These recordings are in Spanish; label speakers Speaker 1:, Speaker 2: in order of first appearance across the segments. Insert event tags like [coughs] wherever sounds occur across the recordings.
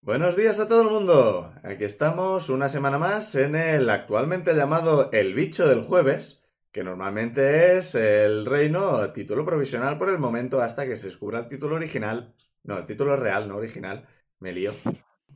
Speaker 1: Buenos días a todo el mundo. Aquí estamos una semana más en el actualmente llamado El Bicho del Jueves, que normalmente es el reino a título provisional por el momento hasta que se descubra el título original. No, el título real, no original. Me lío.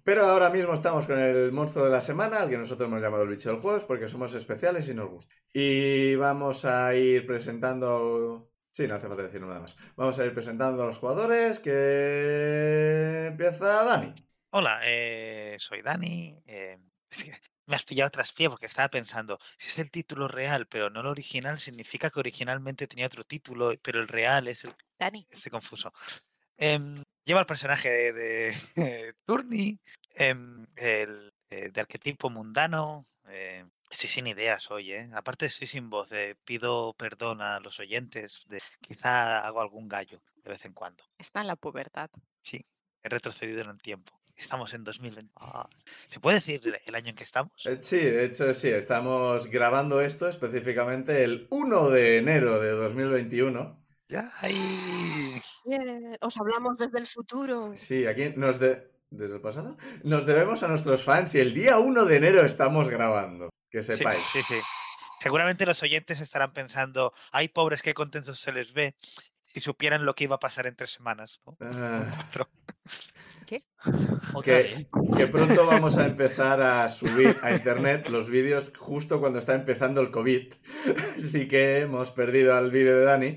Speaker 1: Pero ahora mismo estamos con el monstruo de la semana, al que nosotros hemos llamado el bicho del jueves porque somos especiales y nos gusta. Y vamos a ir presentando... Sí, no hace falta decir nada más. Vamos a ir presentando a los jugadores que... Empieza Dani.
Speaker 2: Hola, eh, soy Dani. eh, [laughs] me has pillado tras pie porque estaba pensando, si es el título real, pero no el original, significa que originalmente tenía otro título, pero el real es el...
Speaker 3: Dani.
Speaker 2: Estoy confuso. Em, lleva el personaje de, de [laughs] Turni, em, el, eh, de arquetipo mundano. eh, estoy sin ideas hoy, ¿eh? Aparte estoy sin voz. eh, pido perdón a los oyentes. de- quizá hago algún gallo de vez en cuando.
Speaker 3: Está en la pubertad.
Speaker 2: He retrocedido en el tiempo. Estamos en 2020. Ah, ¿Se puede decir el- el año en que estamos?
Speaker 1: Eh, Sí, de hecho sí, estamos grabando esto específicamente el 1 de enero de 2021.
Speaker 2: Ya, ahí.
Speaker 3: Os hablamos desde el futuro.
Speaker 1: Sí, aquí nos de... ¿Desde el pasado? Nos debemos a nuestros fans y el día 1 de enero estamos grabando, que
Speaker 2: Sí,
Speaker 1: sepáis.
Speaker 2: sí, sí. Seguramente los oyentes estarán pensando, ay, pobres, qué contentos se les ve si supieran lo que iba a pasar en tres semanas. ¿no?
Speaker 1: Ah,
Speaker 2: Cuatro.
Speaker 3: ¿Qué?
Speaker 2: Otra vez.
Speaker 1: que, que pronto vamos a empezar a subir a internet los vídeos justo cuando está empezando el COVID. Así que hemos perdido al vídeo de Dani.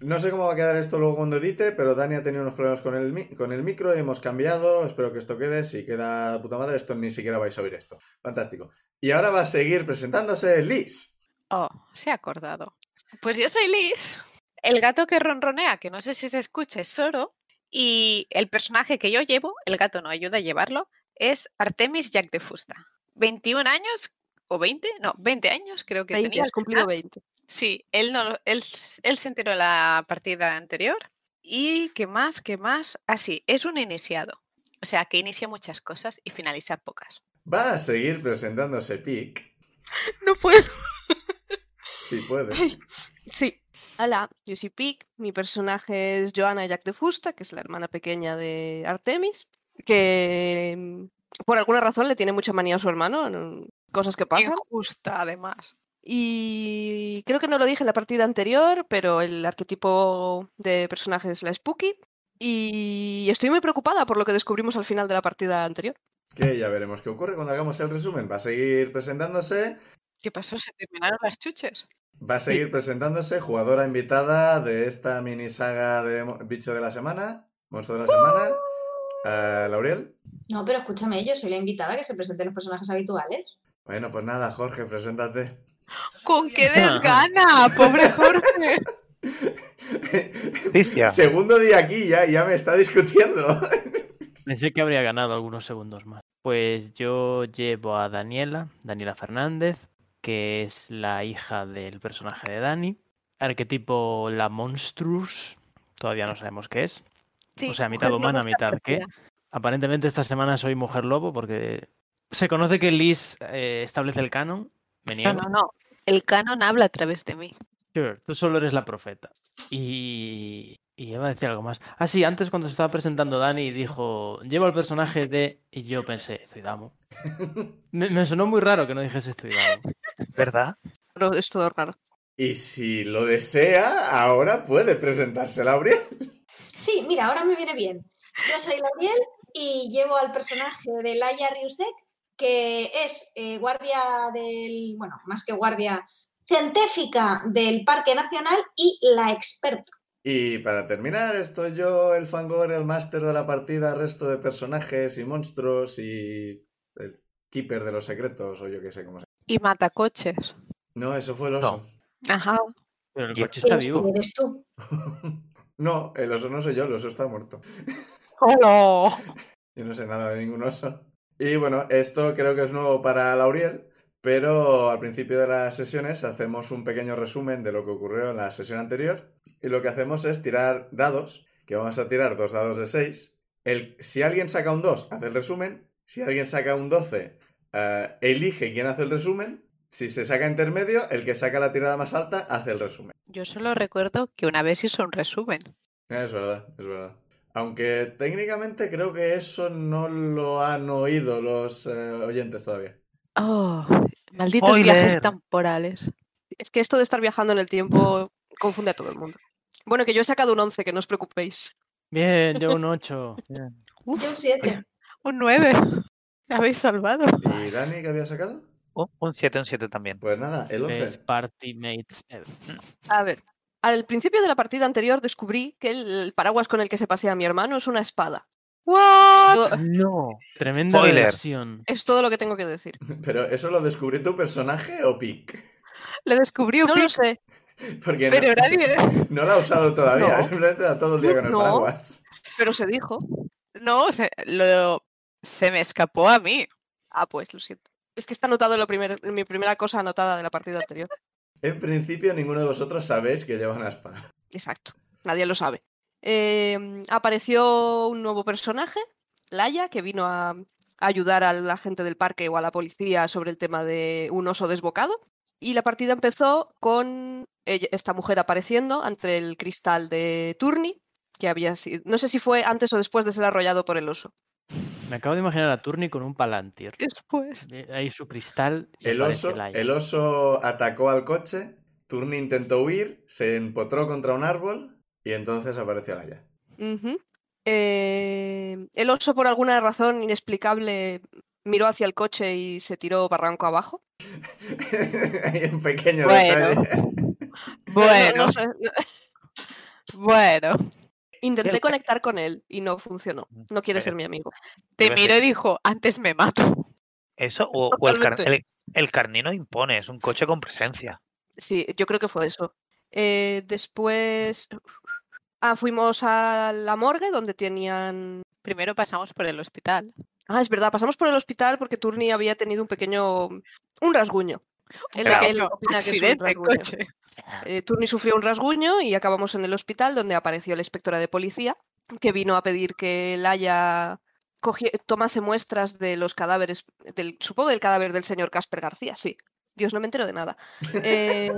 Speaker 1: No sé cómo va a quedar esto luego cuando edite, pero Dani ha tenido unos problemas con el, mi- con el micro y hemos cambiado. Espero que esto quede. Si queda puta madre, esto ni siquiera vais a oír esto. Fantástico. Y ahora va a seguir presentándose Liz.
Speaker 3: Oh, se ha acordado. Pues yo soy Liz, el gato que ronronea, que no sé si se escucha, es Soro. Y el personaje que yo llevo, el gato no ayuda a llevarlo, es Artemis Jack de Fusta. 21 años o 20, no, 20 años creo que
Speaker 4: 20,
Speaker 3: tenía.
Speaker 4: has cumplido
Speaker 3: Ah,
Speaker 4: 20.
Speaker 3: Sí, él, no, lo- él, s- él se enteró la partida anterior. ¿Y qué más? ¿Qué más? Así, es un iniciado. O sea, que inicia muchas cosas y finaliza pocas.
Speaker 1: Va a seguir presentándose Pic.
Speaker 4: No puedo.
Speaker 1: Si puede.
Speaker 4: Sí. Hola, yo soy Pic. Mi personaje es Joana Jack de Fusta, que es la hermana pequeña de Artemis, que mm, por alguna razón le tiene mucha manía a su hermano, no- cosas que pasan.
Speaker 3: Injusta, además.
Speaker 4: Y creo que no lo dije en la partida anterior, pero el arquetipo de personaje es la Spooky. Y estoy muy preocupada por lo que descubrimos al final de la partida anterior.
Speaker 1: Que ya veremos qué ocurre cuando hagamos el resumen. Va a seguir presentándose.
Speaker 3: ¿Qué pasó? ¿Se terminaron las chuches?
Speaker 1: Va a seguir presentándose jugadora invitada de esta mini saga de mo- Bicho de la Semana, Monstruo de la Semana, eh, Lauriel.
Speaker 5: No, pero escúchame, yo soy la invitada que se presenten los personajes habituales.
Speaker 1: Bueno, pues nada, Jorge, preséntate.
Speaker 3: ¡Con qué desgana! ¡Pobre Jorge!
Speaker 6: Justicia.
Speaker 1: Segundo día aquí, ya, ya me está discutiendo. [laughs]
Speaker 6: Pensé que habría ganado algunos segundos más. Pues yo llevo a Daniela, Daniela Fernández, que es la hija del personaje de Dani. Arquetipo la Monstrous, todavía no sabemos qué es.
Speaker 4: Sí,
Speaker 6: sea,
Speaker 4: mujer
Speaker 6: mitad
Speaker 4: lobo
Speaker 6: humana,
Speaker 4: está
Speaker 6: mitad qué.
Speaker 4: perdida.
Speaker 6: Aparentemente esta semana soy mujer lobo porque se conoce que Liz eh, establece el canon. Me
Speaker 3: No,
Speaker 4: Ah,
Speaker 6: niego.
Speaker 3: no, no. El canon habla a través de mí.
Speaker 6: Sure, tú solo eres la profeta. Y, y iba a decir algo más. Ah, sí, antes cuando se estaba presentando Dani dijo, llevo al personaje de... Y yo pensé,
Speaker 1: [laughs]
Speaker 6: Zuidamo. Me, me sonó muy raro que no dijese Zuidamo.
Speaker 2: ¿Verdad?
Speaker 4: Pero es todo raro.
Speaker 1: Y si lo desea, ahora puede presentarse Lauriel.
Speaker 5: Sí, mira, ahora me viene bien. Yo soy Lauriel y llevo al personaje de Laia Riusek, que es eh, guardia del, bueno, más que guardia científica del Parque Nacional y la experta.
Speaker 1: Y para terminar, estoy yo, el fangor, el máster de la partida, resto de personajes y monstruos y el keeper de los secretos, o yo qué sé cómo se
Speaker 3: Y mata coches.
Speaker 1: No, eso fue el oso.
Speaker 3: Ajá.
Speaker 6: Pero el
Speaker 2: Yo-
Speaker 6: coche está
Speaker 5: Pero
Speaker 6: vivo.
Speaker 5: Eres tú.
Speaker 1: [laughs] No, el oso no soy yo, el oso está muerto.
Speaker 3: ¡Hola!
Speaker 1: Yo no sé nada de ningún oso. Y bueno, esto creo que es nuevo para Lauriel, pero al principio de las sesiones hacemos un pequeño resumen de lo que ocurrió en la sesión anterior. Y lo que hacemos es tirar dados, que vamos a tirar dos dados de 6. El, si alguien saca un 2, hace el resumen. Si alguien saca un 12, eh, elige quién hace el resumen. Si se saca intermedio, el que saca la tirada más alta hace el resumen.
Speaker 3: Yo solo recuerdo que una vez hizo un resumen.
Speaker 1: Es Ah, verdad, es verdad. Aunque técnicamente creo que eso no lo han oído los eh, oyentes todavía.
Speaker 3: Oh, malditos
Speaker 2: Spoiler.
Speaker 3: viajes temporales.
Speaker 4: Es que esto de estar viajando en el tiempo confunde a todo el mundo. Bueno, que yo he sacado un 11, que no os preocupéis.
Speaker 6: Bien, yo
Speaker 1: [laughs]
Speaker 6: un 8.
Speaker 5: Yo un 7.
Speaker 3: Un 9. Me [laughs] habéis salvado.
Speaker 1: ¿Y Dani qué había sacado?
Speaker 2: Un- Oh, Un 7, un 7 también.
Speaker 1: Pues nada, el 11.
Speaker 6: Es party mates. ever.
Speaker 4: A ver, al principio de la partida anterior descubrí que el paraguas con el que se pasea mi hermano es una espada. Esto-
Speaker 6: No, tremenda
Speaker 2: Spoiler.
Speaker 6: relación.
Speaker 4: es todo lo que tengo que decir.
Speaker 1: [laughs] Pero ¿eso lo descubrió tu personaje o Pic? [laughs]
Speaker 3: Lo descubrió
Speaker 4: No lo
Speaker 3: Pic,
Speaker 4: sé.
Speaker 1: Porque
Speaker 3: pero
Speaker 1: no,
Speaker 3: nadie.
Speaker 1: [laughs] no lo ha usado todavía, [laughs]
Speaker 4: No.
Speaker 1: simplemente da todo el día con el
Speaker 4: No.
Speaker 1: paraguas.
Speaker 4: Pero se dijo.
Speaker 3: No, se, lo, se me escapó a mí.
Speaker 4: Ah, pues lo siento. Es que está anotado en, lo primer- en mi primera cosa anotada de la partida anterior.
Speaker 1: En principio ninguno de vosotros sabéis que lleva una espada.
Speaker 4: Exacto. Nadie lo sabe. Eh, apareció un nuevo personaje, Laia, que vino a a ayudar a la gente del parque o a la policía sobre el tema de un oso desbocado. Y la partida empezó con ella- esta mujer apareciendo ante el cristal de Turni, que había sido, no sé si fue antes o después de ser arrollado por el oso.
Speaker 6: Me acabo de imaginar a Turni con un palantir.
Speaker 3: Después.
Speaker 6: Eh, Ahí su cristal. y
Speaker 1: El
Speaker 6: aparece
Speaker 1: oso,
Speaker 6: Laia.
Speaker 1: el oso atacó al coche, Turni intentó huir, se empotró contra un árbol y entonces apareció Laia.
Speaker 4: Ujú. Eh, el oso, por alguna razón inexplicable, miró hacia el coche y se tiró barranco abajo.
Speaker 1: [laughs] Hay un pequeño
Speaker 3: Bueno.
Speaker 1: detalle.
Speaker 4: Pero no-
Speaker 3: Bueno,
Speaker 4: no sé, no-
Speaker 3: bueno.
Speaker 4: intenté
Speaker 2: Del-
Speaker 4: conectar con él y no funcionó. No quiere
Speaker 2: Pero-
Speaker 4: ser mi amigo.
Speaker 3: Te
Speaker 2: Iba a decir-
Speaker 3: miró y dijo, antes me mato.
Speaker 2: Eso o, o el, car-
Speaker 3: Totalmente.
Speaker 2: el- el carnino impone, es un coche con presencia.
Speaker 4: Sí, yo creo que fue eso. Eh, después ah, fuimos a la morgue donde tenían...
Speaker 3: Primero pasamos por el hospital.
Speaker 4: Ah, es verdad, pasamos por el hospital porque Turni había tenido un pequeño... un rasguño. Él,
Speaker 2: Claro.
Speaker 4: él opina que es un
Speaker 3: accidente en
Speaker 4: rasguño.
Speaker 3: coche.
Speaker 4: Eh, Turni sufrió un rasguño y acabamos en el hospital donde apareció la inspectora de policía que vino a pedir que Laia cogie- tomase muestras de los cadáveres, del, supongo del cadáver del señor Casper García, sí. Dios, no me entero de nada. Eh,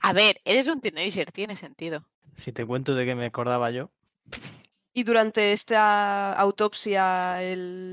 Speaker 3: A ver, eres un teenager, tiene sentido.
Speaker 6: Si te cuento de qué me acordaba yo.
Speaker 4: y durante esta autopsia, el...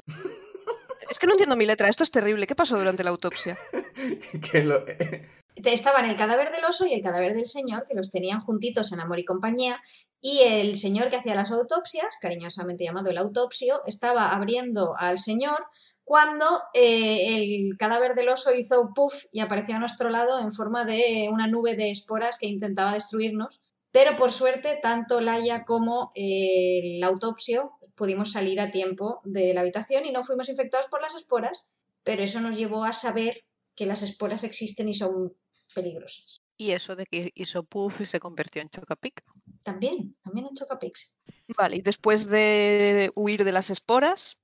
Speaker 4: Es que no entiendo mi letra, esto es terrible. ¿Qué pasó durante la autopsia?
Speaker 1: [laughs] Que lo-
Speaker 5: Te- Estaban el cadáver del oso y el cadáver del señor, que los tenían juntitos en Amor y Compañía, y el señor que hacía las autopsias, cariñosamente llamado el autopsio, estaba abriendo al señor cuando eh, el cadáver del oso hizo puff y apareció a nuestro lado en forma de una nube de esporas que intentaba destruirnos. Pero por suerte, tanto Laia como eh, el autopsio pudimos salir a tiempo de la habitación y no fuimos infectados por las esporas, pero eso nos llevó a saber que las esporas existen y son peligrosas.
Speaker 3: Y eso de que hizo puff y se convirtió en Chocapic.
Speaker 5: También, también en Chocapix.
Speaker 4: Vale, y después de huir de las esporas,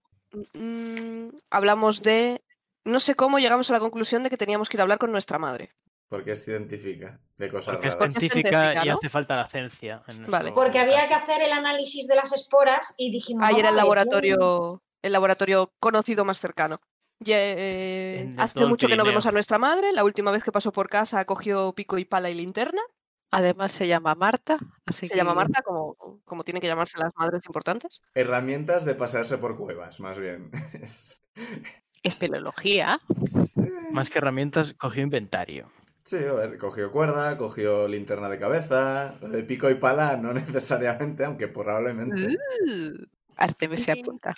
Speaker 4: mm, hablamos de... No sé cómo llegamos a la conclusión de que teníamos que ir a hablar con nuestra madre.
Speaker 1: Porque se identifica de cosas
Speaker 6: Porque es
Speaker 1: raras.
Speaker 4: porque es
Speaker 6: científica
Speaker 4: científica,
Speaker 6: y
Speaker 4: ¿no?
Speaker 6: hace falta la ciencia. en
Speaker 4: Vale.
Speaker 6: nuestro
Speaker 5: Porque había que
Speaker 6: caso.
Speaker 5: hacer el análisis de las esporas y dijimos.
Speaker 4: Ahí era el
Speaker 5: "Vale,
Speaker 4: [laughs]
Speaker 5: tienen-
Speaker 4: laboratorio, el laboratorio conocido más cercano. Ye- eh,
Speaker 6: En- en todo
Speaker 4: hace
Speaker 6: el
Speaker 4: mucho que no vemos
Speaker 6: Pirineo.
Speaker 4: a nuestra madre. La última vez que pasó por casa cogió pico y pala y linterna.
Speaker 3: Además se llama Marta. Así
Speaker 4: Se llama
Speaker 3: que-
Speaker 4: Marta, como, como tienen que llamarse las madres importantes.
Speaker 1: Herramientas de pasearse por cuevas, más bien. [laughs] Es- eh,
Speaker 3: Es filología.
Speaker 6: Más que herramientas, cogió inventario.
Speaker 1: Sí, a ver, cogió cuerda, cogió linterna de cabeza, lo de pico y pala, no [laughs] necesariamente, aunque probablemente.
Speaker 3: Mm, Artemis se
Speaker 4: Sí.
Speaker 3: apunta.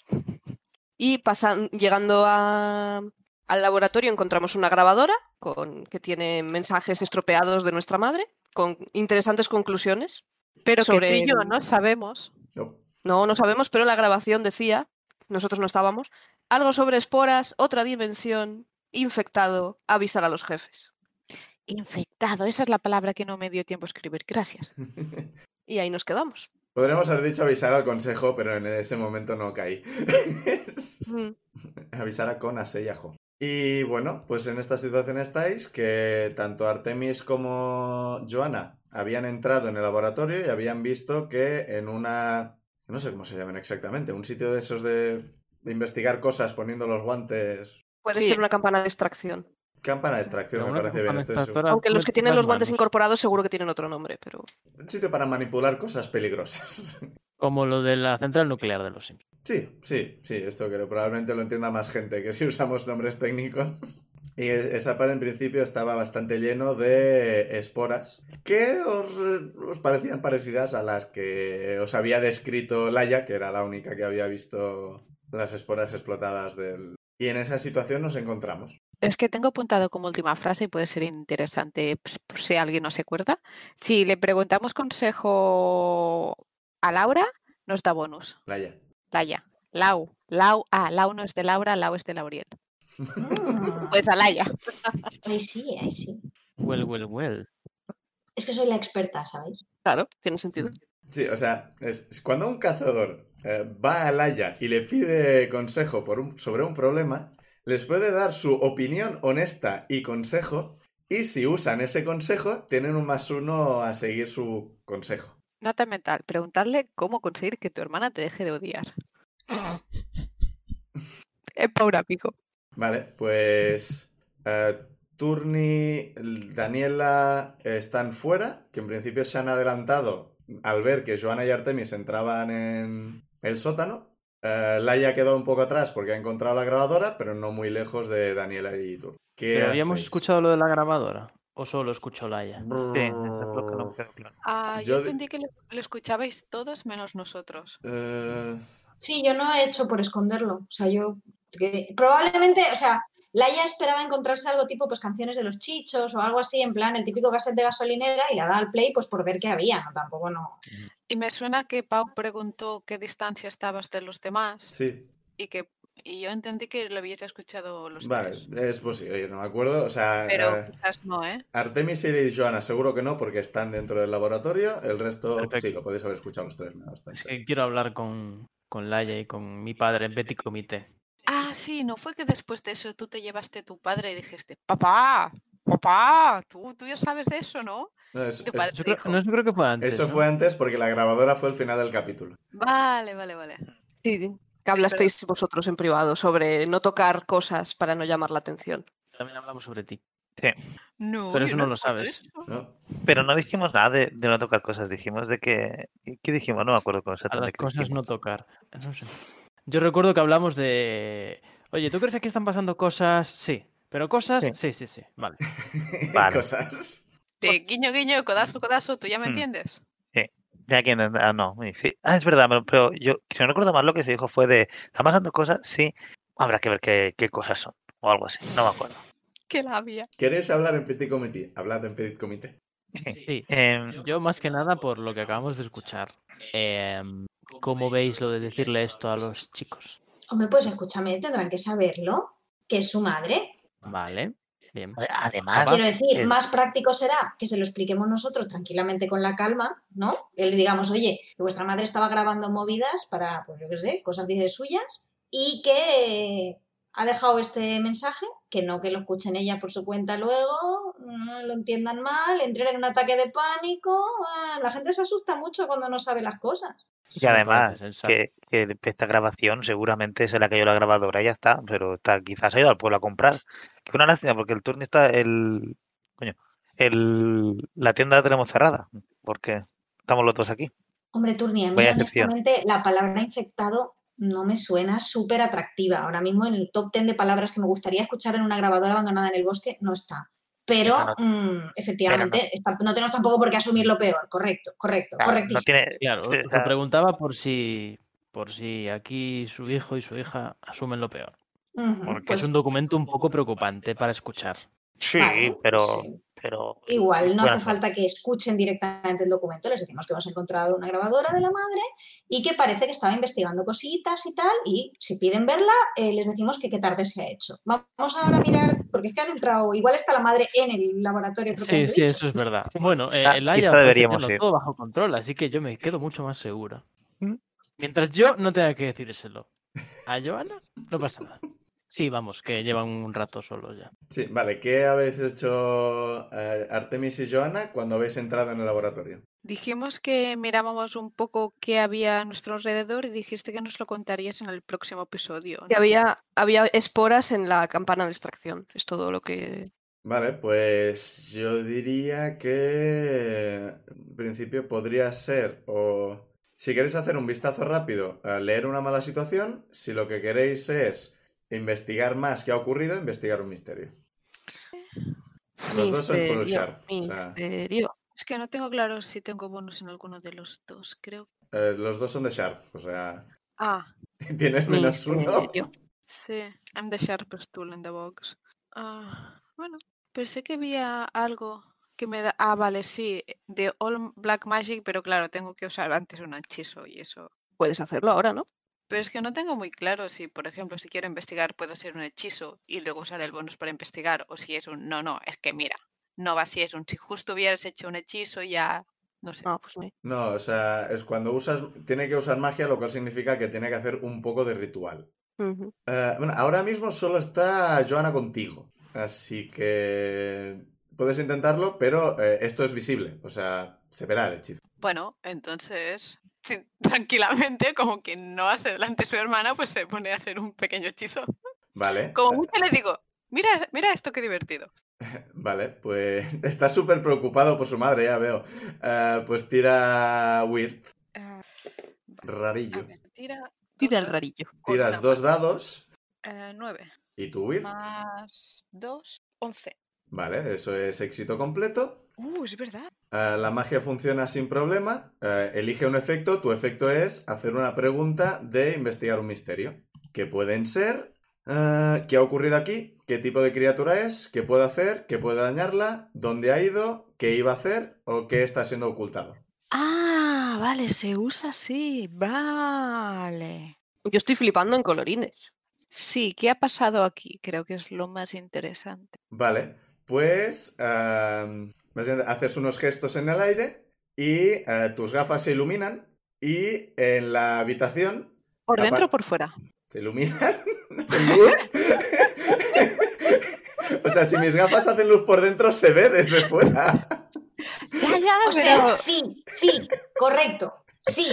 Speaker 4: Y pasan, llegando a- al laboratorio encontramos una grabadora con, que tiene mensajes estropeados de nuestra madre, con interesantes conclusiones.
Speaker 3: Pero
Speaker 4: Sobre
Speaker 3: que tú y yo
Speaker 4: el-
Speaker 3: no sabemos.
Speaker 1: No. [laughs]
Speaker 4: No, no sabemos, pero la grabación decía, nosotros no estábamos, algo sobre esporas, otra dimensión, infectado, avisar a los jefes.
Speaker 3: Infectado, esa es la palabra que no me dio tiempo a escribir. Gracias.
Speaker 4: Y ahí nos quedamos.
Speaker 1: Podríamos haber dicho avisar al consejo, pero en ese momento no caí. [laughs]
Speaker 4: Mm,
Speaker 1: avisar a Con, a Sei y a Jo. Y bueno, pues en esta situación estáis que tanto Artemis como Joana habían entrado en el laboratorio y habían visto que en una... no sé cómo se llaman exactamente, un sitio de esos de, de investigar cosas poniendo los guantes...
Speaker 4: Puede
Speaker 3: Sí.
Speaker 4: ser una campana de extracción.
Speaker 1: Campana de extracción,
Speaker 6: Pero
Speaker 1: me
Speaker 6: una
Speaker 1: parece bien.
Speaker 6: campana
Speaker 1: estoy seguro.
Speaker 6: extractora
Speaker 4: Aunque los
Speaker 6: mete
Speaker 4: que tienen
Speaker 6: las
Speaker 4: los guantes
Speaker 6: manos.
Speaker 4: incorporados seguro que tienen otro nombre, pero
Speaker 1: Un sitio para manipular cosas peligrosas. [laughs]
Speaker 6: Como lo de la central nuclear de los Sims.
Speaker 1: Sí, sí, sí, esto creo probablemente lo entienda más gente que si usamos nombres técnicos. Y es- esa pared en principio estaba bastante lleno de esporas que os, os parecían parecidas a las que os había descrito Laia, que era la única que había visto las esporas explotadas del... Y en esa situación nos encontramos.
Speaker 3: Es que tengo apuntado como última frase y puede ser interesante ps- por si alguien no se acuerda. Si le preguntamos consejo a Laura, nos da bonus.
Speaker 1: Laia.
Speaker 3: Laia. Lau. Lau. Ah, Lau no es de Laura, Lau es de Lauriel.
Speaker 4: Ah,
Speaker 3: Pues a Laia.
Speaker 5: Mm, Ahí sí, ahí sí.
Speaker 6: Well, well, well.
Speaker 5: Es que soy la experta, ¿sabéis?
Speaker 4: Claro, tiene
Speaker 3: Mm,
Speaker 4: sentido.
Speaker 1: Sí, o sea, es, es cuando un cazador eh, va a Laia y le pide consejo por un- sobre un problema, les puede dar su opinión honesta y consejo, y si usan ese consejo, tienen un más uno a seguir su consejo.
Speaker 3: Nota mental. Preguntarle cómo conseguir que tu hermana te deje de
Speaker 4: [laughs]
Speaker 3: odiar. es Paura Pico.
Speaker 1: Vale, pues eh, Turni, Daniela eh, están fuera, que en principio se han adelantado al ver que Joana y Artemis entraban en el sótano. Eh, Laia ha quedado un poco atrás porque ha encontrado la grabadora, pero no muy lejos de Daniela y Turni. ¿Qué
Speaker 6: ¿Pero habíamos
Speaker 1: hacéis?
Speaker 6: escuchado lo de la grabadora? ¿O solo escuchó Laia?
Speaker 2: Sí, eso es lo que no me quedó claro.
Speaker 1: yo
Speaker 3: Ah,
Speaker 1: Yo
Speaker 3: yo
Speaker 1: de-
Speaker 3: entendí
Speaker 1: entendí
Speaker 3: que lo, escuchabais todos menos nosotros.
Speaker 1: Eh,
Speaker 5: Sí, yo no he hecho por esconderlo. O sea, yo. que- probablemente, o sea, Laia esperaba encontrarse algo tipo pues canciones de los chichos o algo así, en plan el típico cassette de gasolinera y la da al play pues por ver qué había, no tampoco no.
Speaker 3: Y me suena que Pau preguntó qué distancia estabas de los demás.
Speaker 1: sí,
Speaker 3: y que y yo entendí que lo habíais escuchado los
Speaker 1: vale,
Speaker 3: tres.
Speaker 1: es posible, yo no me acuerdo. O sea,
Speaker 3: Pero
Speaker 1: eh,
Speaker 3: quizás no, ¿eh?
Speaker 1: Artemis y Joana seguro que no porque están dentro del laboratorio. El resto sí,
Speaker 6: Perfecto.
Speaker 1: lo podéis haber escuchado los tres. me da bastante.
Speaker 6: Es que quiero hablar con, con Laia y con mi padre en Betty Comité.
Speaker 3: Ah, sí, no fue que después de eso tú te llevaste a tu padre y dijiste, papá, papá, tú, tú ya sabes de eso, ¿no?
Speaker 1: No, es- es-
Speaker 3: Tu padre
Speaker 6: Yo creo,
Speaker 3: dijo,
Speaker 6: no, yo creo que fue antes.
Speaker 1: Eso
Speaker 6: ¿no?
Speaker 1: fue antes porque la grabadora fue el final del capítulo.
Speaker 3: Vale, vale, vale.
Speaker 4: Sí, que hablasteis vosotros en privado sobre no tocar cosas para no llamar la atención.
Speaker 6: También hablamos sobre ti.
Speaker 3: No,
Speaker 6: Pero
Speaker 3: yo
Speaker 6: eso no lo
Speaker 3: recuerdo
Speaker 6: sabes.
Speaker 3: eso.
Speaker 1: ¿no? [laughs]
Speaker 2: Pero no dijimos nada de, de no tocar cosas, dijimos de que... ¿Qué dijimos? No me acuerdo con
Speaker 6: A las
Speaker 2: exactamente. qué
Speaker 6: cosas no
Speaker 2: dijimos.
Speaker 6: tocar. No sé. Yo recuerdo que hablamos de. Oye, ¿tú crees que aquí están pasando cosas? Sí. Pero cosas,
Speaker 2: Sí.
Speaker 6: sí, sí, sí. Vale.
Speaker 2: Vale.
Speaker 1: Cosas.
Speaker 3: De guiño, guiño, codazo, codazo, tú ya
Speaker 6: Mm.
Speaker 3: me
Speaker 2: Hmm.
Speaker 3: entiendes.
Speaker 2: Ya que no- ah, no, y sí. Ah, es verdad, pero- pero yo, si no recuerdo mal, lo que se dijo fue de, ¿están pasando cosas? Sí, habrá que ver qué, qué cosas son, o algo así, no me acuerdo.
Speaker 3: Qué labia.
Speaker 1: ¿Queréis hablar en Petit Comité? Hablad en Petit Comité.
Speaker 6: Sí.
Speaker 2: Em,
Speaker 6: Mm, Yo, más que nada, por lo que acabamos de escuchar, em, ¿cómo veis lo de decirle esto a los chicos?
Speaker 5: Hombre, pues escúchame, tendrán que saberlo, que es su madre.
Speaker 6: Vale. Bien.
Speaker 2: a-
Speaker 6: Ah,
Speaker 2: además,
Speaker 5: Quiero decir,
Speaker 2: el-
Speaker 5: más práctico será que se lo expliquemos nosotros tranquilamente con la calma, ¿no? Que le digamos, oye, que vuestra madre estaba grabando movidas para, pues yo qué sé, cosas dice suyas y que eh, ha dejado este mensaje, que no que lo escuchen ella por su cuenta luego, mm, lo entiendan mal, entren en un ataque de pánico. ah, la gente se asusta mucho cuando no sabe las cosas.
Speaker 6: Eso me parece
Speaker 2: además,
Speaker 6: sensato.
Speaker 2: que, que esta grabación seguramente se la cayó la grabadora, ya está, pero está, quizás ha ido al pueblo a comprar. Que una lástima, porque el turno está, el, coño, el, la tienda la tenemos cerrada, porque estamos los dos aquí.
Speaker 5: Hombre, Turni, a mí
Speaker 2: Vaya excepción.
Speaker 5: honestamente la palabra infectado no me suena súper atractiva. Ahora mismo en el top 10 de palabras que me gustaría escuchar en una grabadora abandonada en el bosque no está. Pero
Speaker 2: Pero
Speaker 5: mm, efectivamente, está- no tenemos tampoco por qué asumir lo peor. Correcto, correcto,
Speaker 2: Ah, no
Speaker 5: correctísimo.
Speaker 2: tiene,
Speaker 6: Claro,
Speaker 2: sí,
Speaker 6: os
Speaker 2: o
Speaker 6: lo
Speaker 2: sea,
Speaker 6: preguntaba por si, por si aquí su hijo y su hija asumen lo peor.
Speaker 5: Ujú,
Speaker 6: Porque
Speaker 5: pues,
Speaker 6: es un documento un poco preocupante para escuchar.
Speaker 2: sí,
Speaker 5: vale,
Speaker 2: pero,
Speaker 5: sí.
Speaker 2: pero
Speaker 6: Pues
Speaker 5: Igual no
Speaker 2: bueno,
Speaker 5: hace falta que escuchen directamente el documento, les decimos que hemos encontrado una grabadora de la madre y que parece que estaba investigando cositas y tal, y si piden verla, eh, les decimos que qué tarde se ha hecho. Vamos ahora a mirar, porque es que han entrado, igual está la madre en el laboratorio.
Speaker 6: Sí,
Speaker 5: propiamente
Speaker 6: sí,
Speaker 5: dicho.
Speaker 6: eso es verdad. Bueno, eh,
Speaker 2: Ah,
Speaker 6: el Aya
Speaker 2: quizá
Speaker 6: parece
Speaker 2: deberíamos
Speaker 6: tenerlo
Speaker 2: ir.
Speaker 6: todo bajo control, así que yo me quedo mucho más segura.
Speaker 2: ¿Mm?
Speaker 6: Mientras yo no tenga que decírselo a Joana, no pasa nada. Sí, vamos, que llevan un rato solo ya.
Speaker 1: Sí, vale. ¿Qué habéis hecho eh, Artemis y Joana cuando habéis entrado en el laboratorio?
Speaker 3: Dijimos que mirábamos un poco qué había a nuestro alrededor y dijiste que nos lo contarías en el próximo episodio.
Speaker 4: Que
Speaker 3: ¿no?
Speaker 4: había, había esporas en la campana de extracción. Es todo lo que.
Speaker 1: Vale, pues yo diría que en principio podría ser o Si queréis hacer un vistazo rápido, a leer una mala situación, si lo que queréis es investigar más qué ha ocurrido, investigar un misterio. Los dos son por
Speaker 4: Misterio,
Speaker 1: O sea,
Speaker 4: misterio.
Speaker 3: Es que no tengo claro si tengo bonus en alguno de los dos, creo.
Speaker 1: eh, los dos son de Sharp, o sea, [laughs]
Speaker 3: Ah,
Speaker 1: tienes menos uno.
Speaker 4: misterio.
Speaker 3: sí. I'm the sharpest tool in the box. Ah, bueno, pensé que había algo que me da... Ah, vale, sí. De All Black Magic, pero claro, tengo que usar antes un hechizo y eso.
Speaker 4: Puedes hacerlo ahora, ¿no?
Speaker 3: Pero es que no tengo muy claro si, por ejemplo, si quiero investigar puedo hacer un hechizo y luego usar el bonus para investigar o si es un... No, no, es que mira, no va si es un... Si justo hubieras hecho un hechizo ya... No sé.
Speaker 4: No, pues no.
Speaker 1: No, o sea, es cuando usas, tiene que usar magia, lo cual significa que tiene que hacer un poco de ritual.
Speaker 4: Ujú.
Speaker 1: Eh, bueno, ahora mismo solo está Joana contigo, así que puedes intentarlo, pero eh, esto es visible, o sea, se verá el hechizo.
Speaker 3: Bueno, entonces, [laughs] sí, tranquilamente, como que no hace delante su hermana, pues se pone a hacer un pequeño hechizo.
Speaker 1: Vale.
Speaker 3: Como
Speaker 1: Eh,
Speaker 3: mucho le digo, mira, mira esto qué divertido.
Speaker 1: Vale, pues [laughs] está súper preocupado por su madre, ya veo. Eh, pues tira Weird,
Speaker 3: Ah, vale, a
Speaker 1: rarillo.
Speaker 3: ver, tira. dos
Speaker 4: Tira el
Speaker 3: dados
Speaker 4: rarillo.
Speaker 3: con
Speaker 1: Tiras
Speaker 3: una
Speaker 1: dos
Speaker 3: mano.
Speaker 1: dados
Speaker 3: Eh, nueve
Speaker 1: y tu Weird.
Speaker 3: más dos, once.
Speaker 1: Vale, eso es éxito completo.
Speaker 3: Uh, es verdad.
Speaker 1: Eh, la magia funciona sin problema. Eh, elige un efecto. Tu efecto es hacer una pregunta de investigar un misterio. Que pueden ser? eh, ¿Qué ha ocurrido aquí? ¿Qué tipo de criatura es? ¿Qué puede hacer? ¿Qué puede dañarla? ¿Dónde ha ido? ¿Qué iba a hacer? ¿O qué está siendo ocultado?
Speaker 3: Ah, vale, se usa así. Vale.
Speaker 4: Yo estoy flipando en colorines.
Speaker 3: Sí, ¿qué ha pasado aquí? Creo que es lo más interesante.
Speaker 1: Básicamente pues em, básicamente haces unos gestos en el aire y eh, tus gafas se iluminan y en la habitación
Speaker 3: ¿Por
Speaker 1: Apa-
Speaker 3: dentro o
Speaker 1: [laughs]
Speaker 3: por fuera?
Speaker 1: se iluminan en luz. o sea, si mis gafas hacen luz por dentro, se ve desde fuera.
Speaker 3: Ya, ya,
Speaker 5: O sea, sí, sí, correcto. Sí,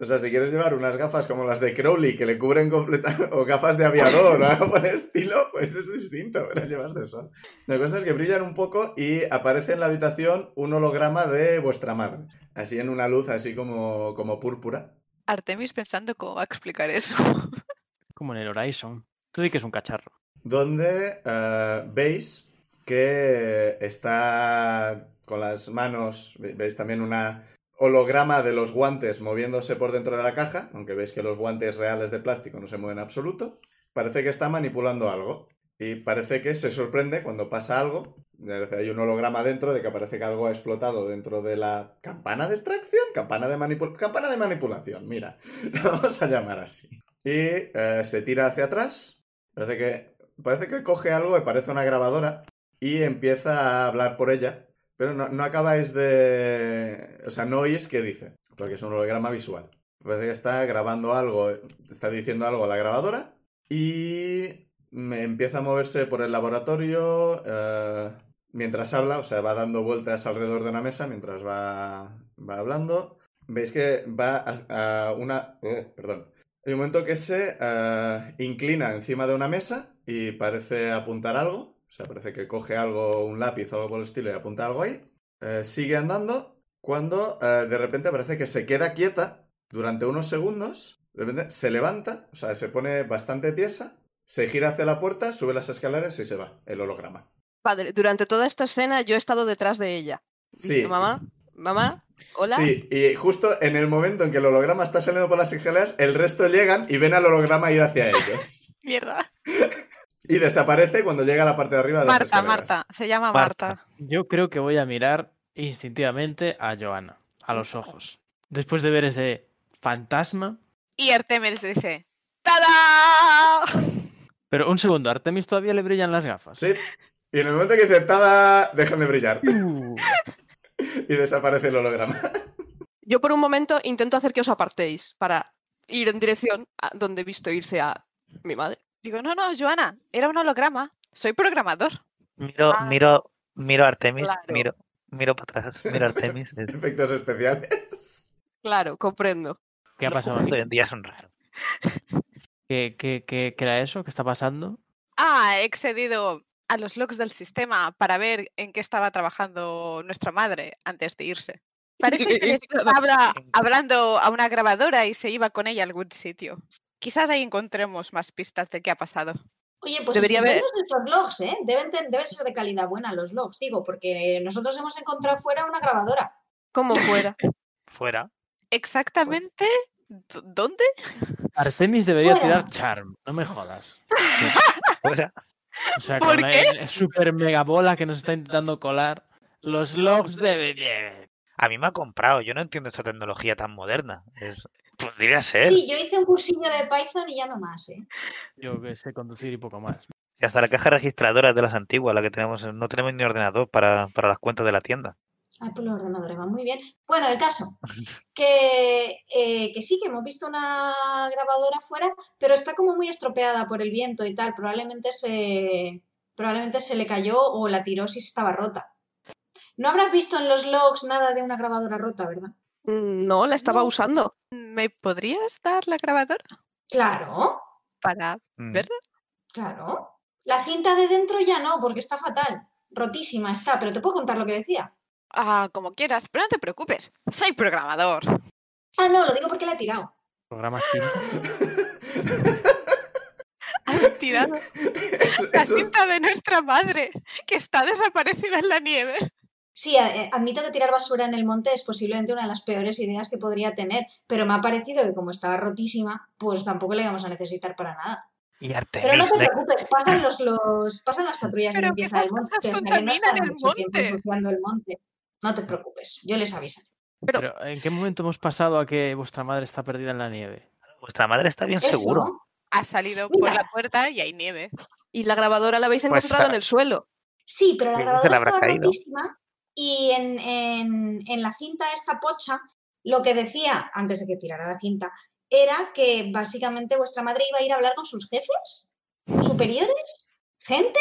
Speaker 1: O sea, si quieres llevar unas gafas como las de Crowley que le cubren completamente, o gafas de aviador o algo por el estilo, pues es distinto, pero llevas de sol. La cosa es que brillan un poco y aparece en la habitación un holograma de vuestra madre. Así en una luz así como, como púrpura.
Speaker 3: Artemis pensando cómo va a explicar eso. [laughs]
Speaker 6: Como en el Horizon. Tú di que es un cacharro.
Speaker 1: Donde eh, veis que está con las manos, ve- veis también una holograma de los guantes moviéndose por dentro de la caja, aunque veis que los guantes reales de plástico no se mueven en absoluto. Parece que está manipulando algo y parece que se sorprende cuando pasa algo. Parece- Hay un holograma dentro de que parece que algo ha explotado dentro de la campana de extracción, campana de, manipul- campana de manipulación, mira, [laughs] la vamos a llamar así. Y eh, se tira hacia atrás, parece que, parece que coge algo que parece una grabadora y empieza a hablar por ella, pero no, no acabáis de... O sea, no oís qué dice, porque es un holograma visual. Parece que está grabando algo, está diciendo algo a la grabadora y me empieza a moverse por el laboratorio eh, mientras habla, o sea, va dando vueltas alrededor de una mesa mientras va, va hablando. Veis que va a, a una... eh, perdón. Hay un momento que se eh, inclina encima de una mesa y parece apuntar algo. O sea, parece que coge algo, un lápiz o algo por el estilo y apunta algo ahí. Eh, sigue andando cuando eh, de repente parece que se queda quieta durante unos segundos. De repente se levanta, o sea, se pone bastante tiesa, se gira hacia la puerta, sube las escaleras y se va, el holograma.
Speaker 4: Padre, durante toda esta escena yo he estado detrás de ella.
Speaker 1: Sí.
Speaker 4: Mamá, mamá, hola.
Speaker 1: Sí, y justo en el momento en que el holograma está saliendo por las escaleras, el resto llegan y ven al holograma ir hacia ellos.
Speaker 3: Mierda.
Speaker 1: y desaparece cuando llega a la parte de arriba de las
Speaker 3: Marta,
Speaker 1: escaleras.
Speaker 3: Marta. Se llama
Speaker 6: Marta.
Speaker 3: Marta.
Speaker 6: Yo creo que voy a mirar instintivamente a Joana, a los ojos. Después de ver ese fantasma.
Speaker 3: Y Artemis dice, ¡Tada!
Speaker 6: Pero un segundo, ¿a Artemis todavía le brillan las gafas.
Speaker 1: Sí. Y en el momento que aceptaba, dejan de brillar.
Speaker 6: Uh,
Speaker 1: Y desaparece el holograma. [laughs]
Speaker 4: Yo por un momento intento hacer que os apartéis para ir en dirección a donde he visto irse a mi madre.
Speaker 3: Digo, no, no, Joana, era un holograma. Soy programador.
Speaker 2: Miro,
Speaker 4: Ah,
Speaker 2: miro, miro a Artemis,
Speaker 4: claro.
Speaker 2: miro, miro para
Speaker 5: [laughs]
Speaker 2: atrás, miro a Artemis. es-
Speaker 1: Efectos especiales.
Speaker 4: Claro, comprendo.
Speaker 6: ¿Qué ha
Speaker 2: los
Speaker 6: pasado
Speaker 2: juegos de hoy
Speaker 6: aquí?
Speaker 2: en día son raros.
Speaker 6: ¿Qué, qué, qué, qué era eso? ¿Qué está pasando?
Speaker 3: Ah, he excedido a los logs del sistema para ver en qué estaba trabajando nuestra madre antes de irse. Parece [laughs] que le estaba hablando a una grabadora y se iba con ella a algún sitio. Quizás ahí encontremos más pistas de qué ha pasado.
Speaker 5: Oye, pues
Speaker 3: Debería haber-
Speaker 5: estupendos nuestros logs, ¿eh? Deben, ten- deben ser de calidad buena los logs, digo, porque nosotros hemos encontrado fuera una grabadora.
Speaker 4: Como fuera.
Speaker 2: Fuera.
Speaker 3: Exactamente. ¿d- ¿Dónde?
Speaker 6: Artemis debería
Speaker 5: Fuera.
Speaker 6: tirar Charm, no me jodas.
Speaker 2: Fuera.
Speaker 6: O sea,
Speaker 3: ¿Por
Speaker 6: con la el super mega bola que nos está intentando colar. Los logs de.
Speaker 2: A mí me ha comprado. Yo no entiendo esta tecnología tan moderna. Es- podría ser.
Speaker 5: Sí, yo hice un cursillo de Python y ya no más, ¿eh?
Speaker 6: Yo que sé conducir y poco más.
Speaker 2: Y hasta la caja registradora es de las antiguas, la que tenemos. en- No tenemos ni ordenador para, para las cuentas de la tienda.
Speaker 5: Ay, pues los ordenadores van muy bien. Bueno, el caso, que, eh, que sí, que hemos visto una grabadora fuera, pero está como muy estropeada por el viento y tal. Probablemente se, probablemente se le cayó o la tiró si estaba rota. No habrás visto en los logs nada de una grabadora rota, ¿verdad?
Speaker 4: Mm, No, la estaba
Speaker 5: No.
Speaker 4: usando.
Speaker 3: ¿Me podrías dar la grabadora?
Speaker 5: Claro,
Speaker 3: Para.
Speaker 2: Mm.
Speaker 3: Ver-
Speaker 5: claro. La cinta de dentro ya no, porque está fatal. Rotísima está, pero te puedo contar lo que decía.
Speaker 3: Ah, como quieras, pero no te preocupes. Soy programador. [laughs]
Speaker 5: Ah, no, lo digo porque la he tirado.
Speaker 6: Programas químicos.
Speaker 3: Has tirado [laughs]
Speaker 1: Eso-
Speaker 3: la
Speaker 1: eso-
Speaker 3: cinta de nuestra madre, que está desaparecida en la nieve.
Speaker 5: Sí, a- eh, admito que tirar basura en el monte es posiblemente una de las peores ideas que podría tener, pero me ha parecido que como estaba rotísima, pues tampoco la íbamos a necesitar para nada.
Speaker 2: Y
Speaker 5: Pero no
Speaker 2: Artemis,
Speaker 5: te
Speaker 2: de-
Speaker 5: preocupes, pasan los, los pasan las patrullas de
Speaker 3: Pero que
Speaker 5: limpieza del
Speaker 3: esas
Speaker 5: monte,
Speaker 3: cosas
Speaker 5: o sea que no
Speaker 3: contaminan
Speaker 5: estarán
Speaker 3: el
Speaker 5: mucho tiempo
Speaker 3: monte.
Speaker 5: ensuciando el monte. No te preocupes, yo les aviso.
Speaker 4: Pero-
Speaker 6: Pero, ¿en qué momento hemos pasado a que vuestra madre está perdida en la nieve?
Speaker 2: vuestra madre está bien
Speaker 5: Eso,
Speaker 2: seguro.
Speaker 3: Ha salido por
Speaker 5: Mira.
Speaker 3: la puerta y hay [laughs] nieve.
Speaker 4: Y la grabadora la habéis
Speaker 2: Pues
Speaker 4: encontrado en
Speaker 2: está-
Speaker 4: el suelo.
Speaker 5: Sí, pero
Speaker 2: Yo
Speaker 5: la
Speaker 2: creo que se
Speaker 5: grabadora
Speaker 2: le habrá
Speaker 5: estaba
Speaker 2: caído.
Speaker 5: rotísima y en, en- en la cinta esta pocha lo que decía, antes de que tirara la cinta, era que básicamente vuestra madre iba a ir a hablar con sus jefes, superiores, gente.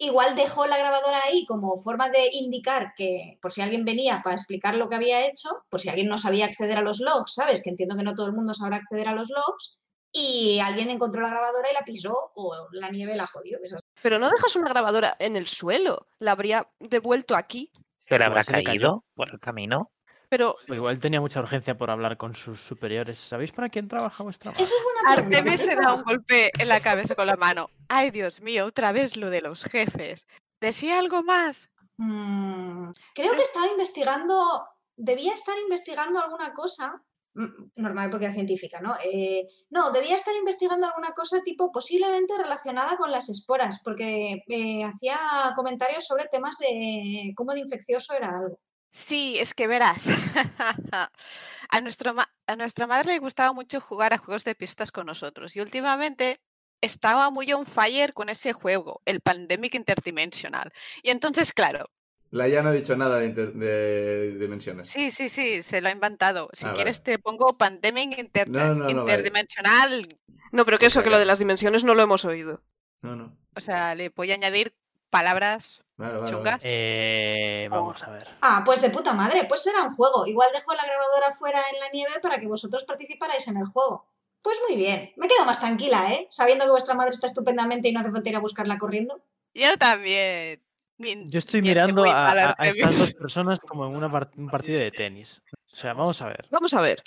Speaker 5: Igual dejó la grabadora ahí como forma de indicar que por si alguien venía para explicar lo que había hecho, por si alguien no sabía acceder a los logs, ¿sabes? Que entiendo que no todo el mundo sabrá acceder a los logs. Y alguien encontró la grabadora y la pisó o la nieve la jodió. esas
Speaker 4: Pero no dejas una grabadora en el suelo. La habría devuelto aquí.
Speaker 2: Se le
Speaker 6: Igual
Speaker 2: habrá
Speaker 6: se le cayó.
Speaker 2: caído por el camino.
Speaker 4: Pero
Speaker 6: O Pues Igual tenía mucha urgencia por hablar con sus superiores. ¿Sabéis para quién trabaja vuestra madre?
Speaker 5: Eso es buena pregunta,
Speaker 3: Artemis se
Speaker 5: ¿verdad?
Speaker 3: da un golpe en la cabeza con la mano. Ay, Dios mío, otra vez lo de los jefes. ¿Decía algo más?
Speaker 5: Mm, creo que estaba investigando, debía estar investigando alguna cosa, mm, normal porque era científica, ¿no? Eh, no, debía estar investigando alguna cosa tipo posiblemente relacionada con las esporas, porque eh, hacía comentarios sobre temas de cómo de infeccioso era algo.
Speaker 3: Sí, es que verás. [laughs] a, nuestro ma- a nuestra madre le gustaba mucho jugar a juegos de pistas con nosotros y últimamente estaba muy on fire con ese juego, el Pandemic Interdimensional. Y entonces, claro,
Speaker 1: Laia no ha dicho nada de, inter- de dimensiones.
Speaker 3: Sí, sí, sí, se lo ha inventado. Si
Speaker 1: Ah,
Speaker 3: quieres
Speaker 1: vale.
Speaker 3: te pongo Pandemic Inter-
Speaker 1: No, no, no, vale.
Speaker 3: Interdimensional.
Speaker 4: No, pero que
Speaker 1: O sea
Speaker 4: eso, que lo
Speaker 1: que-
Speaker 4: de las dimensiones no lo hemos oído.
Speaker 1: No, no.
Speaker 3: O sea, le voy a añadir palabras.
Speaker 1: Vale, vale, vale.
Speaker 3: Chungas.
Speaker 6: Eh, vamos a ver.
Speaker 5: Ah, pues de puta madre, pues era un juego. Igual dejó la grabadora fuera en la nieve para que vosotros participarais en el juego. Pues muy bien, me quedo más tranquila, ¿eh? Sabiendo que vuestra madre está estupendamente y no hace falta ir a buscarla corriendo.
Speaker 3: Yo también. Min-
Speaker 6: Yo estoy
Speaker 3: Mira, qué
Speaker 6: mirando
Speaker 3: muy
Speaker 6: a,
Speaker 3: mal
Speaker 6: a- a
Speaker 3: Artemis.
Speaker 6: estas dos personas como en una par- un partido de tenis. O sea, vamos a ver.
Speaker 4: Vamos a ver.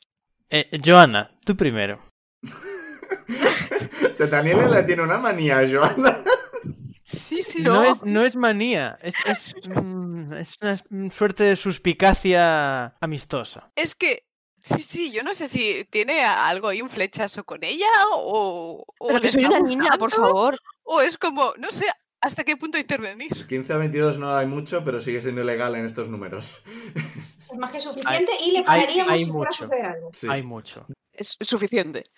Speaker 6: Eh, Joana, tú primero.
Speaker 1: O sea, Daniela le tiene una manía, a Joana. [laughs]
Speaker 3: [laughs] Sí, [laughs] sí,
Speaker 6: No, es, no es manía, es, es, mm, es una s- mm, suerte de suspicacia amistosa.
Speaker 3: Es que. Sí, sí, yo no sé si tiene a- algo ahí un flechazo con ella o. o
Speaker 4: Pero
Speaker 3: le
Speaker 4: que soy
Speaker 3: está
Speaker 4: una niña, por
Speaker 3: gustando,
Speaker 4: favor.
Speaker 3: O es como, no sé hasta qué punto intervenir.
Speaker 1: 15 a 22 no hay mucho, pero sigue siendo ilegal en estos números.
Speaker 5: Es más que suficiente y le
Speaker 6: hay-
Speaker 5: pararíamos
Speaker 6: hay
Speaker 5: si fuera a
Speaker 6: mucho.
Speaker 5: suceder algo.
Speaker 1: Sí.
Speaker 6: Hay mucho.
Speaker 4: Es suficiente. [laughs]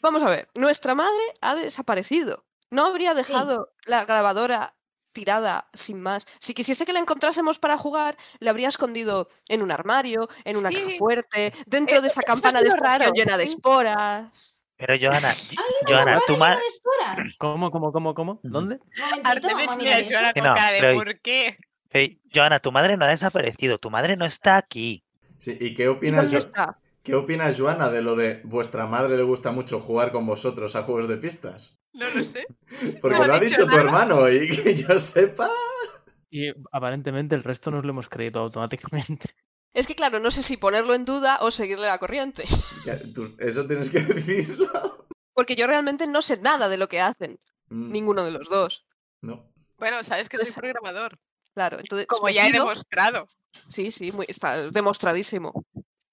Speaker 4: Vamos a ver. Nuestra madre ha desaparecido. No habría dejado la grabadora tirada sin más. Si quisiese que la encontrásemos para jugar, la habría escondido en un armario, en una caja
Speaker 3: Sí.
Speaker 4: fuerte, dentro de
Speaker 3: Eh, eso
Speaker 4: esa
Speaker 3: ha
Speaker 4: campana de
Speaker 3: sido
Speaker 4: estación
Speaker 3: raro,
Speaker 4: llena de
Speaker 3: sí.
Speaker 4: esporas.
Speaker 2: Pero Joana,
Speaker 5: Una
Speaker 2: Joana,
Speaker 5: campana
Speaker 2: tu
Speaker 5: llena
Speaker 2: madre.
Speaker 5: de esporas.
Speaker 6: ¿Cómo, cómo, cómo, cómo? ¿Dónde?
Speaker 5: Un momentito,
Speaker 3: Artemis
Speaker 5: vamos a
Speaker 3: mira a
Speaker 5: mirar eso.
Speaker 3: Joana
Speaker 2: Sí,
Speaker 3: con
Speaker 2: no,
Speaker 3: cara de
Speaker 2: pero-
Speaker 3: ¿por qué?
Speaker 2: Ey, Joana, tu madre no ha desaparecido. Tu madre no está aquí.
Speaker 1: Sí, ¿Y qué
Speaker 4: ¿Y
Speaker 1: opinas,
Speaker 4: dónde
Speaker 1: Jo-
Speaker 4: está?
Speaker 1: qué opinas, Joana, de lo de vuestra madre le gusta mucho jugar con vosotros a juegos de pistas?
Speaker 3: No lo sé.
Speaker 1: Porque
Speaker 3: No ha
Speaker 1: lo ha
Speaker 3: dicho
Speaker 1: dicho tu
Speaker 3: nada.
Speaker 1: hermano y que yo sepa.
Speaker 6: Y aparentemente el resto nos lo hemos creído automáticamente.
Speaker 4: Es que claro, no sé si ponerlo en duda o seguirle la corriente. [laughs]
Speaker 1: Ya, tú- eso tienes que [laughs] decirlo.
Speaker 4: Porque yo realmente no sé nada de lo que hacen,
Speaker 1: Mm,
Speaker 4: ninguno de los dos.
Speaker 1: No.
Speaker 3: Bueno, sabes que soy
Speaker 4: Pues-
Speaker 3: programador, Pues
Speaker 4: Claro, entonces.
Speaker 3: como
Speaker 4: me
Speaker 3: ya he
Speaker 4: fío-
Speaker 3: demostrado.
Speaker 4: Sí, sí, muy- está demostradísimo.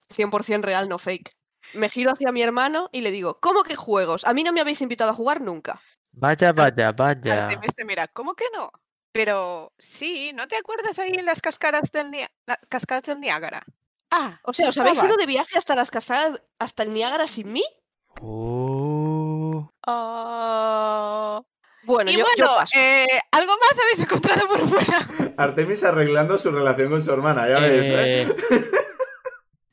Speaker 4: 100% real, no fake. Me giro hacia mi hermano y le digo, ¿cómo que juegos? A mí no me habéis invitado a jugar nunca.
Speaker 6: [laughs] Vaya, vaya, vaya.
Speaker 3: Artemis te mira, ¿cómo que no? Pero sí, ¿no te acuerdas ahí en las cascadas del, Nia- la- cascadas del Niágara? Ah,
Speaker 4: O sea, ¿os
Speaker 3: no
Speaker 4: habéis ido
Speaker 3: estabas.
Speaker 4: de viaje hasta las cascadas, hasta el Niágara sin mí?
Speaker 6: Oh.
Speaker 3: Oh.
Speaker 4: Bueno,
Speaker 3: Y
Speaker 4: yo, yo
Speaker 3: bueno,
Speaker 4: paso.
Speaker 3: eh, algo más habéis encontrado por fuera. [laughs]
Speaker 1: Artemis arreglando su relación con su hermana, ya ves, ¿eh?
Speaker 6: Eh,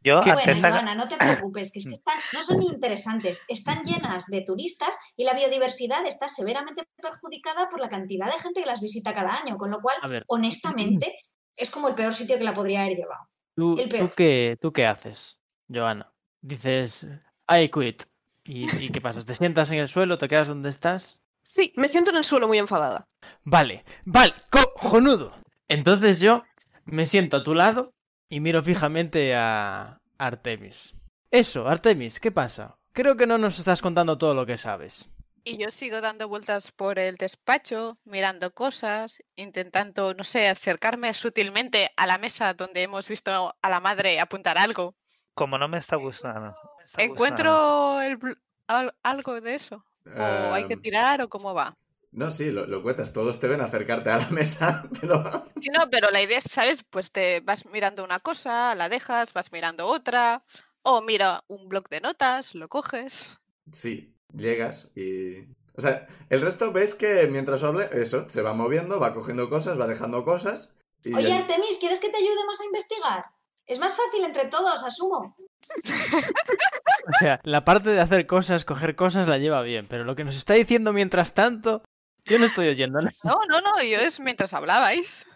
Speaker 2: Yo
Speaker 6: Qué
Speaker 2: ante
Speaker 5: Bueno,
Speaker 2: esta-
Speaker 5: Joana,
Speaker 6: [clears throat]
Speaker 5: no te preocupes, que es que están, no son ni interesantes, están llenas de turistas y la biodiversidad está severamente perjudicada por la cantidad de gente que las visita cada año, con lo cual,
Speaker 6: a ver,
Speaker 5: honestamente, es como el peor sitio que la podría haber llevado.
Speaker 6: ¿tú,
Speaker 5: el
Speaker 6: tú
Speaker 5: peor.
Speaker 6: qué, ¿tú qué haces, Joana? Dices, I quit. ¿Y, y qué pasa? ¿Te sientas en el suelo? ¿Te quedas donde estás?
Speaker 4: Sí, me siento en el suelo muy enfadada.
Speaker 6: Vale, vale, cojonudo. Entonces yo me siento a tu lado y miro fijamente a Artemis. Eso, Artemis, ¿qué pasa? Creo que no nos estás contando todo lo que sabes.
Speaker 3: Y yo sigo dando vueltas por el despacho, mirando cosas, intentando, no sé, acercarme sutilmente a la mesa donde hemos visto a la madre apuntar algo.
Speaker 2: como no me está gustando. no me está gustando,
Speaker 3: ¿Encuentro el bl- al- algo de eso? ¿O Oh, hay que
Speaker 1: Em,
Speaker 3: tirar o cómo va?
Speaker 1: No, sí, lo, lo cuentas. Todos te ven acercarte a la [laughs] mesa, pero...
Speaker 3: Si no, pero la idea es, ¿sabes? Pues te vas mirando una cosa, la dejas, vas mirando otra, o mira un bloc de notas, lo coges.
Speaker 1: Sí, llegas y... O sea, el resto ves que mientras hable, eso, se va moviendo, va cogiendo cosas, va dejando cosas. Y
Speaker 5: Oye, Artemis, ¿quieres que te ayudemos a investigar? Es más fácil entre todos, asumo.
Speaker 6: O sea, la parte de hacer cosas, coger cosas, la lleva bien, pero lo que nos está diciendo mientras tanto, yo no estoy oyendo nada.
Speaker 3: No, no, no, yo es mientras
Speaker 6: [laughs]
Speaker 3: hablabais.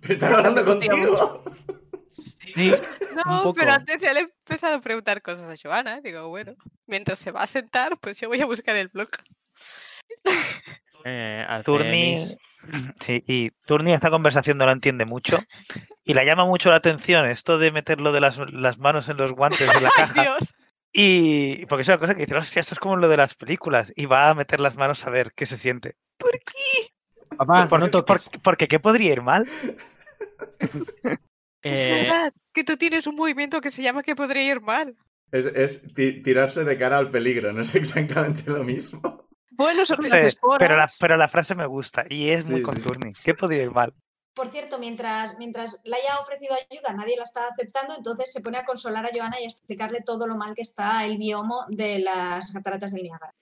Speaker 1: Pero [laughs] están hablando contigo.
Speaker 6: Sí,
Speaker 3: No, pero
Speaker 6: poco.
Speaker 3: antes ya le he empezado a preguntar cosas a Joana. ¿eh? Digo, bueno, mientras se va a sentar, pues yo voy a buscar el
Speaker 6: [laughs]
Speaker 3: blog. [laughs]
Speaker 6: eh,
Speaker 2: Turni,
Speaker 6: Artemis,
Speaker 2: sí, y Turni esta conversación no la entiende mucho y la llama mucho la atención esto de meterlo de las, las manos en los guantes de la
Speaker 4: [laughs]
Speaker 3: ¡Ay,
Speaker 2: caja
Speaker 3: Dios!
Speaker 2: y porque es una cosa que dice, hostia, esto es como lo de las películas y va a meter las manos a ver qué se siente.
Speaker 6: papá, no toques.
Speaker 2: por- porque ¿qué podría ir mal?
Speaker 3: Es
Speaker 6: Eh,
Speaker 3: verdad que tú tienes un movimiento que se llama que podría ir mal.
Speaker 1: Es, es ti- tirarse de cara al peligro, no es [laughs] exactamente lo mismo.
Speaker 4: Bueno, son las
Speaker 2: Eh, pero, la,
Speaker 4: esporas.
Speaker 2: pero la frase me gusta y es muy
Speaker 1: Sí,
Speaker 2: con
Speaker 1: sí.
Speaker 2: Turni. ¿Qué podría ir mal?
Speaker 5: Por cierto, mientras, mientras le haya ofrecido ayuda, nadie la está aceptando, entonces se pone a consolar a Joana y a explicarle todo lo mal que está el biomo de las cataratas del Niágara.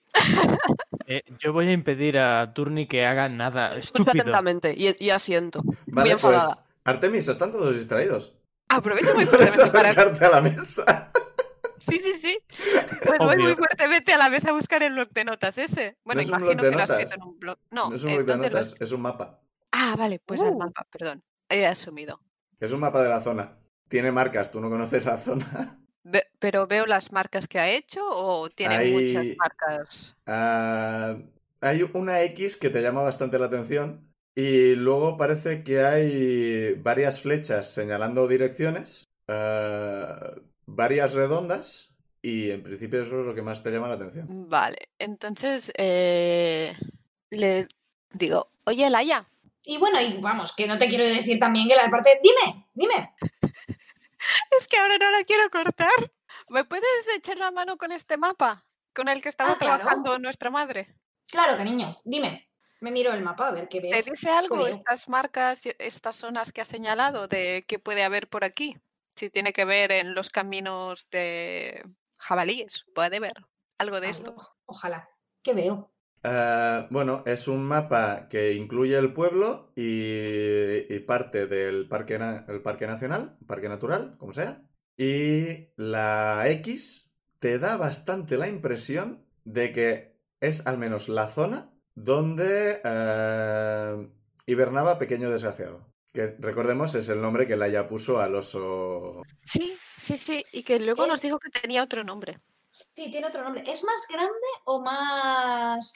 Speaker 6: eh, yo voy a impedir a Turni que haga nada
Speaker 4: Escucho
Speaker 6: estúpido.
Speaker 4: atentamente y, y asiento.
Speaker 1: Vale, pues...
Speaker 4: enfadada.
Speaker 1: Artemis, están todos distraídos.
Speaker 3: Aprovecho
Speaker 6: [laughs]
Speaker 3: muy
Speaker 1: Puedes
Speaker 3: fuertemente para...
Speaker 1: acercarte a la mesa.
Speaker 3: Sí, sí, sí. Pues voy muy
Speaker 6: Obvio.
Speaker 3: fuertemente a la mesa a buscar el blog de notas ese. Bueno,
Speaker 1: es un blog
Speaker 3: imagino
Speaker 1: de
Speaker 3: que lo has
Speaker 1: notas.
Speaker 3: escrito en un blog. No,
Speaker 1: No es un
Speaker 3: eh,
Speaker 1: bloc de
Speaker 3: ¿dónde lo has-
Speaker 1: notas, es un mapa.
Speaker 3: Ah, vale, pues al
Speaker 4: Uh.
Speaker 3: mapa, perdón. He asumido.
Speaker 1: Es un mapa de la zona. Tiene marcas, tú no conoces la zona. [laughs]
Speaker 3: Ve- pero veo las marcas que ha hecho o tiene muchas
Speaker 1: Hay-
Speaker 3: marcas.
Speaker 1: Ah, hay una X que te llama bastante la atención y luego parece que hay varias flechas señalando direcciones, ah, varias redondas y en principio eso es lo que más te llama la atención.
Speaker 3: Vale, entonces eh, le digo, oye, Laia,
Speaker 5: Y bueno, y vamos, que no te quiero decir también que la parte. Dime, dime.
Speaker 3: es que ahora no la quiero cortar. ¿Me puedes echar la mano con este mapa con el que estaba
Speaker 5: Ah, claro.
Speaker 3: trabajando nuestra madre?
Speaker 5: Claro, cariño, dime. Me miro el mapa a ver qué veo.
Speaker 3: ¿Te dice algo
Speaker 5: Joder.
Speaker 3: estas marcas, y estas zonas que ha señalado de qué puede haber por aquí? Si tiene que ver en los caminos de jabalíes, puede ver algo de esto.
Speaker 5: Algo, Ojalá. ¿Qué veo?
Speaker 1: Ah, bueno, es un mapa que incluye el pueblo y, y parte del parque, na- el parque nacional, parque natural, como sea. Y la X te da bastante la impresión de que es al menos la zona donde eh, hibernaba Pequeño Desgraciado. Que recordemos es el nombre que Laia puso al oso.
Speaker 3: Ah, Sí, sí, sí, y que luego nos
Speaker 5: Es-
Speaker 3: dijo que tenía otro nombre.
Speaker 5: Sí, tiene otro nombre. ¿Es más grande o más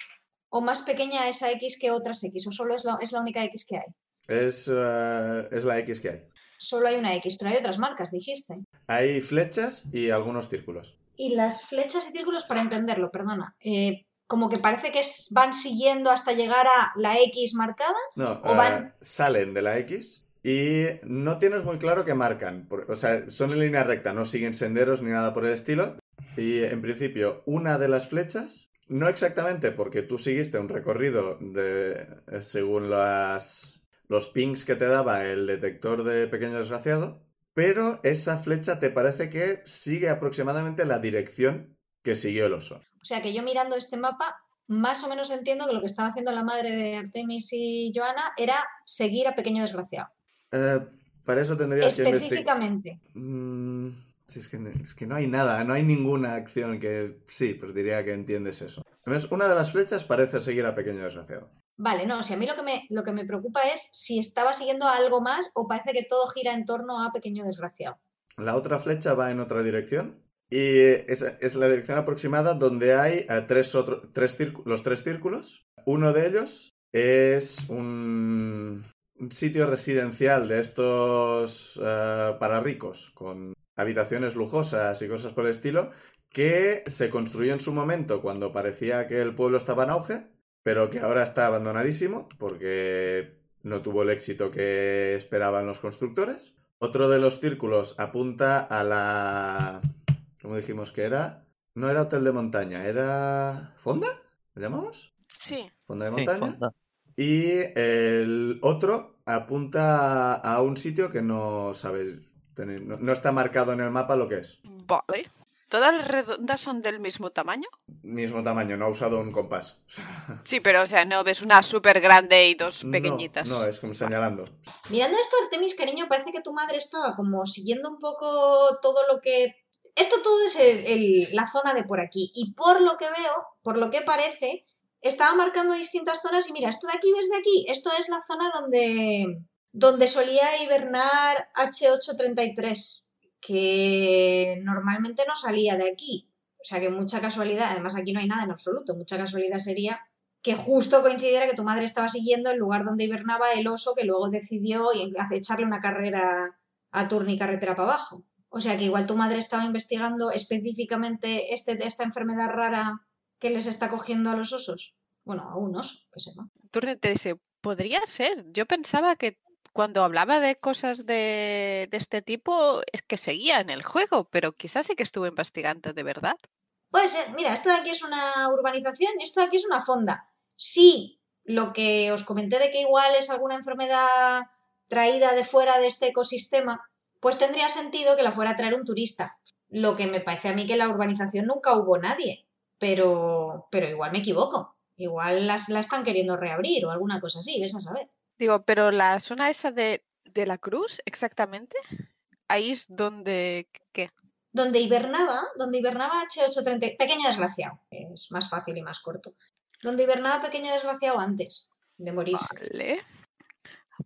Speaker 5: o más pequeña esa X que otras X? ¿O solo es la, es la única X que hay?
Speaker 1: ah, Es, eh, es la X que hay.
Speaker 5: solo hay una X, pero hay otras marcas, dijiste.
Speaker 1: Hay flechas y algunos círculos.
Speaker 5: Y las flechas y círculos para entenderlo, perdona. eh, como que parece que es- van siguiendo hasta llegar a la X marcada.
Speaker 1: No,
Speaker 5: O
Speaker 1: eh,
Speaker 5: van-
Speaker 1: salen de la X y no tienes muy claro qué marcan. por- O sea, son en línea recta, no siguen senderos ni nada por el estilo. Y en principio, una de las flechas, no exactamente porque tú siguiste un recorrido de, eh, según las, los pings que te daba el detector de pequeño desgraciado, pero esa flecha te parece que sigue aproximadamente la dirección que siguió el oso.
Speaker 5: O sea que yo mirando este mapa, más o menos entiendo que lo que estaba haciendo la madre de Artemis y Joana era seguir a Pequeño Desgraciado.
Speaker 1: Eh, para eso tendrías que investigar.
Speaker 5: Específicamente.
Speaker 1: Mm, sí, es, que, no- es que no hay nada, no hay ninguna acción que... Sí, pues diría que entiendes eso. Además, una de las flechas parece seguir a Pequeño Desgraciado.
Speaker 5: Vale, no, si a mí lo que, me, lo que me preocupa es si estaba siguiendo a algo más o parece que todo gira en torno a Pequeño Desgraciado.
Speaker 1: La otra flecha va en otra dirección y eh, es, es la dirección aproximada donde hay eh, tres otro- tres círcu- los tres círculos. Uno de ellos es un, un sitio residencial de estos eh, para ricos, con habitaciones lujosas y cosas por el estilo, que se construyó en su momento cuando parecía que el pueblo estaba en auge, pero que ahora está abandonadísimo porque no tuvo el éxito que esperaban los constructores. Otro de los círculos apunta a la... ¿Cómo dijimos que era? No era hotel de montaña, era... ¿Fonda? ¿Le llamamos?
Speaker 3: Sí.
Speaker 1: ¿Fonda de
Speaker 6: Sí,
Speaker 1: montaña?
Speaker 6: fonda.
Speaker 1: Y el otro apunta a un sitio que no sabéis... tenéis- No, no está marcado en el mapa lo que es.
Speaker 3: Vale. ¿Todas las redondas son del mismo tamaño?
Speaker 1: Mismo tamaño, no ha usado un compás. O sea,
Speaker 3: Sí, pero o sea, no ves una súper grande y dos
Speaker 1: Ah. no,
Speaker 3: pequeñitas.
Speaker 1: No, es como señalando.
Speaker 5: Mirando esto, Artemis, cariño, parece que tu madre estaba como siguiendo un poco todo lo que... Esto todo es el- el- la zona de por aquí. Y por lo que veo, por lo que parece, estaba marcando distintas zonas y mira, esto de aquí ves de aquí. Esto es la zona donde, donde solía hibernar H833, que normalmente no salía de aquí. O sea que mucha casualidad, además aquí no hay nada en absoluto, mucha casualidad sería que justo coincidiera que tu madre estaba siguiendo el lugar donde hibernaba el oso que luego decidió y- hace- echarle una carrera a Turni carretera para abajo. O sea que igual tu madre estaba investigando específicamente este, esta enfermedad rara que les está cogiendo a los osos. Bueno, a un oso, que sepa.
Speaker 3: Turne te dice, podría ser. Yo pensaba que cuando hablaba de cosas de, de este tipo es que seguía en el juego, pero quizás sí que estuve investigando de verdad.
Speaker 5: Puede ser, mira, esto de aquí es una urbanización y esto de aquí es una fonda. Sí, lo que os comenté de que igual es alguna enfermedad traída de fuera de este ecosistema, pues tendría sentido que la fuera a traer un turista. Lo que me parece a mí que en la urbanización nunca hubo nadie, pero, pero igual me equivoco. Igual las, la están queriendo reabrir o alguna cosa así, ves a saber.
Speaker 3: Digo, pero la zona esa de, de la cruz, exactamente, ahí es donde... ¿Qué?
Speaker 5: Donde hibernaba, donde hibernaba H830, pequeño desgraciado, es más fácil y más corto. Donde hibernaba pequeño desgraciado antes de morirse.
Speaker 3: Vale.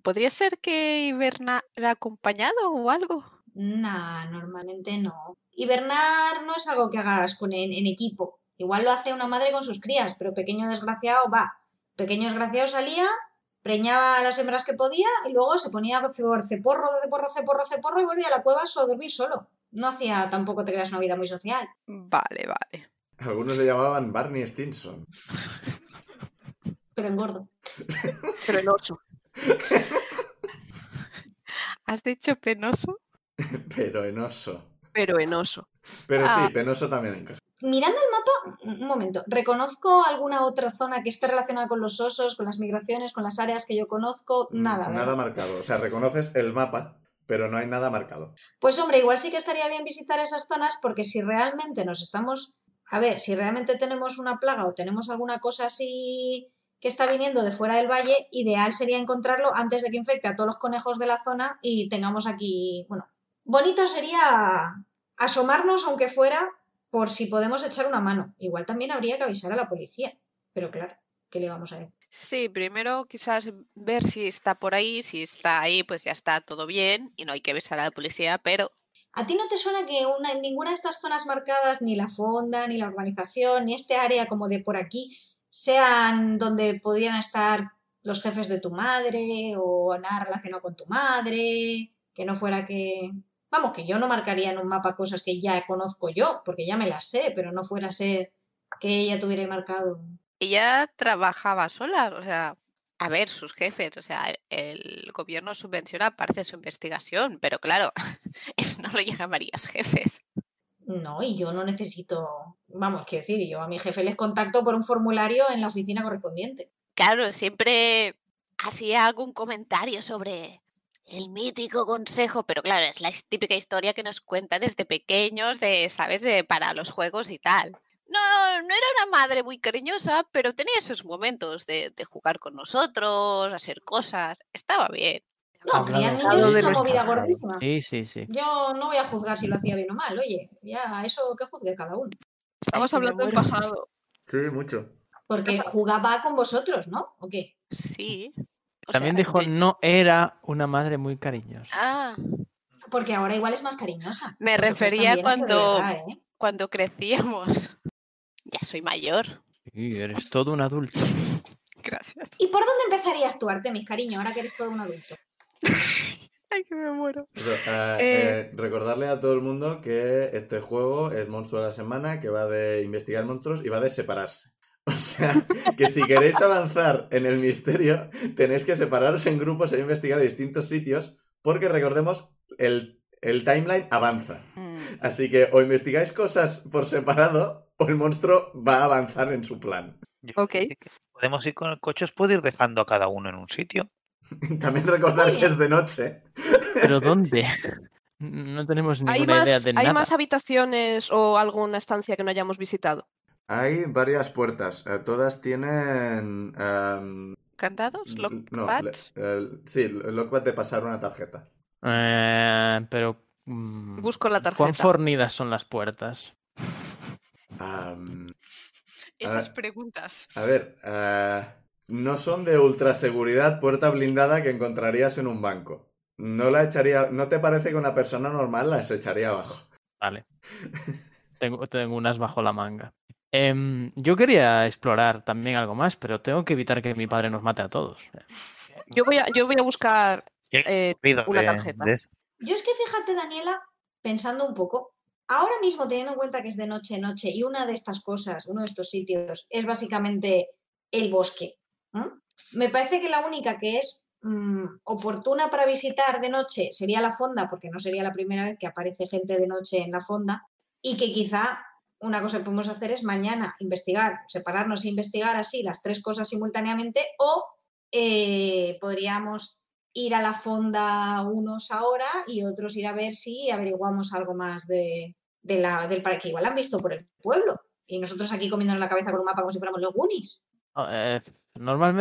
Speaker 3: ¿Podría ser que hibernara acompañado o algo?
Speaker 5: Nah, normalmente no. Hibernar no es algo que hagas con en, en equipo. Igual lo hace una madre con sus crías, pero pequeño desgraciado va. Pequeño desgraciado salía, preñaba a las hembras que podía y luego se ponía a cebor- ceporro, ceporro, ceporro, ceporro y volvía a la cueva solo a dormir solo. No hacía tampoco te creas una vida muy social.
Speaker 3: Vale, vale.
Speaker 1: Algunos le llamaban Barney Stinson. [laughs]
Speaker 5: Pero engordo.
Speaker 3: Pero el oso. ¿Has dicho penoso?
Speaker 1: Pero en oso.
Speaker 4: pero enoso.
Speaker 1: Pero
Speaker 3: Ah.
Speaker 1: sí, penoso también encaja.
Speaker 5: Mirando el mapa, un un momento, reconozco alguna otra zona que esté relacionada con los osos, con las migraciones, con las áreas que yo conozco,
Speaker 1: Mm,
Speaker 5: nada. ¿verdad?
Speaker 1: Nada marcado. O sea, reconoces el mapa, pero no hay nada marcado.
Speaker 5: Pues hombre, igual sí que estaría bien visitar esas zonas porque si realmente nos estamos, a ver, si realmente tenemos una plaga o tenemos alguna cosa así que está viniendo de fuera del valle, ideal sería encontrarlo antes de que infecte a todos los conejos de la zona y tengamos aquí, bueno, bonito sería asomarnos aunque fuera por si podemos echar una mano. Igual también habría que avisar a la policía, pero claro, ¿qué le vamos a decir?
Speaker 3: Sí, primero quizás ver si está por ahí, si está ahí, pues ya está todo bien y no hay que besar a la policía, pero
Speaker 5: ¿A ti no te suena que una, en ninguna de estas zonas marcadas, ni la fonda, ni la urbanización, ni este área como de por aquí, sean donde podrían estar los jefes de tu madre o nada relacionado con tu madre? que no fuera que... Vamos, que yo no marcaría en un mapa cosas que ya conozco yo, porque ya me las sé, pero no fuera a ser que ella tuviera marcado.
Speaker 3: Ella trabajaba sola, o sea, a ver, sus jefes, o sea, e, el gobierno subvenciona parte de su investigación, pero claro, [laughs] eso no lo llamarías jefes.
Speaker 5: No, y yo no necesito, vamos, quiero decir, yo a mi jefe les contacto por un formulario en la oficina correspondiente.
Speaker 3: Claro, siempre hacía algún comentario sobre el mítico consejo, pero claro, es la típica historia que nos cuenta desde pequeños, de, ¿sabes?, de, para los juegos y tal. No, no era una madre muy cariñosa, pero tenía esos momentos de, de jugar con nosotros, hacer cosas. Estaba bien.
Speaker 5: No,
Speaker 6: Hablando
Speaker 5: criar
Speaker 6: de
Speaker 5: niños es
Speaker 6: los
Speaker 5: una
Speaker 6: padres.
Speaker 5: movida gordísima.
Speaker 6: Sí, sí, sí.
Speaker 5: Yo no voy a juzgar si lo hacía bien o mal, oye, ya eso que juzgue cada uno.
Speaker 4: Estamos
Speaker 5: Ay, me
Speaker 4: hablando del
Speaker 5: muero.
Speaker 4: pasado.
Speaker 1: Sí, mucho.
Speaker 5: Porque
Speaker 3: Esa-
Speaker 5: jugaba con vosotros, ¿no? ¿O qué?
Speaker 3: Sí. O
Speaker 6: También
Speaker 3: sea,
Speaker 6: dijo,
Speaker 3: yo-
Speaker 6: no era una madre muy cariñosa.
Speaker 3: Ah,
Speaker 5: Porque ahora igual es más cariñosa.
Speaker 3: me
Speaker 5: Vosotros
Speaker 3: refería
Speaker 5: también, pero de
Speaker 3: cuando,
Speaker 5: verdad, ¿eh?
Speaker 3: cuando crecíamos. [laughs] Ya soy mayor.
Speaker 6: Sí, eres todo un adulto.
Speaker 3: [laughs] Gracias.
Speaker 5: ¿Y por dónde empezarías tú, Artemis, cariño, ahora que eres todo un adulto?
Speaker 3: Ay, que me muero.
Speaker 1: Eso, ah,
Speaker 3: Eh,
Speaker 1: eh, recordarle a todo el mundo que este juego es Monstruo de la Semana, que va de investigar monstruos y va de separarse. [laughs] O sea, que si queréis avanzar en el misterio, tenéis que separaros en grupos e investigar distintos sitios, porque recordemos, el, el timeline avanza.
Speaker 5: Mm.
Speaker 1: Así que o investigáis cosas por separado, o el monstruo va a avanzar en su plan. [laughs]
Speaker 2: Yo
Speaker 4: Ok.
Speaker 2: creo que Podemos ir con el coche, os puedo ir dejando a cada uno en un sitio.
Speaker 1: También recordar que es de noche.
Speaker 6: ¿Pero dónde? [laughs] No tenemos ninguna
Speaker 4: ¿Hay
Speaker 6: idea
Speaker 4: más,
Speaker 6: de
Speaker 4: ¿Hay
Speaker 6: nada.
Speaker 4: más habitaciones o alguna estancia que no hayamos visitado?
Speaker 1: Hay varias puertas, eh, todas tienen em,
Speaker 3: ¿Candados?
Speaker 1: L-
Speaker 3: ¿Lock
Speaker 1: Mm, no, le-
Speaker 3: pads?
Speaker 1: el- sí, el lockpad de pasar una tarjeta.
Speaker 6: Eh, pero... mm,
Speaker 4: Busco la
Speaker 6: ¿Cuán
Speaker 4: tarjeta.
Speaker 6: fornidas son las puertas?
Speaker 1: Am,
Speaker 3: Esas
Speaker 1: Ah.
Speaker 3: preguntas.
Speaker 1: a ver, eh, no son de ultra seguridad puerta blindada que encontrarías en un banco. No la echaría, ¿no te parece que una persona normal las echaría abajo?
Speaker 4: [laughs]
Speaker 6: Vale. Tengo, tengo unas bajo la manga. Em, yo quería explorar también algo más, pero tengo que evitar que mi padre nos mate a todos.
Speaker 4: Yo voy a, yo voy a buscar
Speaker 2: ¿Qué?
Speaker 4: eh,
Speaker 2: Pido
Speaker 4: Una
Speaker 2: de-
Speaker 4: tarjeta.
Speaker 2: de eso.
Speaker 5: Yo es que fíjate, Daniela, pensando un poco, ahora mismo teniendo en cuenta que es de noche, noche, y una de estas cosas, uno de estos sitios, es básicamente el bosque. ¿no? Me parece que la única que es mm, oportuna para visitar de noche sería la fonda, porque no sería la primera vez que aparece gente de noche en la fonda, y que quizá una cosa que podemos hacer es mañana investigar, separarnos e investigar así las tres cosas simultáneamente, o eh, podríamos ir a la fonda unos ahora y otros ir a ver si averiguamos algo más de, de la, del parque. Igual la han visto por el pueblo. Y nosotros aquí comiéndonos la cabeza con un mapa como si fuéramos los Goonies.
Speaker 6: Ah, eh,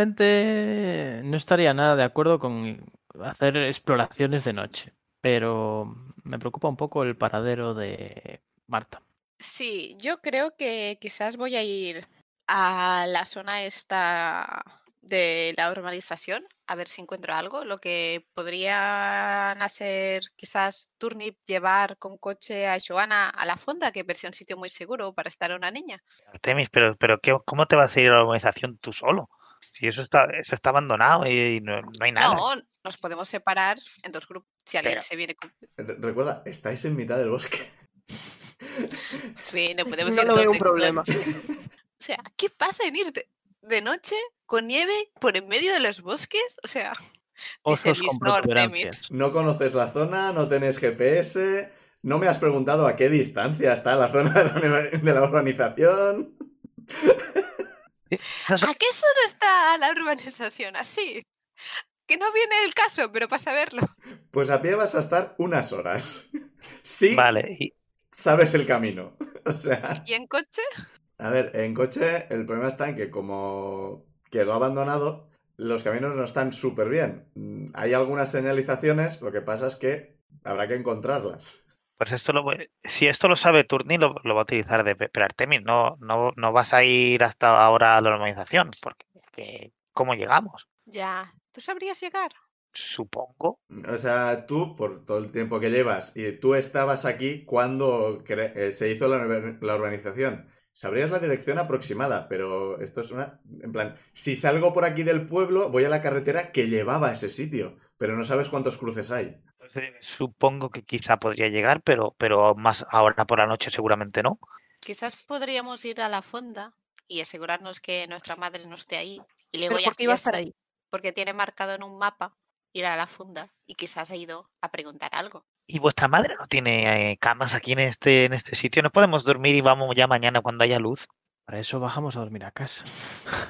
Speaker 6: normalmente no estaría nada de acuerdo con hacer exploraciones de noche, pero me preocupa un poco el paradero de Marta.
Speaker 3: Sí, yo creo que quizás voy a ir a la zona esta de la urbanización a ver si encuentro algo. Lo que podrían hacer quizás Turnip llevar con coche a Joana a la fonda, que parecía un sitio muy seguro para estar una niña.
Speaker 2: Artemis, pero, pero ¿qué- ¿cómo te vas a ir a la organización tú solo? Si eso está, eso está abandonado y, y no, no hay nada.
Speaker 3: No, nos podemos separar en dos grupos si alguien
Speaker 2: Pero-
Speaker 3: se viene
Speaker 4: [laughs]
Speaker 3: con...
Speaker 1: Eh, Re- Recuerda, estáis en mitad del bosque. [laughs]
Speaker 4: [laughs]
Speaker 3: Sí, no podemos
Speaker 4: No
Speaker 3: ir
Speaker 4: lo veo
Speaker 3: todos
Speaker 4: un
Speaker 3: de
Speaker 4: problema.
Speaker 3: noche.
Speaker 4: [laughs]
Speaker 3: O sea, ¿qué pasa en ir de, de noche con nieve por en medio de los bosques? O sea,
Speaker 6: Osos
Speaker 3: Luis,
Speaker 6: con
Speaker 3: no, Artemis.
Speaker 6: protuberancias.
Speaker 1: No conoces la zona, no tenés GPS, no me has preguntado a qué distancia está la zona de la, uni- de la urbanización.
Speaker 2: Esas-
Speaker 3: ¿A qué zona está la urbanización? Así. Que no viene el caso, pero para saberlo.
Speaker 1: Pues a pie vas a estar unas horas. [laughs] Sí,
Speaker 2: Vale, y-
Speaker 1: sabes el camino. [laughs] O sea.
Speaker 3: ¿Y en coche?
Speaker 1: A ver, en coche el problema está en que como quedó abandonado, los caminos no están súper bien. Mm, Hay algunas señalizaciones, lo que pasa es que habrá que encontrarlas.
Speaker 2: pues esto lo voy- si esto lo sabe Turni, lo, lo va a utilizar de pe- pero Artemis, no, no, no vas a ir hasta ahora a la organización, porque que- ¿cómo llegamos?
Speaker 3: Ya. ¿Tú sabrías llegar?
Speaker 2: Supongo.
Speaker 1: O sea, tú, por todo el tiempo que llevas, y tú estabas aquí cuando cre- eh, se hizo la, ur- la urbanización. Sabrías la dirección aproximada, pero esto es una... En plan, si salgo por aquí del pueblo, voy a la carretera que llevaba a ese sitio, pero no sabes cuántos cruces hay.
Speaker 2: eh, supongo que quizá podría llegar, pero, pero más ahora por la noche seguramente no.
Speaker 3: Quizás podríamos ir a la fonda y asegurarnos que nuestra madre no esté ahí. Y le
Speaker 4: Pero
Speaker 3: voy
Speaker 4: ¿por qué iba a
Speaker 3: hacer-
Speaker 4: estar ahí?
Speaker 3: Porque tiene marcado en un mapa ir a la funda y quizás ha ido a preguntar algo.
Speaker 2: ¿Y vuestra madre no tiene eh, camas aquí en este, en este sitio? ¿No podemos dormir y vamos ya mañana cuando haya luz?
Speaker 6: Para eso bajamos a dormir a casa.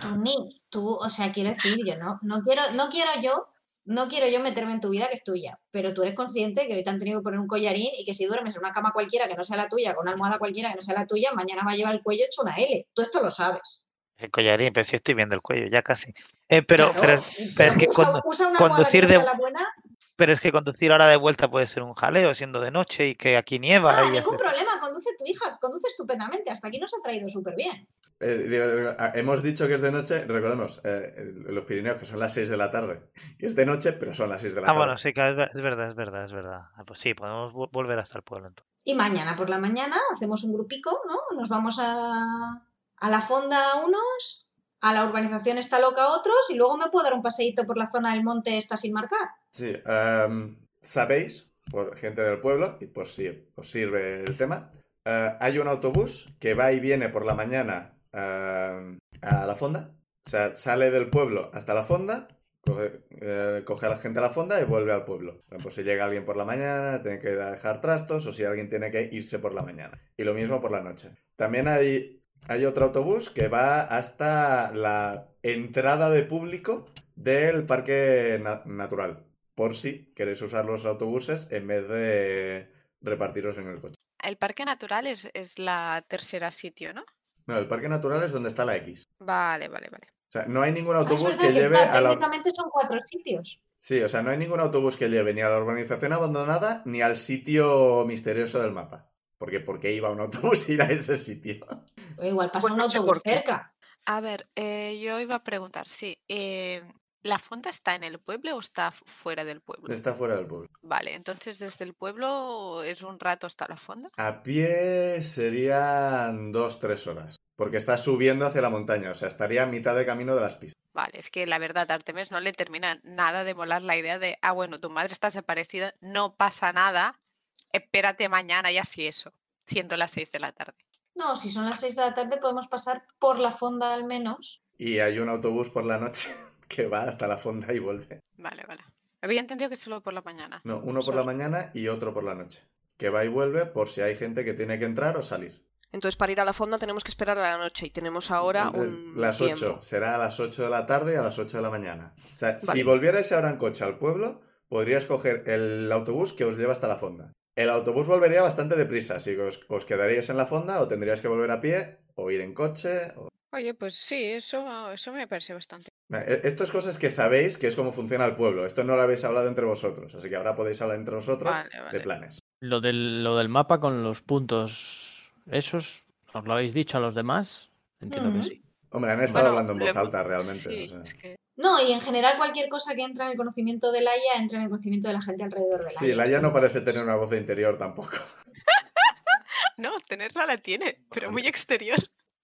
Speaker 5: Tú ni, tú, o sea, quiero decir, yo no, no quiero, no quiero yo, no quiero yo meterme en tu vida que es tuya, pero tú eres consciente que hoy te han tenido que poner un collarín y que si duermes en una cama cualquiera que no sea la tuya, con una almohada cualquiera que no sea la tuya, mañana va a llevar el cuello hecho una L. Tú esto lo sabes.
Speaker 2: El collarín, pero sí estoy viendo el cuello, ya casi. Eh, pero,
Speaker 5: Claro,
Speaker 2: pero, pero es que
Speaker 5: usa,
Speaker 2: cuando-
Speaker 5: usa una almohada que
Speaker 2: conducir
Speaker 5: no
Speaker 2: de-
Speaker 5: sea la buena.
Speaker 2: pero es que conducir ahora de vuelta puede ser un jaleo, siendo de noche y que aquí nieva.
Speaker 5: Ah,
Speaker 2: y
Speaker 5: ningún
Speaker 2: hace-
Speaker 5: problema, conduce tu hija, conduce estupendamente, hasta aquí nos ha traído súper bien.
Speaker 1: Eh, digo, digo, ah, hemos dicho que es de noche, recordemos, eh, el- los Pirineos, que son las 6 de la tarde. [laughs] Que es de noche, pero son las 6 de la
Speaker 2: Ah,
Speaker 1: tarde.
Speaker 2: bueno, sí, claro, es ver- es verdad, es verdad, es verdad. Ah, Pues sí, podemos vo- volver hasta el pueblo entonces.
Speaker 5: Y mañana por la mañana hacemos un grupico, ¿no? Nos vamos a, a la fonda unos, a la urbanización está loca otros, y luego me puedo dar un paseíto por la zona del monte esta sin marcar.
Speaker 1: Sí, em, sabéis, por gente del pueblo, y por si os sirve el tema, eh, hay un autobús que va y viene por la mañana em, a la fonda. O sea, sale del pueblo hasta la fonda, coge, eh, coge a la gente a la fonda y vuelve al pueblo. Bueno, Pues si llega alguien por la mañana, tiene que ir a dejar trastos, o si alguien tiene que irse por la mañana. Y lo mismo por la noche. También hay, hay otro autobús que va hasta la entrada de público del parque na- natural por si queréis usar los autobuses en vez de repartiros en el coche.
Speaker 3: El parque natural es, es la tercera sitio, ¿no?
Speaker 1: No, el parque natural es donde está la X.
Speaker 3: Vale, vale, vale.
Speaker 1: O sea, no hay ningún
Speaker 5: Ah, es
Speaker 1: autobús
Speaker 5: verdad
Speaker 1: que
Speaker 5: que
Speaker 1: lleve
Speaker 5: va,
Speaker 1: a la...
Speaker 5: técnicamente son cuatro sitios.
Speaker 1: Sí, o sea, no hay ningún autobús que lleve ni a la urbanización abandonada ni al sitio misterioso del mapa. Porque ¿por qué iba un autobús a ir a ese sitio? [laughs]
Speaker 5: O igual pasa
Speaker 4: Pues
Speaker 5: un
Speaker 4: no sé
Speaker 5: autobús
Speaker 4: por qué.
Speaker 5: cerca.
Speaker 3: A ver, eh, yo iba a preguntar, sí, eh, ¿la fonda está en el pueblo o está f- fuera del pueblo?
Speaker 1: Está fuera del pueblo.
Speaker 3: Vale, entonces desde el pueblo es un rato hasta la fonda.
Speaker 1: A pie serían dos, tres horas. Porque está subiendo hacia la montaña, o sea, estaría a mitad de camino de las pistas.
Speaker 3: Vale, es que la verdad, a Artemis no le termina nada de molar la idea de, ah, bueno, tu madre está desaparecida, no pasa nada, espérate mañana y así eso, siendo las seis de la tarde.
Speaker 5: No, si son las seis de la tarde podemos pasar por la fonda al menos.
Speaker 1: Y hay un autobús por la noche [laughs] que va hasta la fonda y vuelve.
Speaker 3: Vale, vale. Había entendido que solo por la mañana.
Speaker 1: No, uno por la
Speaker 3: Solo.
Speaker 1: mañana y otro por la noche. Que va y vuelve por si hay gente que tiene que entrar o salir.
Speaker 4: Entonces, para ir a la fonda tenemos que esperar a la noche y tenemos ahora
Speaker 1: Eh,
Speaker 4: un
Speaker 1: Las
Speaker 4: tiempo.
Speaker 1: 8. Será a las 8 de la tarde y a las 8 de la mañana. O sea, si
Speaker 4: Vale.
Speaker 1: volvierais ahora en coche al pueblo, podríais coger el autobús que os lleva hasta la fonda. El autobús volvería bastante deprisa, así que os, os quedaríais en la fonda o tendríais que volver a pie o ir en coche. o-
Speaker 3: Oye, pues sí, eso, eso me parece bastante.
Speaker 1: Eh, Esto es cosas que sabéis que es como funciona el pueblo. Esto no lo habéis hablado entre vosotros, así que ahora podéis hablar entre vosotros
Speaker 3: Vale,
Speaker 1: de
Speaker 3: vale.
Speaker 1: planes.
Speaker 6: Lo del, lo del mapa con los puntos esos, ¿os lo habéis dicho a los demás? Entiendo que
Speaker 5: Ujú.
Speaker 6: sí.
Speaker 1: Hombre, han estado
Speaker 3: Bueno,
Speaker 1: hablando en
Speaker 3: lo
Speaker 1: voz
Speaker 3: hemos-
Speaker 1: alta realmente.
Speaker 3: Sí,
Speaker 1: o sea.
Speaker 3: es que
Speaker 5: No, y en general cualquier cosa que entra en el conocimiento de Laia entra en el conocimiento de la gente alrededor de Laia.
Speaker 1: Sí, Laia
Speaker 5: Esto
Speaker 1: no parece tener una voz de interior tampoco.
Speaker 3: No, tenerla la tiene, pero muy exterior.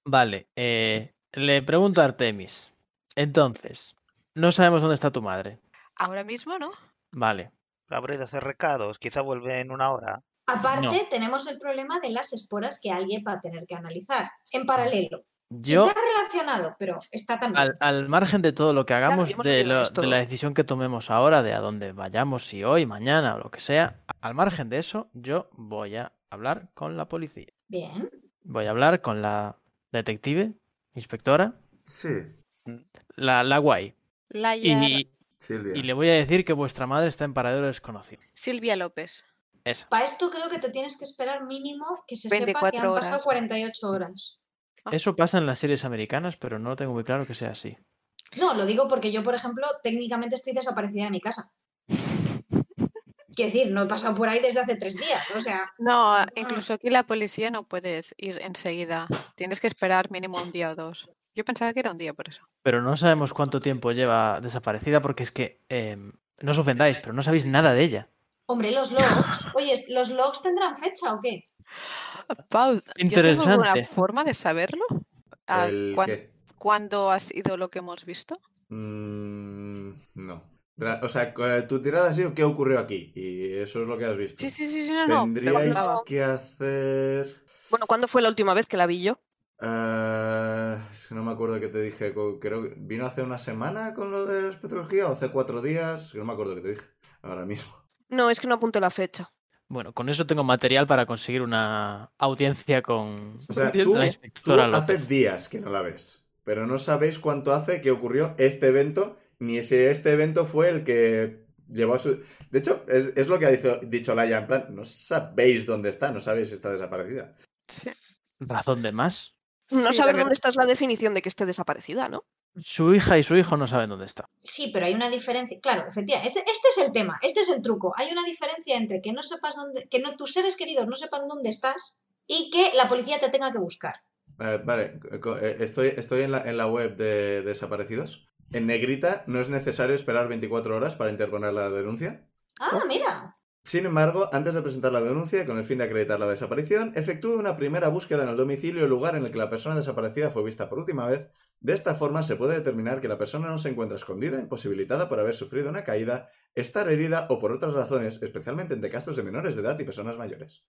Speaker 6: Vale, eh, le pregunto a Artemis. Entonces, no sabemos dónde está tu madre.
Speaker 3: Ahora mismo no.
Speaker 6: Vale.
Speaker 2: Habrá ido a hacer recados, quizá vuelve en una hora.
Speaker 5: Aparte, tenemos el problema de las esporas que alguien va a tener que analizar en paralelo.
Speaker 6: Mm. Yo,
Speaker 5: Está relacionado, pero está también.
Speaker 6: al, al margen de todo lo que hagamos,
Speaker 4: ya hemos
Speaker 6: de,
Speaker 4: hablado de
Speaker 6: lo-
Speaker 4: esto.
Speaker 6: de la decisión que tomemos ahora, de a dónde vayamos, si hoy, mañana o lo que sea, a- al margen de eso, yo voy a hablar con la policía.
Speaker 5: Bien.
Speaker 6: Voy a hablar con la detective, inspectora,
Speaker 1: Sí,
Speaker 6: la, la guay.
Speaker 3: Laia
Speaker 6: Y,
Speaker 1: Silvia.
Speaker 6: y le voy a decir que vuestra madre está en paradero desconocido.
Speaker 3: Silvia López.
Speaker 6: Esa.
Speaker 5: Para esto creo que te tienes que esperar mínimo que se sepa que
Speaker 3: 24
Speaker 5: han pasado
Speaker 3: horas.
Speaker 5: 48 horas.
Speaker 3: Ah.
Speaker 6: Eso pasa en las series americanas, pero no tengo muy claro que sea así.
Speaker 5: No, lo digo porque yo, por ejemplo, técnicamente estoy desaparecida de mi casa. Quiero decir, no he pasado por ahí desde hace tres días. O sea,
Speaker 3: No, incluso aquí la policía no puedes ir enseguida. Tienes que esperar mínimo un día o dos. Yo pensaba que era un día por eso.
Speaker 6: Pero no sabemos cuánto tiempo lleva desaparecida porque es que em, no os ofendáis, pero no sabéis nada de ella.
Speaker 5: hombre, los logs. Oye, ¿los logs tendrán fecha o qué?
Speaker 3: Ah, Pau, ¿yo tengo alguna
Speaker 6: Interesante.
Speaker 3: forma de saberlo? Ah,
Speaker 1: ¿El
Speaker 3: ¿cuán-
Speaker 1: qué?
Speaker 3: ¿Cuándo ha sido lo que hemos visto?
Speaker 1: Mm, no. Ra- O sea, co- eh, tu tirada ha sido ¿qué ocurrió aquí? Y eso es lo que has visto.
Speaker 3: Sí, sí, sí, sí, no, no.
Speaker 1: Tendríais
Speaker 3: preguntaba.
Speaker 1: que hacer...
Speaker 4: Bueno, ¿cuándo fue la última vez que la vi yo?
Speaker 1: Ah, es que no me acuerdo que te dije. co- Creo que vino hace una semana con lo de espectrología o hace cuatro días. que No me acuerdo que te dije. Ahora mismo.
Speaker 4: No, es que no apunté la fecha.
Speaker 6: Bueno, con eso tengo material para conseguir una audiencia con
Speaker 1: O sea, tú,
Speaker 4: Entiendo.
Speaker 6: la
Speaker 4: Sí.
Speaker 1: tú
Speaker 6: inspectora
Speaker 1: hace
Speaker 6: López.
Speaker 1: días que no la ves. Pero no sabéis cuánto hace que ocurrió este evento. Ni si este evento fue el que llevó a su. De hecho, es, es lo que ha dicho, dicho Laia. En plan, no sabéis dónde está. No sabéis si está desaparecida.
Speaker 6: Razón de más.
Speaker 4: No
Speaker 3: Sí, la
Speaker 4: saber
Speaker 3: verdad.
Speaker 4: dónde está es la definición de que esté desaparecida, ¿no?
Speaker 6: Su hija y su hijo no saben dónde está.
Speaker 5: Sí, pero hay una diferencia. Claro, efectivamente. Este, este es el tema, este es el truco. Hay una diferencia entre que no sepas dónde, que no, tus seres queridos no sepan dónde estás y que la policía te tenga que buscar.
Speaker 1: Eh, vale, co- eh, estoy, estoy en, la, en la web de desaparecidos. En negrita no es necesario esperar 24 horas para interponer la denuncia.
Speaker 3: Oh.
Speaker 5: Ah, mira.
Speaker 1: Sin embargo, antes de presentar la denuncia, con el fin de acreditar la desaparición, efectúe una primera búsqueda en el domicilio o lugar en el que la persona desaparecida fue vista por última vez. De esta forma se puede determinar que la persona no se encuentra escondida, imposibilitada por haber sufrido una caída, estar herida o por otras razones, especialmente entre casos de menores de edad y personas mayores.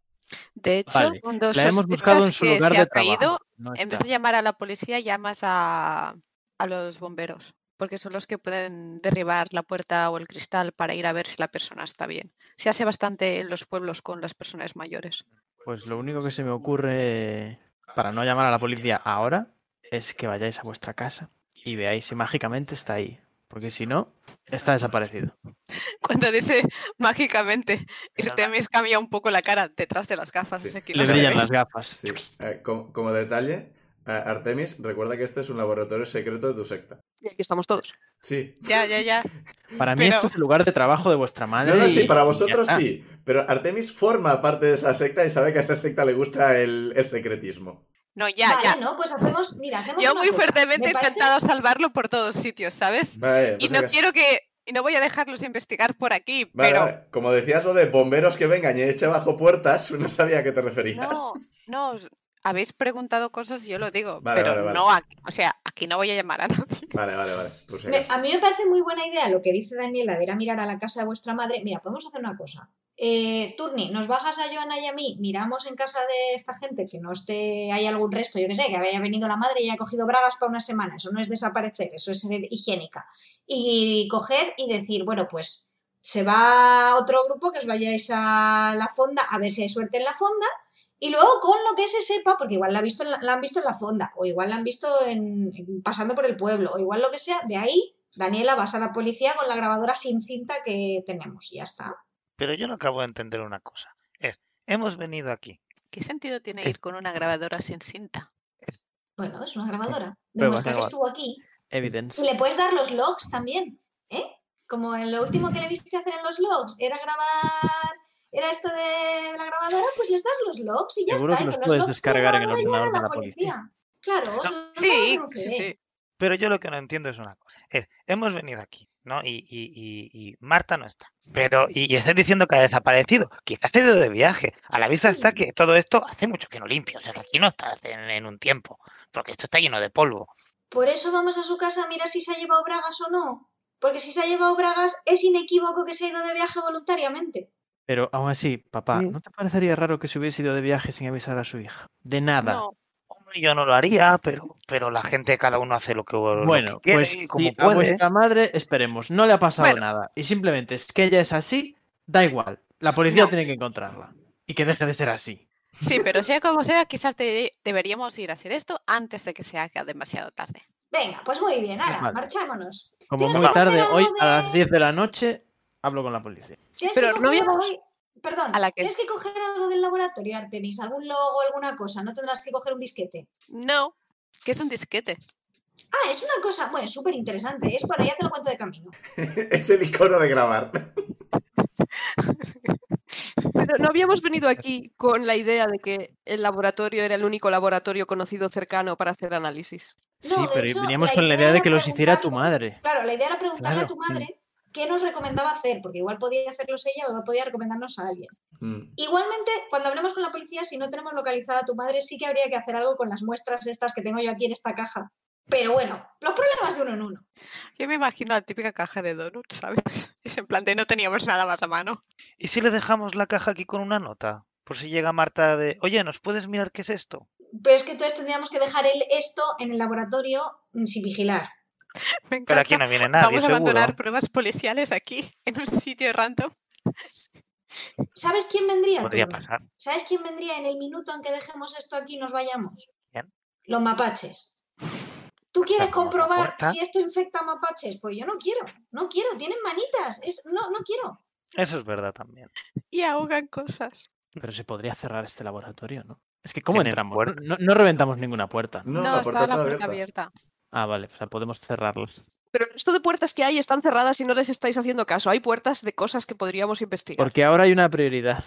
Speaker 3: De hecho,
Speaker 6: Vale,
Speaker 3: cuando
Speaker 6: La hemos buscado en
Speaker 3: sospechas
Speaker 6: su
Speaker 3: que
Speaker 6: lugar
Speaker 3: se
Speaker 6: de
Speaker 3: ha caído,
Speaker 6: trabajo. no
Speaker 3: en vez
Speaker 6: está.
Speaker 3: de llamar a la policía, llamas a, a los bomberos, porque son los que pueden derribar la puerta o el cristal para ir a ver si la persona está bien. Se hace bastante en los pueblos con las personas mayores.
Speaker 6: Pues lo único que se me ocurre para no llamar a la policía ahora es que vayáis a vuestra casa y veáis si mágicamente está ahí. Porque si no, está desaparecido.
Speaker 3: Cuando dice [laughs] mágicamente,
Speaker 2: Nada.
Speaker 3: Irtemis cambia un poco la cara detrás de las gafas.
Speaker 1: Sí.
Speaker 3: así que
Speaker 6: Le
Speaker 3: no se
Speaker 6: brillan
Speaker 3: ve.
Speaker 6: las gafas.
Speaker 1: Sí. Eh, como, como detalle, eh, Artemis, recuerda que este es un laboratorio secreto de tu secta.
Speaker 4: Y aquí estamos todos.
Speaker 1: Sí.
Speaker 3: Ya, ya, ya.
Speaker 6: Para mí esto
Speaker 3: Pero-
Speaker 6: es el lugar de trabajo de vuestra madre.
Speaker 1: No, no, sí,
Speaker 6: y-
Speaker 1: para
Speaker 6: y ya
Speaker 1: vosotros
Speaker 6: está.
Speaker 1: sí. Pero Artemis forma parte de esa secta y sabe que a esa secta le gusta el, el secretismo.
Speaker 3: No, ya,
Speaker 5: vale,
Speaker 3: ya.
Speaker 5: no, pues hacemos, mira, hacemos
Speaker 3: Yo
Speaker 5: una
Speaker 3: muy
Speaker 5: cosa.
Speaker 3: fuertemente
Speaker 5: pues, Me
Speaker 3: he
Speaker 5: parece-
Speaker 3: intentado salvarlo por todos sitios, ¿sabes?
Speaker 1: Vale,
Speaker 3: Y
Speaker 1: pues
Speaker 3: no
Speaker 1: acaso-
Speaker 3: quiero que. Y no voy a dejarlos investigar por aquí,
Speaker 1: Vale,
Speaker 3: pero.
Speaker 1: vale. Como decías lo de bomberos que vengan y eche bajo puertas, [laughs] no sabía a qué te referías.
Speaker 3: No, no, os- habéis preguntado cosas y yo lo digo,
Speaker 1: Vale,
Speaker 3: pero
Speaker 1: vale, vale.
Speaker 3: no aquí, o sea, aquí no voy a llamar a nadie.
Speaker 1: Vale, vale, vale. Pues
Speaker 5: Me- a mí me parece muy buena idea lo que dice Daniela de ir a mirar a la casa de vuestra madre. Mira, podemos hacer una cosa. Eh, Turni, nos bajas a Joana y a mí, miramos en casa de esta gente que no esté, hay algún resto, yo que sé, que haya venido la madre y haya cogido bragas para una semana. Eso no es desaparecer, eso es ser higiénica. Y coger y decir, bueno, pues se va a otro grupo que os vayáis a la fonda a ver si hay suerte en la fonda. Y luego con lo que se sepa, porque igual la, ha visto en la, la han visto en la fonda, o igual la han visto en, en- pasando por el pueblo, o igual lo que sea, de ahí, Daniela, vas a la policía con la grabadora sin cinta que tenemos, y ya está.
Speaker 2: Pero yo no acabo de entender una cosa. Es, hemos venido aquí.
Speaker 3: [laughs] ¿Qué sentido tiene
Speaker 6: Eh.
Speaker 3: ir con una grabadora sin cinta?
Speaker 5: Bueno, es una grabadora.
Speaker 6: Prueba,
Speaker 5: Demuestra que
Speaker 6: prueba.
Speaker 5: estuvo aquí. Y
Speaker 6: Evidence.
Speaker 5: le puedes dar los logs también, ¿eh? Como en lo último que le viste hacer en los logs era grabar, era esto de, de la grabadora, pues les das los logs y ya
Speaker 6: Seguro
Speaker 5: está.
Speaker 6: que
Speaker 5: y
Speaker 6: los
Speaker 5: con
Speaker 6: puedes
Speaker 5: logs de la
Speaker 6: descargar en el
Speaker 5: grabadora llaman
Speaker 6: ordenador
Speaker 5: a
Speaker 6: de la policía.
Speaker 5: Claro, os los
Speaker 3: Ah, Sí,
Speaker 5: grabamos en un
Speaker 3: sí,
Speaker 5: CD.
Speaker 3: sí.
Speaker 2: Pero yo lo que no entiendo es una cosa. Es, hemos venido aquí, ¿no? Y, y- y- y Marta no está. Pero, y, y estás diciendo que ha desaparecido. Quizás se ha ido de viaje. A la vista está
Speaker 5: Sí.
Speaker 2: que todo esto hace mucho que no limpia. O sea, que aquí no está hace- en, en un tiempo. Porque esto está lleno de polvo.
Speaker 5: Por eso vamos a su casa a mirar si se ha llevado bragas o no. Porque si se ha llevado bragas, es inequívoco que se ha ido de viaje voluntariamente.
Speaker 6: Pero aún así, papá,
Speaker 4: Mm.
Speaker 6: ¿no te parecería raro que se hubiese ido de viaje sin avisar a su hija? De nada.
Speaker 3: No,
Speaker 2: Hombre, yo no lo haría, pero, pero la gente, cada uno hace lo que, lo que
Speaker 6: Bueno,
Speaker 2: quiere
Speaker 6: pues
Speaker 2: y
Speaker 6: si
Speaker 2: como
Speaker 6: a
Speaker 2: puede.
Speaker 6: vuestra madre, esperemos, no le ha pasado
Speaker 3: Bueno.
Speaker 6: nada. Y simplemente es que ella es así, da igual. La policía
Speaker 3: No.
Speaker 6: tiene que encontrarla. Y que deje de ser así.
Speaker 3: sí, pero sea como sea, quizás te- deberíamos ir a hacer esto antes de que se haga demasiado tarde.
Speaker 5: Venga, pues muy bien, ahora,
Speaker 6: Vale.
Speaker 5: marchámonos.
Speaker 6: Como
Speaker 5: Tienes
Speaker 6: muy
Speaker 5: que
Speaker 6: tarde,
Speaker 5: hacer
Speaker 6: hoy
Speaker 5: algo
Speaker 6: a las
Speaker 5: de-
Speaker 6: 10 de la noche, hablo con la policía.
Speaker 5: Tienes
Speaker 4: Pero
Speaker 5: que
Speaker 4: no
Speaker 5: coger
Speaker 4: habíamos-
Speaker 5: algo- Perdón,
Speaker 3: a la que-
Speaker 5: tienes que coger algo del laboratorio, Artemis, algún logo, alguna cosa, no tendrás que coger un disquete.
Speaker 3: No, que es un disquete.
Speaker 5: Ah, es una cosa, bueno, es súper interesante, es bueno, ya te lo cuento de camino.
Speaker 1: [laughs] es el icono de grabar.
Speaker 4: Pero no habíamos venido aquí con la idea de que el laboratorio era el único laboratorio conocido cercano para hacer análisis.
Speaker 5: No,
Speaker 6: sí,
Speaker 5: de
Speaker 6: pero
Speaker 5: hecho,
Speaker 6: veníamos
Speaker 5: la
Speaker 6: con la
Speaker 5: idea
Speaker 6: idea de
Speaker 5: era
Speaker 6: que los hiciera tu
Speaker 5: preguntarle-
Speaker 6: madre.
Speaker 5: Claro, la idea era preguntarle a
Speaker 6: Claro,
Speaker 5: tu madre qué nos recomendaba hacer, porque igual podía hacerlos ella o igual podía recomendarnos a alguien.
Speaker 1: Mm.
Speaker 5: Igualmente, cuando hablemos con la policía, si no tenemos localizada a tu madre, sí que habría que hacer algo con las muestras estas que tengo yo aquí en esta caja. Pero bueno, los problemas de uno en uno.
Speaker 3: Yo me imagino la típica caja de donuts, ¿sabes? [laughs] Es en plan de no teníamos nada más a mano. [laughs]
Speaker 2: ¿Y si le dejamos la caja aquí con una nota? Por si llega Marta de, oye, ¿nos puedes mirar qué es esto?
Speaker 5: Pero es que entonces tendríamos que dejar el esto en el laboratorio mm, sin vigilar.
Speaker 3: Me
Speaker 2: Pero
Speaker 3: encanta.
Speaker 2: aquí no [laughs] viene nadie,
Speaker 3: Vamos a
Speaker 2: seguro.
Speaker 3: abandonar pruebas policiales aquí, [laughs] en un sitio random.
Speaker 5: ¿Sabes quién vendría?
Speaker 2: Podría
Speaker 5: Turner?
Speaker 2: pasar.
Speaker 5: ¿Sabes quién vendría en el minuto en que dejemos esto aquí y nos vayamos?
Speaker 2: ¿Quién?
Speaker 5: Los mapaches. ¿Tú quieres
Speaker 2: como la
Speaker 5: comprobar
Speaker 2: puerta.
Speaker 5: si esto infecta a mapaches? Pues yo no quiero, no quiero, tienen manitas, es, no, no quiero.
Speaker 2: Eso es verdad también.
Speaker 3: Y ahogan cosas.
Speaker 6: Pero se podría cerrar este laboratorio, ¿no? Es que ¿cómo
Speaker 2: Tienen
Speaker 6: entramos? No,
Speaker 2: puerta.
Speaker 6: no- no reventamos ninguna puerta.
Speaker 1: No,
Speaker 6: ¿no?
Speaker 3: No,
Speaker 1: la puerta
Speaker 3: está
Speaker 1: está
Speaker 3: la
Speaker 1: abierta.
Speaker 3: puerta abierta.
Speaker 6: Ah, vale, o sea, podemos cerrarlas.
Speaker 4: Pero el resto de puertas que hay están cerradas y no les estáis haciendo caso. Hay puertas de cosas que podríamos investigar.
Speaker 6: Porque ahora hay una prioridad.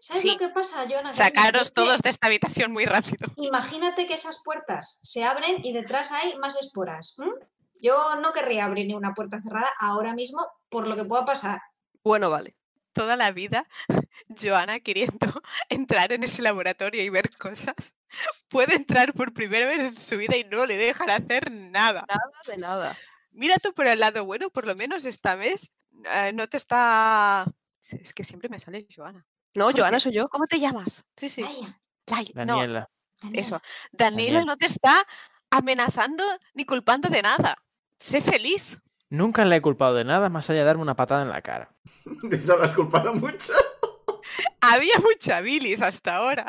Speaker 5: ¿Sabes
Speaker 3: Sí.
Speaker 5: lo que pasa, Joana?
Speaker 3: Sacaros todos de esta habitación muy rápido.
Speaker 5: Imagínate que esas puertas se abren y detrás hay más esporas. ¿m? Yo no querría abrir ni una puerta cerrada ahora mismo por lo que pueda pasar.
Speaker 4: Bueno, vale.
Speaker 3: [laughs] Toda la vida, [laughs] Joana queriendo [laughs] entrar en ese laboratorio y ver cosas, [laughs] puede entrar por primera vez en su vida y no le dejan hacer nada.
Speaker 4: Nada de nada.
Speaker 3: Mira tú por el lado bueno, por lo menos esta vez eh, no te está... Es que siempre me sale Joana.
Speaker 4: No,
Speaker 3: Porque-
Speaker 4: Joana, soy yo.
Speaker 3: ¿Cómo te llamas? Sí, sí.
Speaker 5: Laia,
Speaker 3: Lai- no,
Speaker 6: Daniela.
Speaker 5: Daniela,
Speaker 3: eso. Danilo
Speaker 6: Daniel.
Speaker 3: no te está amenazando ni culpando de nada. Sé feliz.
Speaker 6: Nunca le he culpado de nada más allá de darme una patada en la cara.
Speaker 1: De [laughs] eso lo has culpado
Speaker 3: [laughs]
Speaker 1: mucho.
Speaker 3: Había [laughs] mucha bilis hasta ahora.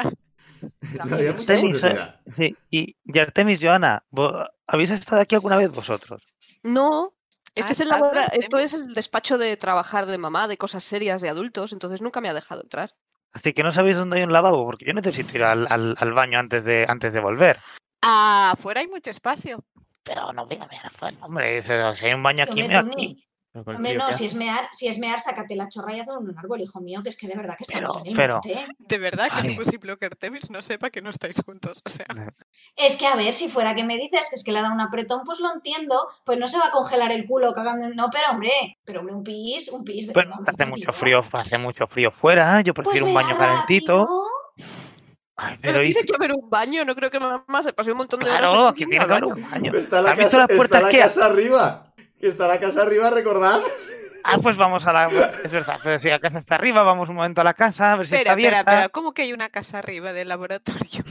Speaker 1: No había mucha
Speaker 2: Tenis,
Speaker 1: curiosidad.
Speaker 2: Sí, y, y Artemis, Joana, vo- ¿habéis estado aquí alguna vez vosotros?
Speaker 4: No. Este
Speaker 3: Ah,
Speaker 4: es el
Speaker 3: estaba
Speaker 4: labora-
Speaker 3: en
Speaker 4: Esto es el despacho de trabajar de mamá, de cosas serias, de adultos, entonces nunca me ha dejado entrar.
Speaker 2: Así que no sabéis dónde hay un lavabo, porque yo necesito ir al, al- al baño antes de, antes de volver.
Speaker 3: Afuera hay mucho espacio.
Speaker 2: Pero no venga, mira, fuera, hombre, dice, si hay un baño
Speaker 5: que
Speaker 2: aquí,
Speaker 5: me
Speaker 2: mira
Speaker 5: tomé.
Speaker 2: aquí.
Speaker 6: Pero con el
Speaker 5: Hombre,
Speaker 6: frío
Speaker 5: no,
Speaker 6: que
Speaker 5: si
Speaker 6: hace.
Speaker 5: es mear, si es mear, sácate la chorra y hazlo en un árbol, hijo mío, que es que de verdad que
Speaker 2: Pero-
Speaker 5: estamos en el
Speaker 2: pero-
Speaker 5: monte.
Speaker 3: De verdad que
Speaker 2: Vale.
Speaker 3: es imposible que Artemis no sepa que no estáis juntos. O sea,
Speaker 5: Es que a ver, si fuera que me dices que es que le ha dado un apretón, pues lo entiendo, pues no se va a congelar el culo cagando. en- No, pero hombre, pero hombre, un pis, un pis. vete
Speaker 2: Pero
Speaker 5: un
Speaker 2: Pues hace
Speaker 5: momentito.
Speaker 2: mucho frío, hace mucho frío fuera, yo
Speaker 5: Pues
Speaker 2: prefiero un
Speaker 5: vea
Speaker 2: baño calentito.
Speaker 5: rápido.
Speaker 2: Ay,
Speaker 4: Pero,
Speaker 2: pero y-
Speaker 4: [laughs] tiene que haber un baño, no creo que mamá se pase un montón de horas.
Speaker 2: claro,
Speaker 4: aquí
Speaker 2: que
Speaker 4: yendo
Speaker 2: tiene que haber
Speaker 4: al baño.
Speaker 2: un baño.
Speaker 1: Pero
Speaker 5: Pues
Speaker 1: está la
Speaker 2: ¿Has visto
Speaker 1: casa,
Speaker 2: las
Speaker 1: está
Speaker 2: puertas
Speaker 1: la
Speaker 2: que hay?
Speaker 1: casa arriba. Que está la casa arriba, recordad.
Speaker 2: Ah, pues vamos a la. Es verdad, pero si la casa está arriba, vamos un momento a la casa, a ver si
Speaker 3: espera,
Speaker 2: está abierta.
Speaker 3: espera, espera. ¿Cómo que hay una casa arriba del laboratorio?
Speaker 6: Yo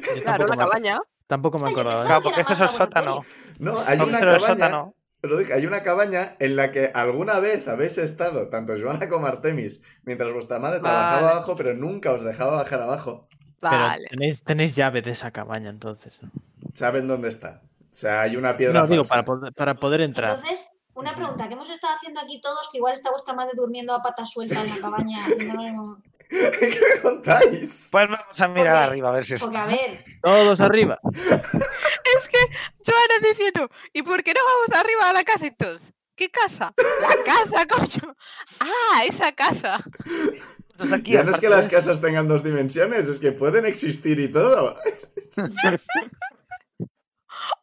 Speaker 4: Claro,
Speaker 6: tampoco
Speaker 4: la
Speaker 6: me-
Speaker 4: cabaña.
Speaker 6: Tampoco me
Speaker 5: Ay, yo
Speaker 6: acordaba.
Speaker 5: pensaba-
Speaker 2: Claro, porque
Speaker 5: que era
Speaker 2: eso es el
Speaker 5: más laboratorio.
Speaker 2: sótano.
Speaker 1: No, hay
Speaker 2: Vamos
Speaker 1: una
Speaker 2: a ver el
Speaker 1: cabaña.
Speaker 2: sótano.
Speaker 1: Os lo dije, hay una cabaña en la que alguna vez habéis estado, tanto Joana como Artemis, mientras vuestra madre trabajaba
Speaker 3: Vale.
Speaker 1: abajo, pero nunca os dejaba bajar abajo.
Speaker 6: Pero
Speaker 3: Vale.
Speaker 6: tenéis, tenéis llave de esa cabaña, entonces. ¿no?
Speaker 1: Saben dónde está. O sea, hay una piedra.
Speaker 6: No, digo,
Speaker 1: falsa.
Speaker 6: para poder, para poder entrar.
Speaker 5: Entonces, una pregunta que hemos estado haciendo aquí todos, que igual está vuestra madre durmiendo a pata suelta en la cabaña. y no-
Speaker 1: [laughs] ¿Qué me contáis?
Speaker 2: Pues vamos a mirar
Speaker 5: Porque-
Speaker 2: arriba a ver si está.
Speaker 5: Porque a
Speaker 3: [laughs]
Speaker 5: ver,
Speaker 6: Todos arriba.
Speaker 3: Joana diciendo, ¿y por qué no vamos arriba a la casa entonces? ¿Qué casa? La casa, [laughs] coño. Ah, esa casa.
Speaker 2: Nosotros aquí,
Speaker 1: Ya no es que las
Speaker 2: aparte
Speaker 1: casas tengan dos dimensiones, es que pueden existir y todo.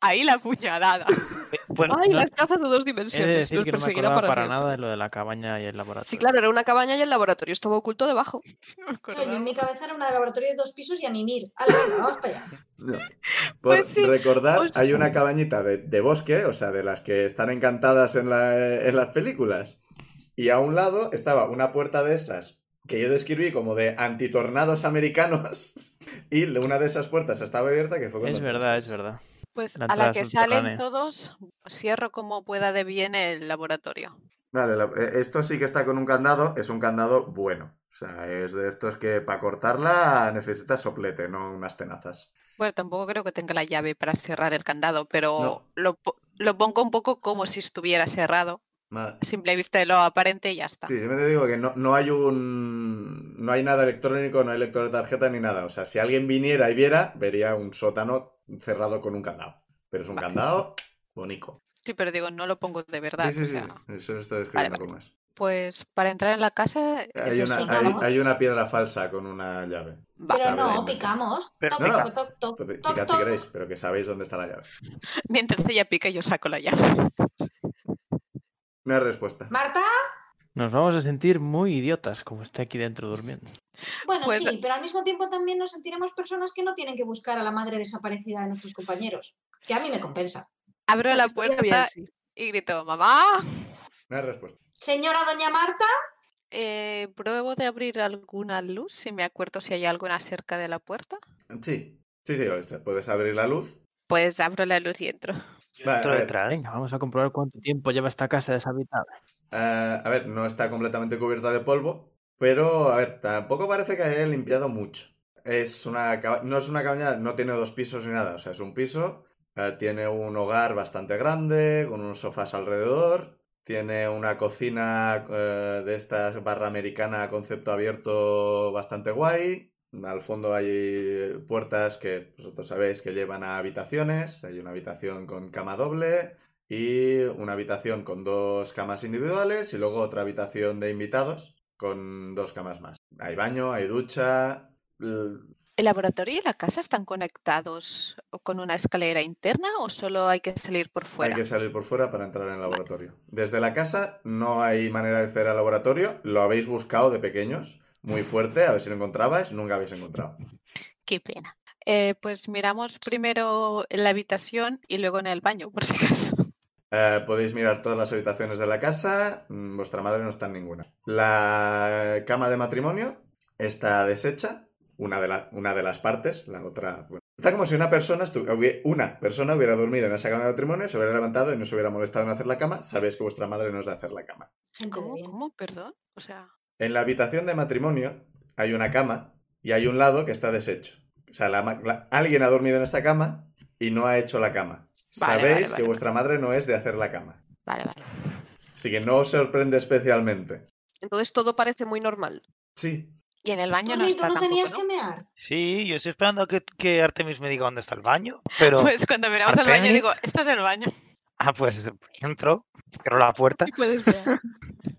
Speaker 3: Ahí la puñalada. [laughs]
Speaker 2: de- Pues, Bueno,
Speaker 4: Ay,
Speaker 6: [laughs] no-
Speaker 4: las casas de dos
Speaker 6: He de
Speaker 4: dimensiones.
Speaker 6: decir
Speaker 4: Nos
Speaker 6: que no me
Speaker 4: perseguirá
Speaker 6: acordaba para,
Speaker 4: para siempre.
Speaker 6: nada de lo de la cabaña y el laboratorio.
Speaker 4: Sí, claro, era una cabaña y el laboratorio estaba oculto debajo.
Speaker 3: No me
Speaker 5: claro, yo
Speaker 3: acordaba.
Speaker 5: en mi cabeza era una laboratorio de dos pisos y a mimir. Ala, venga, vamos para allá.
Speaker 1: No. Por
Speaker 3: Pues sí.
Speaker 1: recordar,
Speaker 3: Os-
Speaker 1: hay una cabañita de, de bosque, o sea, de las que están encantadas en, la- en las películas. Y a un lado estaba una puerta de esas que yo describí como de antitornados americanos. [laughs] Y una de esas puertas estaba abierta que fue cuando
Speaker 6: Es verdad, es verdad.
Speaker 3: Pues a
Speaker 6: La entrada
Speaker 3: la que
Speaker 6: subterránea.
Speaker 3: salen todos, cierro como pueda de bien el laboratorio.
Speaker 1: Vale, la- eh, esto sí que está con un candado, es un candado bueno. O sea, es de estos que para cortarla necesitas soplete, no unas tenazas.
Speaker 3: Bueno, tampoco creo que tenga la llave para cerrar el candado, pero
Speaker 1: No.
Speaker 3: lo, po- lo pongo un poco como si estuviera cerrado.
Speaker 1: Vale.
Speaker 3: A simple vista de lo aparente y ya está.
Speaker 1: Sí, simplemente digo que no, no hay un. No hay nada electrónico, no hay lector de tarjeta ni nada. O sea, si alguien viniera y viera, vería un sótano cerrado con un candado. Pero es un
Speaker 3: Vale. [laughs]
Speaker 1: candado bonito.
Speaker 3: Sí, pero digo, no lo pongo de verdad.
Speaker 1: Sí, sí,
Speaker 3: o
Speaker 1: sí.
Speaker 3: sea,
Speaker 1: sí. Eso lo estoy describiendo
Speaker 3: Vale, vale.
Speaker 1: como es.
Speaker 3: Pues para entrar en la casa es
Speaker 1: Hay
Speaker 3: eso,
Speaker 1: una,
Speaker 3: ¿no?
Speaker 1: hay, hay una piedra falsa con una llave.
Speaker 3: Va.
Speaker 5: Pero
Speaker 1: Vale,
Speaker 5: no,
Speaker 1: venga.
Speaker 5: picamos.
Speaker 2: Pero
Speaker 5: Toc,
Speaker 1: no, no.
Speaker 5: toc, toc, toc,
Speaker 1: Pues,
Speaker 5: toc,
Speaker 1: Picad si
Speaker 5: toc.
Speaker 1: queréis, pero que sabéis dónde está la llave.
Speaker 3: [laughs] Mientras ella pica, yo saco la llave.
Speaker 1: No hay respuesta.
Speaker 5: Marta,
Speaker 6: Nos vamos a sentir muy idiotas como esté aquí dentro durmiendo.
Speaker 5: bueno,
Speaker 3: Pues-
Speaker 5: sí, pero al mismo tiempo también nos sentiremos personas que no tienen que buscar a la madre desaparecida de nuestros compañeros, que a mí me compensa.
Speaker 3: Abro la
Speaker 4: Estaría
Speaker 3: puerta
Speaker 4: bien, sí.
Speaker 3: y grito, mamá,
Speaker 1: No hay respuesta.
Speaker 5: Señora Doña Marta,
Speaker 3: eh, pruebo de abrir alguna luz, si me acuerdo si hay alguna cerca de la puerta.
Speaker 1: Sí, sí, sí, o sea, puedes abrir la luz.
Speaker 3: Pues abro la luz y entro.
Speaker 1: Vale, a,
Speaker 2: Dentro
Speaker 1: ver,
Speaker 2: detrás.
Speaker 6: Venga, vamos a comprobar cuánto tiempo lleva esta casa deshabitada.
Speaker 1: eh, a ver, no está completamente cubierta de polvo, pero a ver, tampoco parece que haya limpiado mucho. Es una, caba- no es una cabaña, no tiene dos pisos ni nada, o sea, es un piso, eh, tiene un hogar bastante grande, con unos sofás alrededor, tiene una cocina eh, de estas barra americana concepto abierto bastante guay. Al fondo hay puertas que vosotros sabéis que llevan a habitaciones. Hay una habitación con cama doble y una habitación con dos camas individuales y luego otra habitación de invitados con dos camas más. Hay baño, hay ducha. l-
Speaker 3: ¿El laboratorio y la casa están conectados o con una escalera interna o solo hay que salir por fuera?
Speaker 1: Hay que salir por fuera para entrar en el laboratorio. Desde la casa no hay manera de acceder al laboratorio. Lo habéis buscado de pequeños, muy fuerte, a ver si lo encontrabais. Nunca habéis encontrado.
Speaker 3: Qué pena. Eh, pues miramos primero en la habitación y luego en el baño, por si [laughs] acaso.
Speaker 1: Eh, podéis mirar todas las habitaciones de la casa. mm, Vuestra madre no está en ninguna. La cama de matrimonio está deshecha. Una de, la- una de las partes, la otra. bueno. Está como si una persona, estu- hubie- una persona hubiera dormido en esa cama de matrimonio, se hubiera levantado y no se hubiera molestado en hacer la cama. Sabéis que vuestra madre no es de hacer la cama.
Speaker 5: gente de
Speaker 3: ¿Cómo?
Speaker 5: bien.
Speaker 3: ¿Cómo? Perdón. O sea,
Speaker 1: En la habitación de matrimonio hay una cama y hay un lado que está deshecho. O sea, la ma- la- alguien ha dormido en esta cama y no ha hecho la cama.
Speaker 3: Vale,
Speaker 1: Sabéis
Speaker 3: vale,
Speaker 1: que
Speaker 3: vale,
Speaker 1: vuestra madre no es de hacer la cama.
Speaker 3: vale, vale.
Speaker 1: Así que no os sorprende especialmente.
Speaker 4: Entonces todo parece muy normal.
Speaker 1: Sí.
Speaker 3: Y en el baño no
Speaker 5: Tony, tú
Speaker 3: está
Speaker 5: no
Speaker 3: tampoco,
Speaker 5: tenías
Speaker 3: ¿no?
Speaker 5: que mear.
Speaker 2: Sí, yo estoy esperando a que, que Artemis me diga dónde está el baño, pero...
Speaker 3: Pues cuando miramos al baño
Speaker 2: Artemis.
Speaker 3: digo, este es el [laughs] baño.
Speaker 2: [laughs] Ah, pues entro, pero la puerta.
Speaker 4: puedes ver.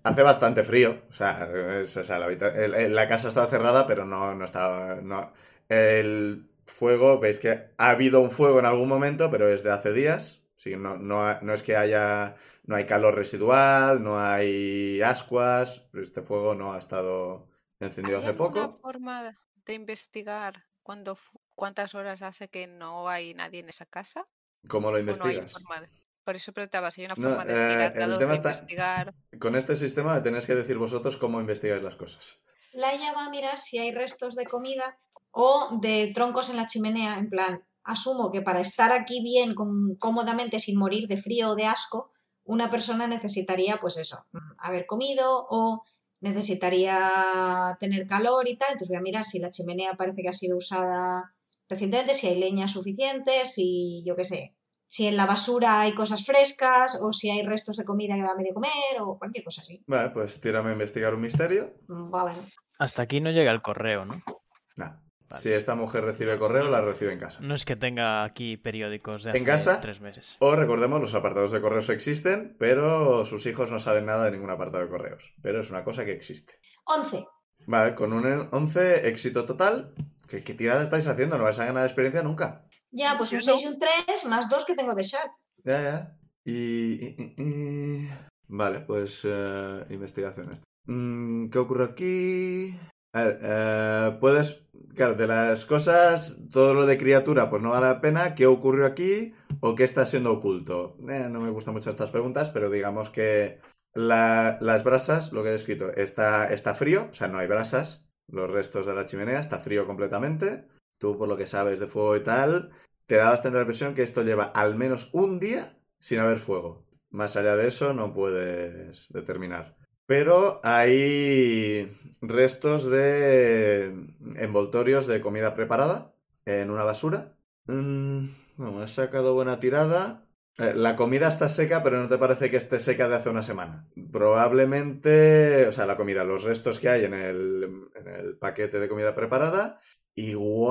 Speaker 1: Hace bastante frío. O sea, es- o sea, la, habita- el- el- la casa estaba cerrada, pero no, no estaba. no- El fuego, veis que ha habido un fuego en algún momento, pero es de hace días. Sí, no, no, ha- no es que haya. No hay calor residual, no hay ascuas. Este fuego no ha estado encendido
Speaker 3: ¿Hay
Speaker 1: hace
Speaker 3: alguna
Speaker 1: poco.
Speaker 3: forma de investigar cuándo fu- cuántas horas hace que no hay nadie en esa casa? ¿O
Speaker 1: ¿Cómo lo
Speaker 3: no hay
Speaker 1: investigas?
Speaker 3: forma de- Por eso preguntaba si hay una
Speaker 1: No,
Speaker 3: forma de
Speaker 1: eh,
Speaker 3: tirar
Speaker 1: el
Speaker 3: dados,
Speaker 1: tema
Speaker 3: de
Speaker 1: está-
Speaker 3: investigar.
Speaker 1: Con este sistema me tenéis que decir vosotros cómo investigáis las cosas.
Speaker 5: Laia va a mirar si hay restos de comida o de troncos en la chimenea, en plan, asumo que para estar aquí bien, con- cómodamente, sin morir de frío o de asco, una persona necesitaría, pues eso, mm, haber comido o necesitaría tener calor y tal. Entonces voy a mirar si la chimenea parece que ha sido usada recientemente, si hay leña suficiente, si yo qué sé, si en la basura hay cosas frescas o si hay restos de comida que va a medio comer o cualquier cosa así.
Speaker 1: Vale, pues tírame a investigar un misterio.
Speaker 5: Mm, Vale.
Speaker 6: Hasta aquí no llega el correo, ¿no?
Speaker 1: Nah.
Speaker 6: Vale.
Speaker 1: Si esta mujer recibe correo, la recibe en casa.
Speaker 6: No es que tenga aquí periódicos de
Speaker 1: ¿En
Speaker 6: hace
Speaker 1: casa?
Speaker 6: tres meses.
Speaker 1: O recordemos, los apartados de correos existen, pero sus hijos no saben nada de ningún apartado de correos. Pero es una cosa que existe.
Speaker 5: 11.
Speaker 1: Vale, con un 11, éxito total. ¿Qué, qué tirada estáis haciendo? No vais a ganar experiencia nunca.
Speaker 5: Ya, pues
Speaker 3: Sí,
Speaker 5: un
Speaker 3: ¿no?
Speaker 5: 6 y un 3 más 2 que tengo de Sharp.
Speaker 1: Ya, ya. Y... y- y- y- Vale, pues eh, investigación esto. Mm, ¿Qué ocurre aquí? A ver, eh, puedes... Claro, de las cosas, todo lo de criatura, pues no vale la pena. ¿Qué ocurrió aquí? ¿O qué está siendo oculto? Eh, no me gustan mucho estas preguntas, pero digamos que la- las brasas, lo que he descrito, está, está frío, o sea, no hay brasas. Los restos de la chimenea, está frío completamente. Tú, por lo que sabes de fuego y tal, te da bastante la impresión que esto lleva al menos un día sin haber fuego. Más allá de eso no puedes determinar. Pero hay restos de envoltorios de comida preparada en una basura. Mm, no, me has sacado buena tirada. Eh, La comida está seca, pero no te parece que esté seca de hace una semana. Probablemente, o sea, la comida, los restos que hay en el, en el paquete de comida preparada,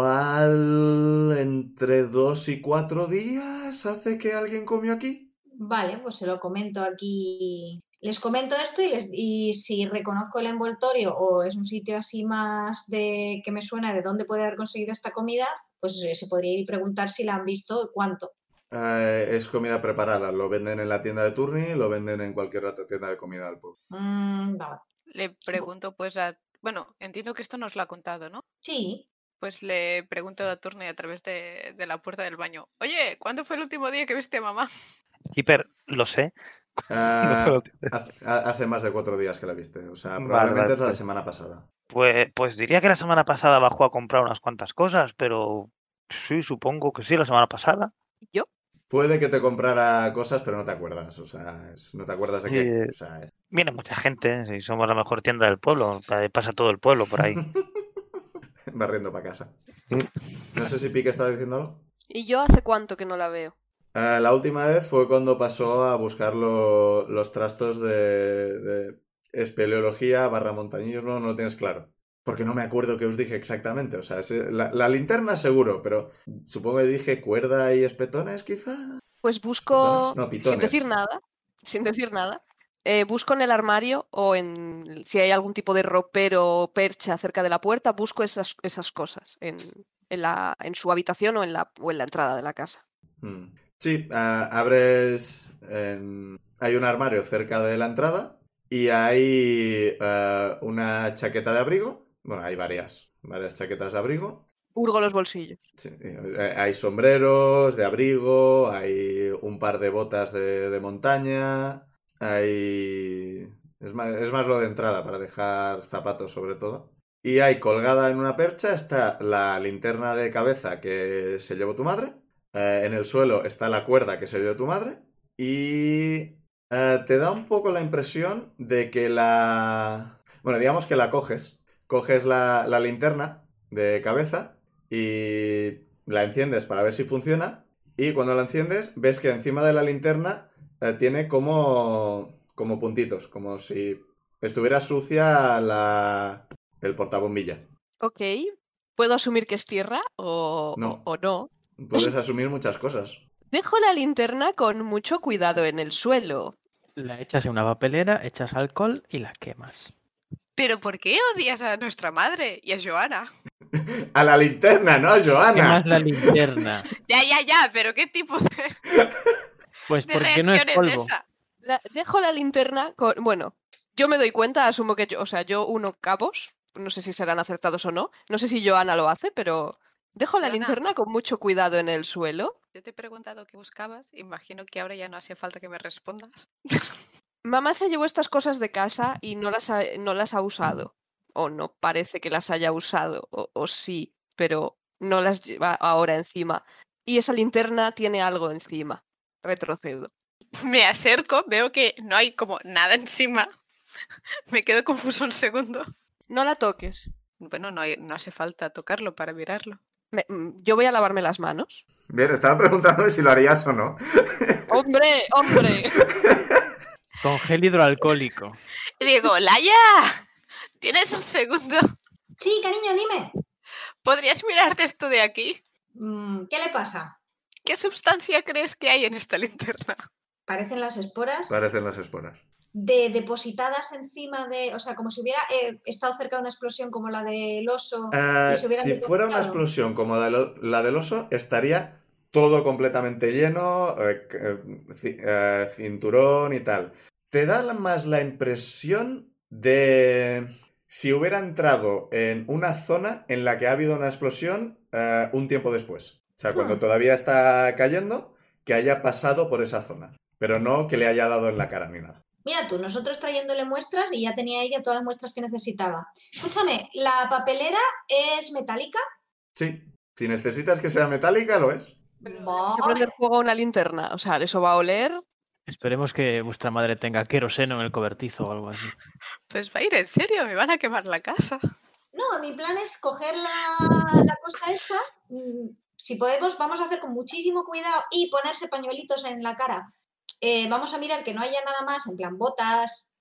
Speaker 1: igual entre dos y cuatro días hace que alguien comió aquí.
Speaker 5: Vale, pues se lo comento aquí. Les comento esto y, les, y si reconozco el envoltorio o es un sitio así más de que me suena de dónde puede haber conseguido esta comida, pues eh, se podría ir y preguntar si la han visto y cuánto.
Speaker 1: Eh, es comida preparada. Lo venden en la tienda de Turni, lo venden en cualquier otra tienda de comida
Speaker 2: [laughs]
Speaker 1: del pueblo.
Speaker 5: Mm, vale.
Speaker 3: Le pregunto pues a... Bueno, entiendo que esto nos lo ha contado, ¿no?
Speaker 5: Sí,
Speaker 3: Pues le pregunto a Turni a través de, de la puerta del baño. Oye, ¿cuándo fue el último día que viste a mamá? [laughs]
Speaker 2: Hiper, lo sé.
Speaker 1: Ah, hace, ha- hace más de cuatro días que la viste. O sea,
Speaker 2: Vale,
Speaker 1: probablemente
Speaker 2: vale,
Speaker 1: es la
Speaker 2: pues.
Speaker 1: semana pasada.
Speaker 2: [laughs] Pues, pues diría que la semana pasada bajó a comprar unas cuantas cosas, pero sí, supongo que sí, la semana pasada.
Speaker 1: Puede que te comprara cosas, pero no te acuerdas. O sea, es- no te acuerdas de
Speaker 2: Sí,
Speaker 1: qué.
Speaker 2: eh.
Speaker 1: O sea, es- [laughs]
Speaker 2: Viene mucha gente, si somos la mejor tienda del pueblo, pa- pasa todo el pueblo por
Speaker 1: [laughs]
Speaker 2: ahí.
Speaker 1: barriendo para casa. No sé si Pique estaba diciendo algo.
Speaker 4: ¿Y yo hace cuánto que no la veo?
Speaker 1: Ah, la última vez fue cuando pasó a buscar lo- los trastos de, de espeleología barra montañismo, no lo tienes claro. Porque no me acuerdo qué os dije exactamente. O sea, ese- la, la linterna seguro, pero supongo que dije cuerda y espetones, quizá.
Speaker 4: Pues busco,
Speaker 1: Pitones, no,
Speaker 4: sin decir
Speaker 1: pitones.
Speaker 4: nada, sin decir nada, eh, busco en el armario o en si hay algún tipo de ropero o percha cerca de la puerta, busco esas, esas cosas en, en la, en su habitación o en, la, o en la entrada de la casa.
Speaker 1: Mm. Sí, ah, abres. en- Hay un armario cerca de la entrada y hay ah, una chaqueta de abrigo. Bueno, hay varias, varias chaquetas de abrigo.
Speaker 4: Hurgo los bolsillos.
Speaker 1: Sí, eh, hay sombreros de abrigo, hay un par de botas de, de montaña, hay... Es más, es más lo de entrada, para dejar zapatos sobre todo. Y hay colgada en una percha está la linterna de cabeza que se llevó tu madre. eh, en el suelo está la cuerda que se llevó tu madre. Y eh, te da un poco la impresión de que la... Bueno, digamos que la coges. Coges la- la linterna de cabeza y la enciendes para ver si funciona. Y cuando la enciendes, ves que encima de la linterna eh, tiene como, como puntitos, como si estuviera sucia la, el portabombilla.
Speaker 4: Ok. ¿Puedo asumir que es tierra o o-
Speaker 1: No.
Speaker 4: o no?
Speaker 1: Puedes asumir muchas cosas.
Speaker 4: Dejo la linterna con mucho cuidado en el suelo.
Speaker 6: La echas en una papelera, echas alcohol y la quemas.
Speaker 3: ¿Pero por qué odias a nuestra madre y a Joana? [laughs]
Speaker 1: A la linterna, ¿no, Joana?
Speaker 6: Quemas la linterna.
Speaker 3: Ya, ya, ya, pero ¿qué tipo de,
Speaker 6: Pues
Speaker 3: de
Speaker 6: porque no
Speaker 3: reacción
Speaker 6: es
Speaker 3: es
Speaker 6: polvo.
Speaker 3: esa?
Speaker 4: La- dejo la linterna con. Bueno, yo me doy cuenta, asumo que yo. O sea, yo uno cabos. No sé si serán acertados o no. No sé si Joana lo hace, pero. Dejo la
Speaker 3: Joana.
Speaker 4: linterna con mucho cuidado en el suelo.
Speaker 3: Yo te he preguntado qué buscabas, imagino que ahora ya no hace falta que me respondas. [laughs]
Speaker 4: Mamá se llevó estas cosas de casa y no las ha, no las ha usado. O no parece que las haya usado. O, o sí, pero no las lleva ahora encima. Y esa linterna tiene algo encima. Retrocedo.
Speaker 3: Me acerco, veo que no hay como nada encima. [laughs] Me quedo confuso un segundo.
Speaker 4: No la toques.
Speaker 3: Bueno, no, hay- no hace falta tocarlo para mirarlo. [laughs]
Speaker 4: Me- mm, yo voy a lavarme las manos.
Speaker 1: Bien, estaba preguntando si lo harías o no.
Speaker 4: ¡Hombre! ¡Hombre!
Speaker 6: Con gel hidroalcohólico.
Speaker 3: Y digo, Laia, tienes un segundo.
Speaker 5: Sí, cariño, dime.
Speaker 3: ¿Podrías mirarte esto de aquí?
Speaker 5: Mm, ¿Qué le pasa?
Speaker 3: ¿Qué sustancia crees que hay en esta linterna?
Speaker 5: Parecen las esporas
Speaker 1: Parecen las esporas.
Speaker 5: de depositadas encima de, o sea, como si hubiera eh, estado cerca de una explosión como la del oso.
Speaker 1: Eh,
Speaker 5: Y se hubieran
Speaker 1: si fuera una
Speaker 5: decompensado.
Speaker 1: explosión como la del- la del oso, estaría todo completamente lleno, eh, c- eh, ci- eh, cinturón y tal. Te da la- más la impresión de si hubiera entrado en una zona en la que ha habido una explosión eh, un tiempo después. O sea, cuando
Speaker 5: Hmm.
Speaker 1: todavía está cayendo, que haya pasado por esa zona. Pero no que le haya dado en la cara ni nada.
Speaker 5: Mira tú, nosotros trayéndole muestras y ya tenía ella todas las muestras que necesitaba. Escúchame, ¿la papelera es metálica?
Speaker 1: Sí, si necesitas que sea metálica, lo es. [laughs]
Speaker 4: Se
Speaker 5: Vale.
Speaker 4: prende fuego a una linterna. O sea, eso va a oler.
Speaker 6: Esperemos que vuestra madre tenga queroseno en el cobertizo o algo así.
Speaker 3: Pues va a ir en serio, me van a quemar la casa.
Speaker 5: No, mi plan es coger la, la cosa esta. mm, Si podemos, vamos a hacer con muchísimo cuidado y ponerse pañuelitos en la cara. Eh, vamos a mirar que no haya nada más, en plan botas,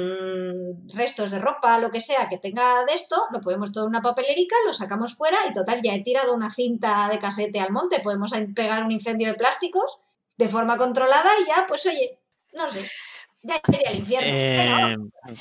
Speaker 5: mm, restos de ropa, lo que sea que tenga de esto. Lo ponemos todo en una papelerica, lo sacamos fuera y total, ya he tirado una cinta de casete al monte. Podemos ahí pegar un incendio de plásticos de forma controlada y ya, pues oye, no sé. Ya iré al infierno. Venga,
Speaker 6: Eh,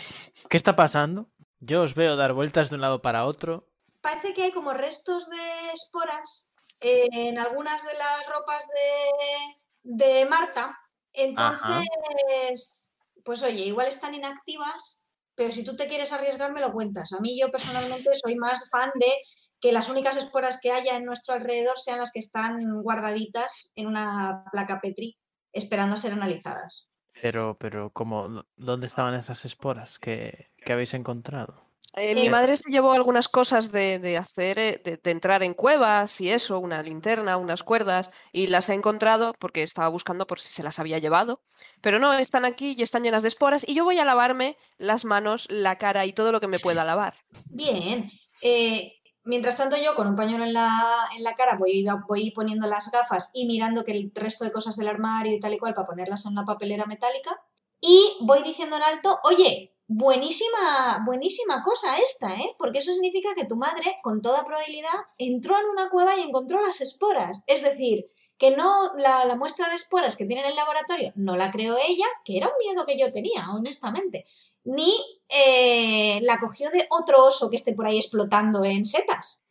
Speaker 6: ¿Qué está pasando? Yo os veo dar vueltas de un lado para otro.
Speaker 5: parece que hay como restos de esporas eh, en algunas de las ropas de, de Marta.
Speaker 6: Ajá.
Speaker 5: Entonces, pues oye, igual están inactivas, pero si tú te quieres arriesgar, me lo cuentas. A mí yo personalmente soy más fan de que las únicas esporas que haya en nuestro alrededor sean las que están guardaditas en una placa Petri, esperando a ser analizadas.
Speaker 6: Pero, pero, ¿cómo? ¿Dó- ¿Dónde estaban esas esporas que, que habéis encontrado?
Speaker 4: Eh, mi
Speaker 5: Eh,
Speaker 4: madre se llevó algunas cosas de, de hacer, eh, de, de entrar en cuevas y eso, una linterna, unas cuerdas, y las he encontrado porque estaba buscando por si se las había llevado. Pero no, están aquí y están llenas de esporas, y yo voy a lavarme las manos, la cara y todo lo que me pueda lavar.
Speaker 5: Bien. eh, mientras tanto, yo con un pañuelo en la, en la cara voy, voy poniendo las gafas y mirando que el resto de cosas del armario y tal y cual para ponerlas en una papelera metálica. Y voy diciendo en alto, oye, buenísima, buenísima cosa esta, ¿eh? Porque eso significa que tu madre, con toda probabilidad, entró en una cueva y encontró las esporas. Es decir, que no la, la muestra de esporas que tiene en el laboratorio no la creó ella, que era un miedo que yo tenía, honestamente ni eh, la cogió de otro oso que esté por ahí explotando en setas.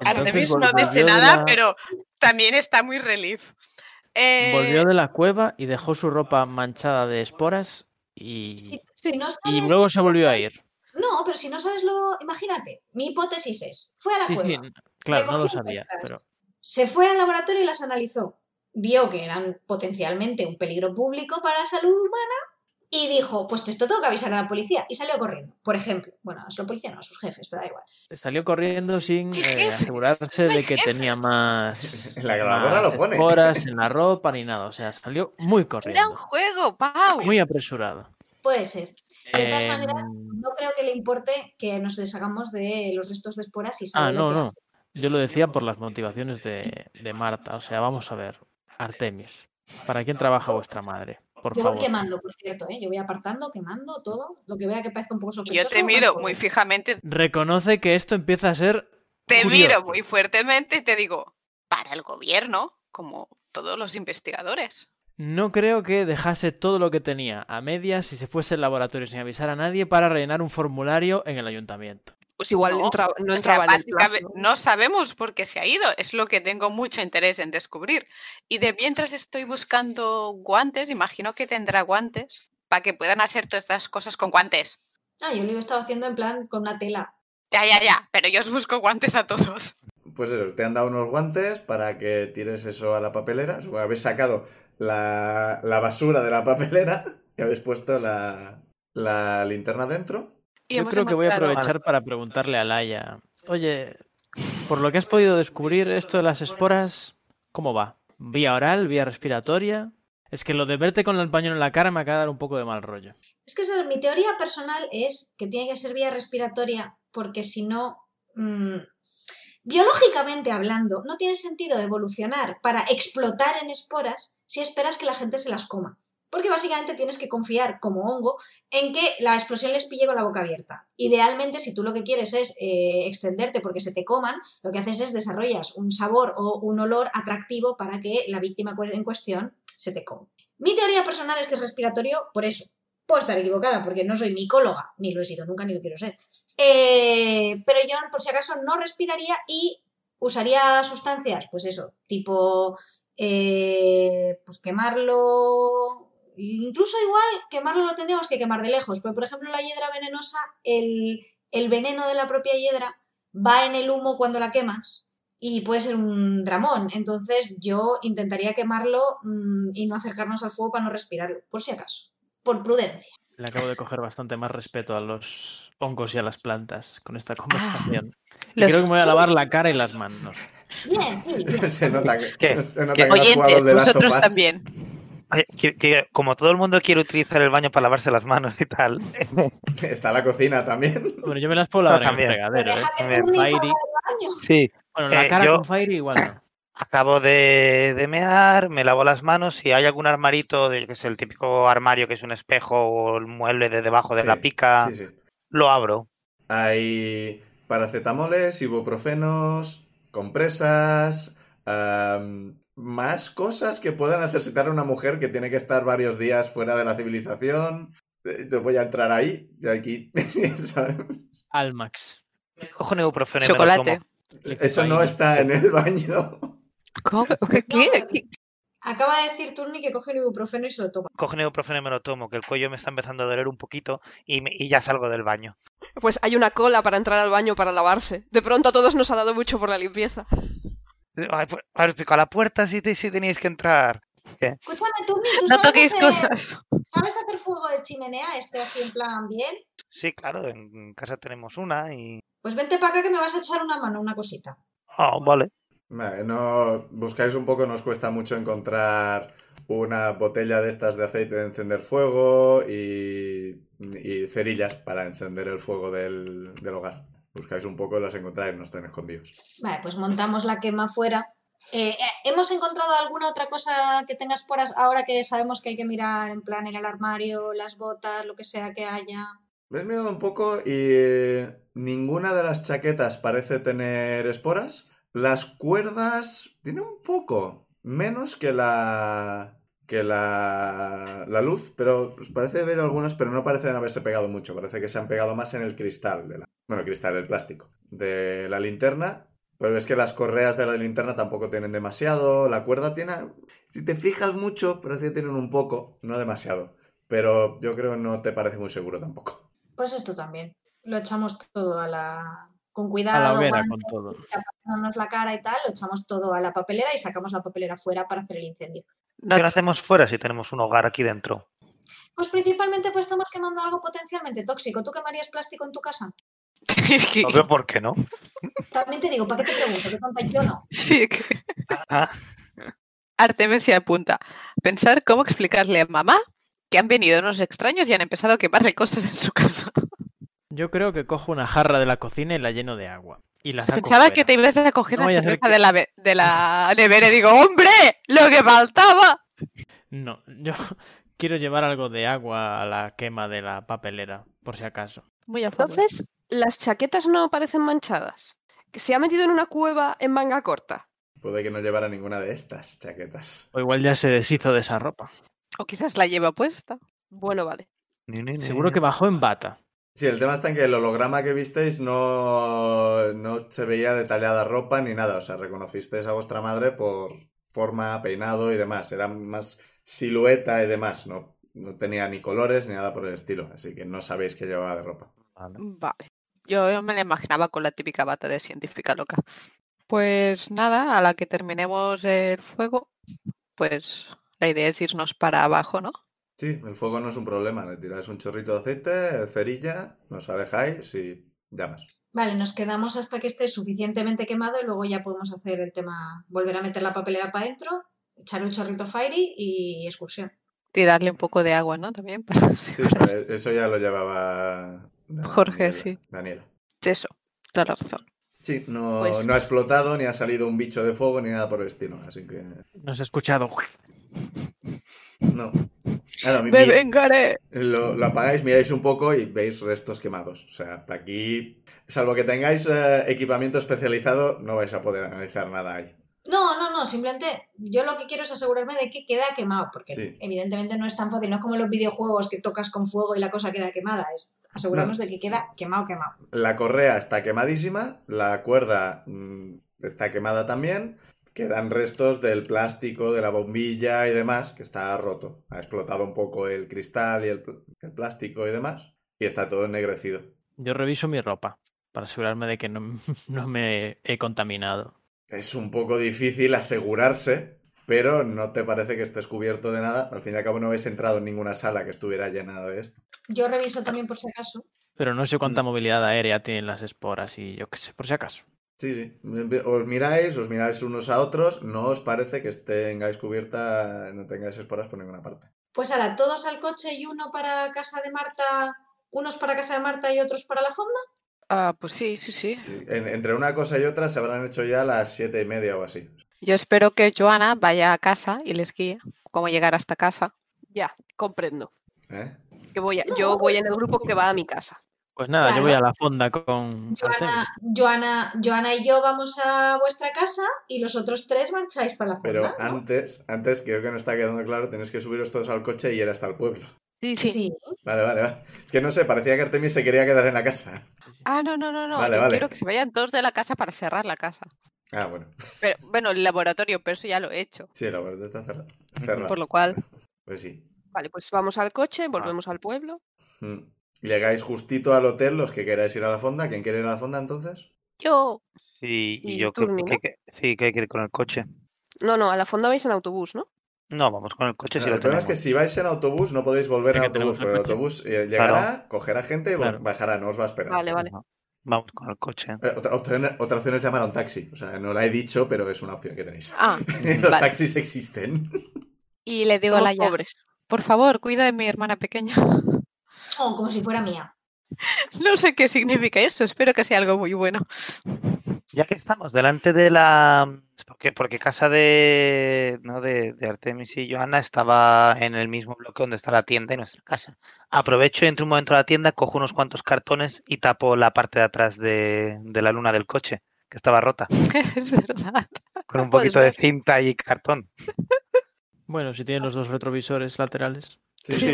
Speaker 3: Artemis no
Speaker 6: volvió
Speaker 3: dice
Speaker 6: de
Speaker 3: nada,
Speaker 6: la-
Speaker 3: pero también está muy relief. Eh,
Speaker 6: Volvió de la cueva y dejó su ropa manchada de esporas y,
Speaker 5: Si, si no sabes,
Speaker 6: y luego se volvió a ir.
Speaker 5: No, pero si no sabes lo... Imagínate, mi hipótesis es, fue a la
Speaker 6: Sí, sí,
Speaker 5: cueva,
Speaker 6: n- claro, no lo
Speaker 5: Recogió
Speaker 6: sabía,
Speaker 5: muestras.
Speaker 6: pero
Speaker 5: se fue al laboratorio y las analizó. Vio que eran potencialmente un peligro público para la salud humana y dijo, pues esto tengo que avisar a la policía. Y salió corriendo, por ejemplo. Bueno, es la policía, no, a sus jefes, pero da igual.
Speaker 6: salió
Speaker 5: [laughs]
Speaker 6: corriendo sin
Speaker 3: ¡Qué
Speaker 6: eh,
Speaker 3: jefes!
Speaker 6: asegurarse
Speaker 3: ¡No hay
Speaker 6: de que tenía más,
Speaker 1: En la grabadora lo
Speaker 6: más
Speaker 1: pone.
Speaker 5: [laughs]
Speaker 6: esporas en la ropa ni nada. O sea, salió muy
Speaker 3: Era un [laughs]
Speaker 6: corriendo,
Speaker 3: juego, Pau.
Speaker 6: muy apresurado.
Speaker 5: Puede ser. De todas maneras,
Speaker 6: Em,
Speaker 5: No creo que le importe que nos deshagamos de los restos de esporas y
Speaker 6: Ah,
Speaker 5: sabe lo
Speaker 6: no,
Speaker 5: que
Speaker 6: no.
Speaker 5: hace.
Speaker 6: Yo lo decía por las motivaciones de, de Marta. O sea, vamos a ver. Artemis, ¿para quién trabaja vuestra madre? Por
Speaker 5: Yo voy
Speaker 6: favor.
Speaker 5: quemando, por cierto, ¿eh? Yo voy apartando, quemando todo, lo que vea que parezca un poco
Speaker 3: Y
Speaker 5: sospechoso.
Speaker 3: yo te
Speaker 5: lo
Speaker 3: miro
Speaker 5: transformo.
Speaker 3: muy fijamente,
Speaker 6: Reconoce que esto empieza a ser
Speaker 3: te
Speaker 6: curioso.
Speaker 3: miro muy fuertemente y te digo, para el gobierno, como todos los investigadores.
Speaker 6: No creo que dejase todo lo que tenía a medias si se fuese al laboratorio sin avisar a nadie para rellenar un formulario en el ayuntamiento.
Speaker 4: Pues igual
Speaker 3: No,
Speaker 4: entra- no
Speaker 3: O sea,
Speaker 4: entraba en el plazo.
Speaker 3: básicamente no sabemos por qué se ha ido, es lo que tengo mucho interés en descubrir. Y de mientras estoy buscando guantes, imagino que tendrá guantes para que puedan hacer todas estas cosas con guantes.
Speaker 5: Ah, yo lo he estado haciendo en plan con una tela.
Speaker 3: Ya, ya, ya, pero yo os busco guantes a todos.
Speaker 1: Pues eso, te han dado unos guantes para que tires eso a la papelera. Supongo que habéis sacado la, la basura de la papelera [laughs] y habéis puesto la, la linterna dentro. [laughs]
Speaker 3: Y
Speaker 6: Yo
Speaker 3: hemos
Speaker 6: creo que voy a
Speaker 3: encontrado-
Speaker 6: aprovechar para preguntarle a Laia. Oye, por lo que has podido descubrir esto de las esporas, ¿cómo va? ¿Vía oral? ¿Vía respiratoria? Es que lo de verte con el pañuelo en la cara me acaba de dar un poco de mal rollo.
Speaker 5: Es que esa- mi teoría personal es que tiene que ser vía respiratoria, porque si no. mm, biológicamente hablando, no tiene sentido evolucionar para explotar en esporas si esperas que la gente se las coma. Porque básicamente tienes que confiar, como hongo, en que la explosión les pille con la boca abierta. Idealmente, si tú lo que quieres es eh, extenderte porque se te coman, lo que haces es desarrollas un sabor o un olor atractivo para que la víctima cu- en cuestión se te coma. Mi teoría personal es que es respiratorio por eso. Puedo estar equivocada porque no soy micóloga, ni lo he sido nunca, ni lo quiero ser. Eh, pero yo, por si acaso, no respiraría y usaría sustancias, pues eso, tipo eh, pues quemarlo. Incluso igual quemarlo lo tendríamos que quemar de lejos, pero por ejemplo la hiedra venenosa, el, el veneno de la propia hiedra va en el humo cuando la quemas y puede ser un dramón, entonces yo intentaría quemarlo mm, y no acercarnos al fuego para no respirarlo, por si acaso, por prudencia.
Speaker 6: Le acabo de coger bastante más respeto a los hongos y a las plantas con esta conversación. Y
Speaker 3: Ah. los-
Speaker 6: creo que me voy a lavar la cara y las manos.
Speaker 5: Bien,
Speaker 6: [laughs]
Speaker 5: sí, bien.
Speaker 1: se nota que,
Speaker 7: ¿Qué?
Speaker 1: se nota
Speaker 7: ¿Qué?
Speaker 1: que no has jugado
Speaker 3: Oyentes,
Speaker 1: al de Last of
Speaker 3: vosotros
Speaker 1: Us.
Speaker 3: también.
Speaker 7: Oye,
Speaker 2: Eh,
Speaker 7: que- que como todo el mundo quiere utilizar el baño para lavarse las manos y tal,
Speaker 1: [laughs] Está la cocina también.
Speaker 6: Bueno, yo me las puedo lavar en el
Speaker 7: también.
Speaker 6: fregadero. ¿eh?
Speaker 5: Deja
Speaker 7: eh,
Speaker 5: que Turni
Speaker 6: Fairy.
Speaker 5: vaya al baño.
Speaker 7: sí,
Speaker 6: Bueno, la
Speaker 7: Eh,
Speaker 6: cara
Speaker 7: yo-
Speaker 6: con Fairy igual no.
Speaker 7: acabo de, de mear, me lavo las manos, si hay algún armarito, de, que es el típico armario que es un espejo o el mueble de debajo de la
Speaker 1: Sí,
Speaker 7: pica,
Speaker 1: Sí, sí.
Speaker 7: lo abro.
Speaker 1: Hay paracetamoles, ibuprofenos, compresas, am, más cosas que puedan necesitar una mujer que tiene que estar varios días fuera de la civilización. Eh, Yo voy a entrar ahí, yo aquí. [laughs] ¿sabes?
Speaker 6: Almax.
Speaker 7: Cojo ibuprofeno y me lo
Speaker 3: Chocolate.
Speaker 7: tomo.
Speaker 1: Eso no está en el baño.
Speaker 3: [laughs]
Speaker 4: [laughs]
Speaker 3: ¿Cómo que- o que-
Speaker 5: No,
Speaker 3: ¿Qué?
Speaker 5: pero-
Speaker 3: ¿Qué-
Speaker 5: Acaba de decir Turni que coge el ibuprofeno y se lo toma.
Speaker 7: Coge ibuprofeno y me lo tomo, que el cuello me está empezando a doler un poquito y, me- y ya salgo del baño.
Speaker 4: Pues hay una cola para entrar al baño para lavarse. De pronto a todos nos ha dado mucho por la limpieza.
Speaker 7: Ay, pues, a ver, pico a la puerta si, te- si teníais que entrar.
Speaker 5: Escúchame, Turni, ¿tú
Speaker 3: No
Speaker 5: sabes
Speaker 3: toquéis
Speaker 5: hacer-
Speaker 3: cosas.
Speaker 5: ¿Sabes hacer fuego de chimenea? Este así en plan bien.
Speaker 7: Sí, claro, en casa tenemos una y...
Speaker 5: Pues vente para acá que me vas a echar una mano, una cosita.
Speaker 7: Oh, vale.
Speaker 1: Vale, no buscáis un poco, nos cuesta mucho encontrar una botella de estas de aceite de encender fuego y, y cerillas para encender el fuego del, del hogar. Buscáis un poco, las encontráis, no están escondidos.
Speaker 5: Vale, pues montamos la quema fuera. Eh, eh, ¿Hemos encontrado alguna otra cosa que tengas por as- ahora que sabemos que hay que mirar en plan en el armario, las botas, lo que sea que haya?
Speaker 1: Lo he mirado un poco y eh, ninguna de las chaquetas parece tener esporas. Las cuerdas tienen un poco, menos que la que la, la luz, pero os parece ver algunas, pero no parecen haberse pegado mucho. Parece que se han pegado más en el cristal, de la, bueno, cristal, el plástico, de la linterna. Pero ves que las correas de la linterna tampoco tienen demasiado. La cuerda tiene, si te fijas mucho, parece que tienen un poco, no demasiado. Pero yo creo que no te parece muy seguro tampoco.
Speaker 5: Pues esto también. Lo echamos todo a la. Con cuidado,
Speaker 6: A la hoguera
Speaker 5: guantes,
Speaker 6: con todo.
Speaker 5: tapándonos la cara y tal, lo echamos todo a la papelera y sacamos la papelera fuera para hacer el incendio.
Speaker 7: ¿Qué lo hacemos fuera si tenemos un hogar aquí dentro?
Speaker 5: Pues principalmente pues estamos quemando algo potencialmente tóxico. ¿Tú quemarías plástico en tu casa?
Speaker 3: Es [laughs] que-
Speaker 7: No veo por [laughs] qué no.
Speaker 5: También te digo, ¿para qué te pregunto? ¿Qué tonta yo no?
Speaker 3: sí, que-
Speaker 7: Ah,
Speaker 3: Artemis se apunta. Pensar cómo explicarle a mamá que han venido unos extraños y han empezado a quemarle cosas en su casa.
Speaker 6: Yo creo que cojo una jarra de la cocina y la lleno de agua. Y la saco
Speaker 3: Pensaba que
Speaker 6: fuera.
Speaker 3: te ibas a coger
Speaker 6: No
Speaker 3: la
Speaker 6: vaya a ser
Speaker 3: cerveza
Speaker 6: que-
Speaker 3: de, la, be- de la nevera y digo, ¡hombre! ¡Lo que faltaba!
Speaker 6: No, yo [laughs] quiero llevar algo de agua a la quema de la papelera, por si acaso.
Speaker 3: Muy a favor.
Speaker 4: Entonces, las chaquetas no parecen manchadas. Que se ha metido en una cueva en manga corta.
Speaker 1: Puede que no llevara ninguna de estas chaquetas.
Speaker 6: O igual ya se deshizo de esa ropa.
Speaker 3: O quizás la lleva puesta.
Speaker 4: Bueno, vale.
Speaker 7: ni, ni, ni,
Speaker 6: Seguro
Speaker 7: ni.
Speaker 6: que bajó en bata.
Speaker 1: Sí, el tema está en que el holograma que visteis no, no se veía detallada ropa ni nada. O sea, reconocisteis a vuestra madre por forma, peinado y demás. Era más silueta y demás. No, no tenía ni colores ni nada por el estilo. Así que no sabéis qué llevaba de ropa.
Speaker 6: Vale.
Speaker 3: Vale. Yo me la imaginaba con la típica bata de científica loca. Pues nada, a la que terminemos el fuego, pues la idea es irnos para abajo, ¿no?
Speaker 1: Sí, el fuego no es un problema. Le tiráis un chorrito de aceite, cerilla, nos alejáis y llamas.
Speaker 5: Vale, nos quedamos hasta que esté suficientemente quemado y luego ya podemos hacer el tema, volver a meter la papelera para adentro, echar un chorrito fiery y excursión.
Speaker 3: Tirarle un poco de agua, ¿no? También para [laughs]
Speaker 1: Sí, pero eso ya lo llevaba Daniela-
Speaker 3: Jorge, sí.
Speaker 1: Daniela.
Speaker 3: eso. Toda la razón.
Speaker 1: Sí, no,
Speaker 4: Pues-
Speaker 1: no ha explotado, ni ha salido un bicho de fuego, ni nada por el estilo. Así que.
Speaker 6: Nos ha escuchado. [laughs]
Speaker 1: No. Ahora, mi-
Speaker 3: ¡Me
Speaker 1: mi-
Speaker 3: vengaré!
Speaker 1: lo, lo apagáis, miráis un poco y veis restos quemados. O sea, hasta aquí. Salvo que tengáis eh, equipamiento especializado, no vais a poder analizar nada ahí.
Speaker 5: No, no, no, simplemente yo lo que quiero es asegurarme de que queda quemado, porque
Speaker 1: Sí.
Speaker 5: evidentemente no es tan fácil, no es como los videojuegos que tocas con fuego y la cosa queda quemada, es asegurarnos de que queda quemado, quemado.
Speaker 1: La correa está quemadísima, la cuerda mm, está quemada también. Quedan restos del plástico, de la bombilla y demás, que está roto. Ha explotado un poco el cristal y el pl- el plástico y demás. Y está todo ennegrecido.
Speaker 6: Yo reviso mi ropa para asegurarme de que no, [laughs] no me he contaminado.
Speaker 1: Es un poco difícil asegurarse, pero no te parece que estés cubierto de nada. Al fin y al cabo no habéis entrado en ninguna sala que estuviera llena de esto.
Speaker 5: Yo reviso también por si acaso.
Speaker 6: Pero no sé cuánta movilidad aérea tienen las esporas y yo qué sé, por si acaso.
Speaker 1: Sí, sí. Os miráis, os miráis unos a otros, no os parece que tengáis cubierta, no tengáis esporas por ninguna parte.
Speaker 5: Pues ahora, todos al coche y uno para casa de Marta, unos para casa de Marta y otros para la fonda.
Speaker 3: Ah, pues sí, sí, sí.
Speaker 1: En- entre una cosa y otra se habrán hecho ya las siete y media o así.
Speaker 3: Yo espero que Joana vaya a casa y les guíe cómo llegar hasta casa.
Speaker 4: Ya, comprendo.
Speaker 1: ¿Eh?
Speaker 4: Que voy a-
Speaker 5: No,
Speaker 4: yo voy
Speaker 5: pues-
Speaker 4: en el grupo que va a mi casa.
Speaker 6: Pues nada, yo voy
Speaker 5: Claro.
Speaker 6: a la fonda con Artemis.
Speaker 5: Joana, Joana, Joana y yo vamos a vuestra casa y los otros tres marcháis para la
Speaker 1: Pero
Speaker 5: fonda. ¿no?
Speaker 1: antes, antes creo que no está quedando claro, tenéis que subiros todos al coche y ir hasta el pueblo.
Speaker 5: Sí.
Speaker 1: Vale, vale, vale. Es que no sé, parecía que Artemis se quería quedar en la casa.
Speaker 3: Ah, no, no, no, no.
Speaker 1: Vale,
Speaker 3: yo
Speaker 1: vale.
Speaker 3: quiero que se vayan todos de la casa para cerrar la casa.
Speaker 1: Ah, bueno.
Speaker 3: Pero, bueno, el laboratorio, pero eso ya lo he hecho.
Speaker 1: Sí, la puerta está
Speaker 3: [laughs]
Speaker 1: cerrada. cerrada.
Speaker 3: Por lo cual,
Speaker 1: Pues sí.
Speaker 4: Vale, pues vamos al coche, volvemos al pueblo.
Speaker 1: Mm. Llegáis justito al hotel los que queráis ir a la fonda. ¿Quién quiere ir a la fonda entonces?
Speaker 3: yo.
Speaker 7: Sí, y
Speaker 4: Y
Speaker 7: yo creo
Speaker 4: Turni,
Speaker 7: que, hay que- sí, que hay que ir con el coche.
Speaker 4: No, no, a la fonda vais en autobús, ¿no?
Speaker 7: No, vamos con el coche si
Speaker 1: Bueno,
Speaker 7: lo
Speaker 1: el problema es que
Speaker 7: tenemos.
Speaker 1: si vais en autobús no podéis volver en
Speaker 6: Porque
Speaker 1: autobús,
Speaker 6: tenemos
Speaker 1: porque el
Speaker 6: el coche.
Speaker 1: autobús eh, llegará,
Speaker 7: Claro.
Speaker 1: cogerá gente y os
Speaker 6: Claro.
Speaker 1: bajará, no os va a esperar.
Speaker 4: Vale, vale.
Speaker 7: Vamos con el coche.
Speaker 1: Eh, Otra, otra- otra opción es llamar a un taxi. O sea, no la he dicho, pero es una opción que
Speaker 3: [laughs]
Speaker 1: tenéis. [laughs]
Speaker 3: Ah,
Speaker 1: Los
Speaker 3: Vale.
Speaker 1: taxis existen.
Speaker 3: y le digo a
Speaker 4: Somos
Speaker 3: la ya,
Speaker 4: pobres.
Speaker 3: por favor, cuida de mi hermana pequeña. [laughs]
Speaker 5: Oh, como si fuera mía.
Speaker 3: No sé qué significa eso, espero que sea algo muy bueno. [laughs]
Speaker 7: Ya que estamos delante de la... Porque, porque casa de, ¿no? de, de Artemis y Johanna estaba en el mismo bloque donde está la tienda y nuestra casa. Aprovecho y entro un momento a la tienda, cojo unos cuantos cartones y tapo la parte de atrás de, de la luna del coche, que estaba rota,
Speaker 3: es verdad.
Speaker 7: con
Speaker 3: [laughs]
Speaker 7: un
Speaker 4: Puedes
Speaker 7: poquito de
Speaker 4: ver.
Speaker 7: cinta y cartón.
Speaker 6: Bueno, si tiene los dos retrovisores laterales.
Speaker 1: Sí, sí,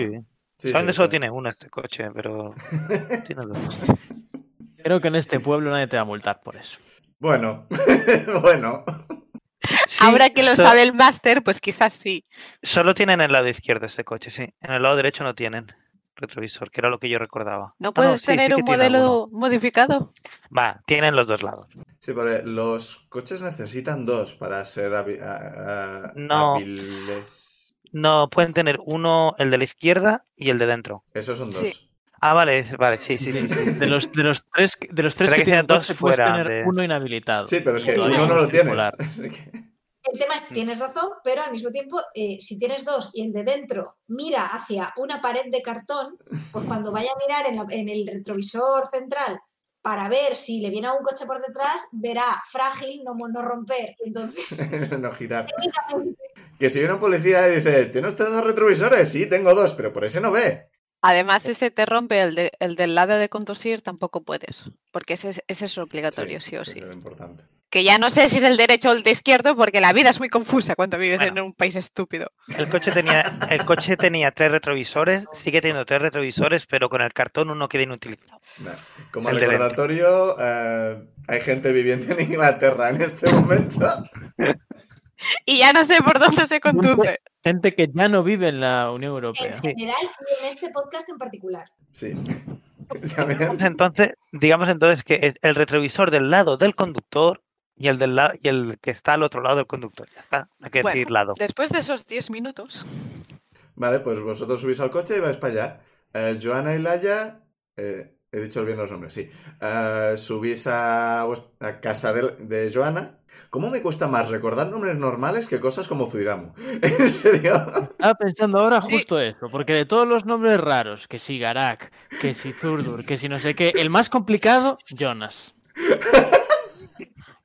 Speaker 7: ¿Sabes dónde
Speaker 1: sí,
Speaker 7: solo
Speaker 1: sí.
Speaker 7: tiene uno este coche?
Speaker 1: [laughs]
Speaker 7: Pero tiene dos.
Speaker 6: Creo que en este pueblo nadie te va a multar por eso.
Speaker 1: Bueno, [laughs] bueno.
Speaker 7: Sí,
Speaker 3: Ahora que lo
Speaker 7: so-
Speaker 3: sabe el máster, pues quizás sí.
Speaker 7: Solo tienen el lado izquierdo este coche, sí. En el lado derecho no tienen retrovisor, que era lo que yo recordaba. Ah,
Speaker 3: ¿No puedes
Speaker 7: sí, sí
Speaker 3: tener
Speaker 7: que
Speaker 3: un
Speaker 7: tiene alguno.
Speaker 3: modelo modificado?
Speaker 7: Va, tienen los dos lados.
Speaker 1: Sí, porque los coches necesitan dos para ser habi- a- a-
Speaker 7: No.
Speaker 1: hábiles.
Speaker 7: No, pueden tener uno, el de la izquierda y el de dentro.
Speaker 1: Esos son dos.
Speaker 3: Sí.
Speaker 7: Ah, vale, es- vale, sí, sí, sí.
Speaker 6: De los, de los tres, que- de los tres
Speaker 7: Tendrá
Speaker 6: que
Speaker 7: que tener
Speaker 6: tienen
Speaker 7: dos
Speaker 6: dos, puedes
Speaker 7: fuera
Speaker 6: tener
Speaker 7: de-
Speaker 6: uno inhabilitado.
Speaker 1: Sí, pero es que
Speaker 5: Todavía
Speaker 1: uno no
Speaker 5: es
Speaker 1: lo tienes. [laughs]
Speaker 6: circular.
Speaker 1: Así que-
Speaker 5: El tema es, tienes razón, pero al mismo tiempo, eh, si tienes dos y el de dentro mira hacia una pared de cartón, pues cuando vaya a mirar en, la- en el retrovisor central para ver si le viene a un coche por detrás, verá frágil, no, mo- no romper. Y Entonces,
Speaker 1: [laughs] no girar.
Speaker 5: técnicamente,
Speaker 1: Que si viene un policía y dice, ¿tiene usted dos retrovisores? Sí, tengo dos, pero por ese no ve.
Speaker 3: Además, si se te rompe el, de- el del lado de conducir, tampoco puedes, porque ese, es- ese es obligatorio, sí, o
Speaker 1: eso
Speaker 3: sí.
Speaker 1: es lo importante.
Speaker 3: Que ya no sé si es el derecho o el de izquierdo, porque la vida es muy confusa cuando vives
Speaker 7: Bueno.
Speaker 3: en un país estúpido.
Speaker 7: El coche tenía, el coche tenía tres retrovisores, sigue teniendo tres retrovisores, pero con el cartón uno queda inutilizado.
Speaker 1: Nah, Como
Speaker 7: El de dentro.
Speaker 1: recordatorio, eh, hay gente viviendo en Inglaterra en este momento.
Speaker 3: Y ya no sé por dónde se conduce.
Speaker 6: Gente que ya no vive en la Unión
Speaker 5: en
Speaker 6: Europea.
Speaker 5: general y en este podcast en particular.
Speaker 1: Sí. [laughs] Ya ven.
Speaker 7: Entonces, digamos entonces que es el retrovisor del lado del conductor y el del lado y el que está al otro lado del conductor. Ya está, no hay que
Speaker 3: Bueno,
Speaker 7: decir lado.
Speaker 3: Después de esos 10 minutos,
Speaker 1: Vale, pues vosotros subís al coche y vais para allá. Eh, Joana y Laia, eh, he dicho bien los nombres, sí. Eh, subís a, vues- a casa de, de Joana. ¿Cómo me cuesta más recordar nombres normales que cosas como Zuidamu? [laughs] En serio.
Speaker 6: Estaba pensando ahora
Speaker 3: Sí.
Speaker 6: justo eso, porque de todos los nombres raros, que si Garak, que si Zurdur, que si no sé qué, el más complicado, Jonas.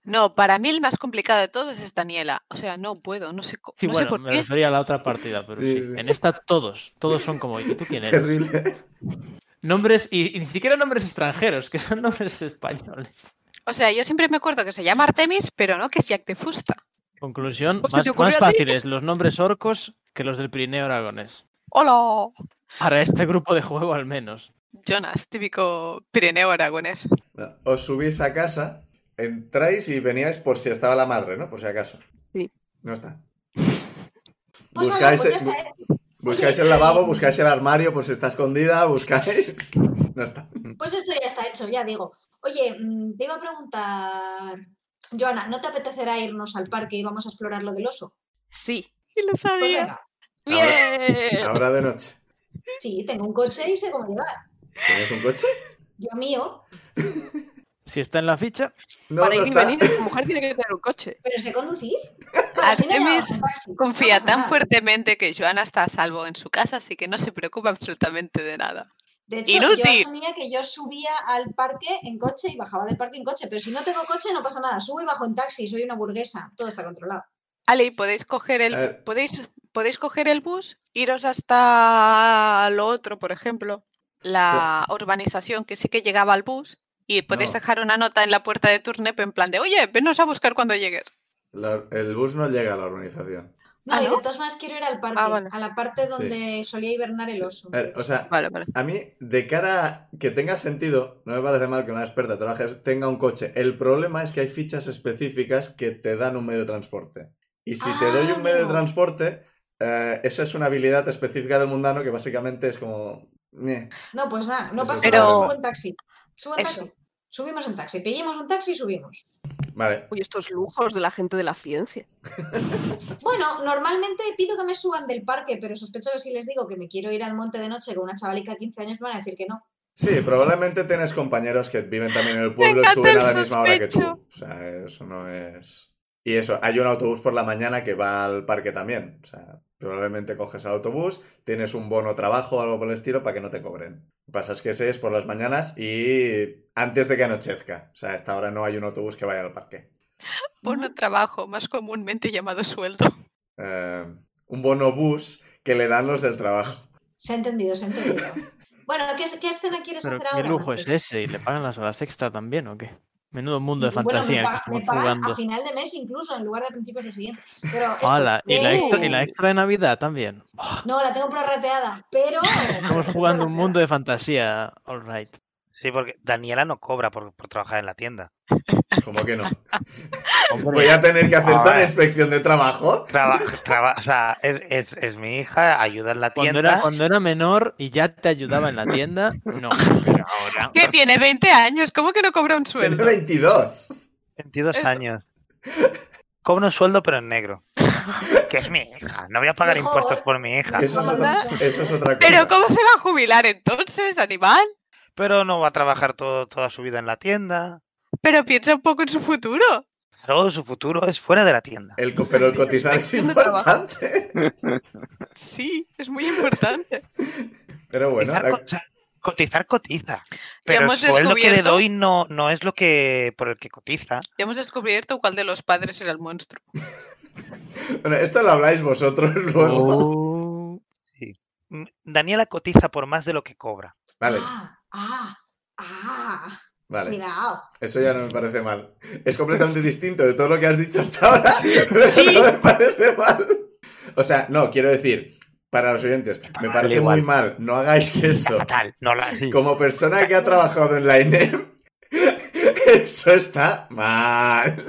Speaker 3: no, para mí el más complicado de todos es Daniela. O sea, no puedo, no sé, co-
Speaker 6: Sí,
Speaker 3: no sé
Speaker 6: bueno,
Speaker 3: por
Speaker 6: me
Speaker 3: qué.
Speaker 6: refería a la otra partida, pero
Speaker 1: Sí,
Speaker 6: sí.
Speaker 1: sí.
Speaker 6: En esta todos, todos son como, ¿y tú quién eres?
Speaker 1: Terrible.
Speaker 6: Nombres, y, y ni siquiera nombres extranjeros, que son nombres españoles.
Speaker 3: O sea, yo siempre me acuerdo que se llama Artemis, pero no que es Jack de Fusta.
Speaker 6: Conclusión,
Speaker 3: Pues se
Speaker 6: más,
Speaker 3: te ocurrió
Speaker 6: más
Speaker 3: a ti.
Speaker 6: fáciles los nombres orcos que los del Pirineo Aragonés.
Speaker 3: ¡Hola!
Speaker 6: Para este grupo de juego al menos.
Speaker 3: Jonas, típico Pirineo aragonés.
Speaker 1: Os subís a casa, entráis y veníais por si estaba la madre, ¿no? Por si acaso.
Speaker 4: Sí.
Speaker 1: No está.
Speaker 5: Pues, ala,
Speaker 1: Buscáis,
Speaker 5: pues ya
Speaker 1: bu-
Speaker 5: está, ¿eh?
Speaker 1: buscáis el lavabo, buscáis el armario por si está escondida, buscáis... No está.
Speaker 5: Pues esto ya está hecho, ya digo. Oye, mm, te iba a preguntar, Joana, ¿no te apetecerá irnos al parque y vamos a explorar lo del oso?
Speaker 4: Sí.
Speaker 3: Y lo
Speaker 5: Pues
Speaker 3: sabía.
Speaker 5: venga,
Speaker 1: Ahora-
Speaker 5: Eh.
Speaker 4: Bien.
Speaker 1: Ahora de noche.
Speaker 5: sí, tengo un coche y sé cómo llevar.
Speaker 1: ¿Tienes un coche?
Speaker 5: Yo mío,
Speaker 6: Si está en la ficha,
Speaker 1: No,
Speaker 4: Para
Speaker 1: no
Speaker 4: ir y
Speaker 1: está.
Speaker 4: venir, la mujer tiene que tener un coche.
Speaker 5: pero
Speaker 3: [laughs]
Speaker 5: sé conducir. Bueno, si no,
Speaker 3: Artemis
Speaker 5: llamamos un taxi, no
Speaker 3: Confía
Speaker 5: pasa
Speaker 3: tan
Speaker 5: nada.
Speaker 3: fuertemente que Joana está a salvo en su casa, así que no se preocupa absolutamente de nada.
Speaker 5: De hecho,
Speaker 3: ¡Inútil!
Speaker 5: yo asumía que yo subía al parque en coche y bajaba del parque en coche, pero si no tengo coche no pasa nada, subo y bajo en taxi, soy una burguesa, todo está controlado.
Speaker 3: Ale, podéis coger
Speaker 1: A
Speaker 3: el
Speaker 1: ver.
Speaker 3: podéis podéis coger el bus, iros hasta lo otro, por ejemplo, la urbanización que sí que llegaba al bus y podéis
Speaker 1: No.
Speaker 3: dejar una nota en la puerta de Turnep en plan de, "Oye, venos a buscar cuando llegues."
Speaker 1: La- el bus no llega a la urbanización.
Speaker 5: No,
Speaker 3: Ah,
Speaker 5: y
Speaker 3: ¿no?
Speaker 5: de todas maneras quiero ir al parque,
Speaker 3: Ah, vale.
Speaker 5: a la parte donde solía hibernar el oso.
Speaker 1: Eh, O sea,
Speaker 3: Vale, vale.
Speaker 1: a mí, de cara a que tenga sentido, no me parece mal que una experta trabaje, tenga un coche. El problema es que hay fichas específicas que te dan un medio de transporte. Y si te doy un medio
Speaker 5: Ah,
Speaker 1: de
Speaker 5: amigo.
Speaker 1: transporte, eh, eso es una habilidad específica del mundano que básicamente es como... "Meh".
Speaker 5: No, pues nada, no
Speaker 1: Eso
Speaker 5: pasa
Speaker 1: es
Speaker 5: nada,
Speaker 1: verdad.
Speaker 5: subo en taxi. Subo en
Speaker 4: Eso.
Speaker 5: taxi. Subimos en taxi, pedimos un taxi y subimos.
Speaker 1: Vale.
Speaker 4: Uy, estos lujos de la gente de la ciencia.
Speaker 5: Bueno, normalmente pido que me suban del parque, pero sospecho que si les digo que me quiero ir al monte de noche con una chavalica de 15 años me van a decir que no.
Speaker 1: Sí, probablemente tienes compañeros que viven también en
Speaker 3: [laughs]
Speaker 1: el pueblo y
Speaker 3: encanta
Speaker 1: suben a
Speaker 3: el
Speaker 1: la misma hora que tú.
Speaker 3: sospecho.
Speaker 1: O sea, eso no es... Y eso, hay un autobús por la mañana que va al parque también. O sea, probablemente coges el autobús, tienes un bono trabajo o algo por el estilo para que no te cobren. Lo que pasa es que ese es por las mañanas y antes de que anochezca. O sea, a esta hora no hay un autobús que vaya al parque.
Speaker 3: Bono trabajo, más comúnmente llamado sueldo. [laughs]
Speaker 1: Eh, un bono bus que le dan los del
Speaker 3: [laughs]
Speaker 1: trabajo.
Speaker 5: Se ha entendido, se
Speaker 1: [laughs]
Speaker 5: ha entendido. Bueno, ¿qué, qué escena quieres
Speaker 6: Pero
Speaker 5: hacer
Speaker 6: qué
Speaker 5: ahora?
Speaker 6: lujo es
Speaker 5: Marcel?
Speaker 6: ese y le pagan las horas extra también o qué. Menudo mundo de
Speaker 5: Bueno, me,
Speaker 6: fantasía
Speaker 5: pa-
Speaker 6: que
Speaker 5: me
Speaker 6: estamos
Speaker 5: pagan
Speaker 6: jugando.
Speaker 5: a final de mes incluso, en lugar de a principios del siguiente. Pero esto-
Speaker 6: Hala, y la extra y la
Speaker 5: ¡Uh!
Speaker 6: extra de Navidad también. Buah,
Speaker 5: No, la tengo prorrateada, pero...
Speaker 6: [laughs] Estamos jugando un mundo de fantasía, all right.
Speaker 7: Sí, porque Daniela no cobra por, por trabajar en la tienda.
Speaker 1: ¿Cómo que no? [laughs] Voy a tener que hacer
Speaker 7: A
Speaker 1: una
Speaker 7: ver.
Speaker 1: inspección de
Speaker 3: [laughs]
Speaker 1: trabajo.
Speaker 7: Traba- traba- o sea, es, es- es mi hija, ayuda en la
Speaker 6: Cuando
Speaker 7: tienda.
Speaker 6: era, cuando era menor y ya te ayudaba en la tienda, no, pero ahora.
Speaker 3: Que tiene 20 años, ¿cómo que no cobra un
Speaker 1: Tiene
Speaker 3: sueldo?
Speaker 1: 22.
Speaker 7: 22
Speaker 3: Eso.
Speaker 7: años. Cobro un sueldo, pero en negro. que es mi hija. No voy a pagar
Speaker 5: Mejor.
Speaker 7: impuestos por mi hija.
Speaker 1: Eso es, otra,
Speaker 5: Anda.
Speaker 1: eso es otra cosa.
Speaker 3: Pero ¿cómo se va a jubilar entonces, animal?
Speaker 7: Pero no va a trabajar todo, toda su vida en la tienda.
Speaker 3: Pero piensa un poco en su futuro.
Speaker 7: Todo su futuro es fuera de la tienda.
Speaker 1: El, co- pero el cotizar es
Speaker 4: Inspección de trabajo.
Speaker 1: importante.
Speaker 3: Sí, es muy importante.
Speaker 1: Pero bueno,
Speaker 7: cotizar,
Speaker 1: la-
Speaker 7: co- o sea, cotizar cotiza. Pero el
Speaker 3: hemos
Speaker 7: sueldo que le
Speaker 3: descubierto-
Speaker 7: doy no, no es lo que por el que cotiza.
Speaker 3: [laughs] Ya hemos descubierto cuál de los padres era el monstruo.
Speaker 1: bueno, esto lo habláis vosotros [laughs] luego.
Speaker 6: Oh,
Speaker 7: Mm, Daniela cotiza por más de lo que cobra.
Speaker 1: Vale,
Speaker 5: Ah, ah, ah.
Speaker 1: vale.
Speaker 5: Mirao.
Speaker 1: Eso ya no me parece mal. Es completamente distinto de todo lo que has dicho hasta ahora. Pero eso [laughs]
Speaker 3: Sí.
Speaker 1: no me parece mal. O sea, no, quiero decir, para los oyentes, me
Speaker 7: mal,
Speaker 1: parece
Speaker 7: igual.
Speaker 1: muy mal. No hagáis eso.
Speaker 7: Fatal. No la, sí.
Speaker 1: Como persona que ha trabajado en la INEM, [laughs] eso está mal.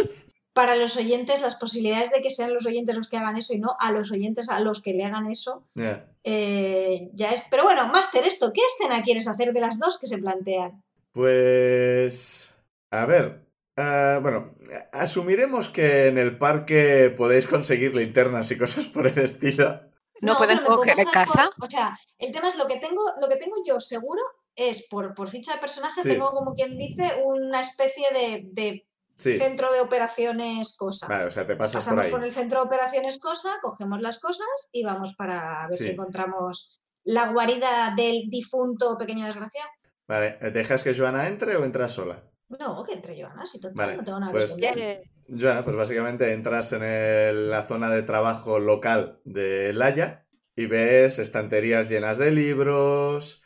Speaker 5: Para los oyentes, las posibilidades de que sean los oyentes los que hagan eso y no a los oyentes a los que le hagan eso,
Speaker 1: Ya.
Speaker 5: eh, ya es... Pero bueno, Master, esto, ¿qué escena quieres hacer de las dos que se plantean?
Speaker 1: Pues... A ver. ah, bueno, asumiremos que en el parque podéis conseguir linternas y cosas por el estilo.
Speaker 3: ¿No pueden
Speaker 5: pero me puedo
Speaker 3: coger en
Speaker 5: pasar por-
Speaker 3: casa?
Speaker 5: o sea, el tema es lo que tengo, lo que tengo yo seguro es por, por ficha de personaje,
Speaker 1: Sí.
Speaker 5: tengo como quien dice una especie de, de
Speaker 1: Sí.
Speaker 5: centro de operaciones cosa.
Speaker 1: Vale, o sea, te pasas por
Speaker 5: Pasamos
Speaker 1: ahí.
Speaker 5: por el centro de operaciones cosa, cogemos las cosas y vamos para ver si
Speaker 1: Sí.
Speaker 5: encontramos la guarida del difunto pequeño desgraciado.
Speaker 1: Vale, ¿eh, ¿dejas que Joana entre o entras sola?
Speaker 5: No, que entre Joana, si total,
Speaker 1: Vale,
Speaker 5: no tengo nada
Speaker 1: pues-
Speaker 5: que esconder.
Speaker 1: Joana, pues básicamente entras en el- la zona de trabajo local de Laya y ves estanterías llenas de libros.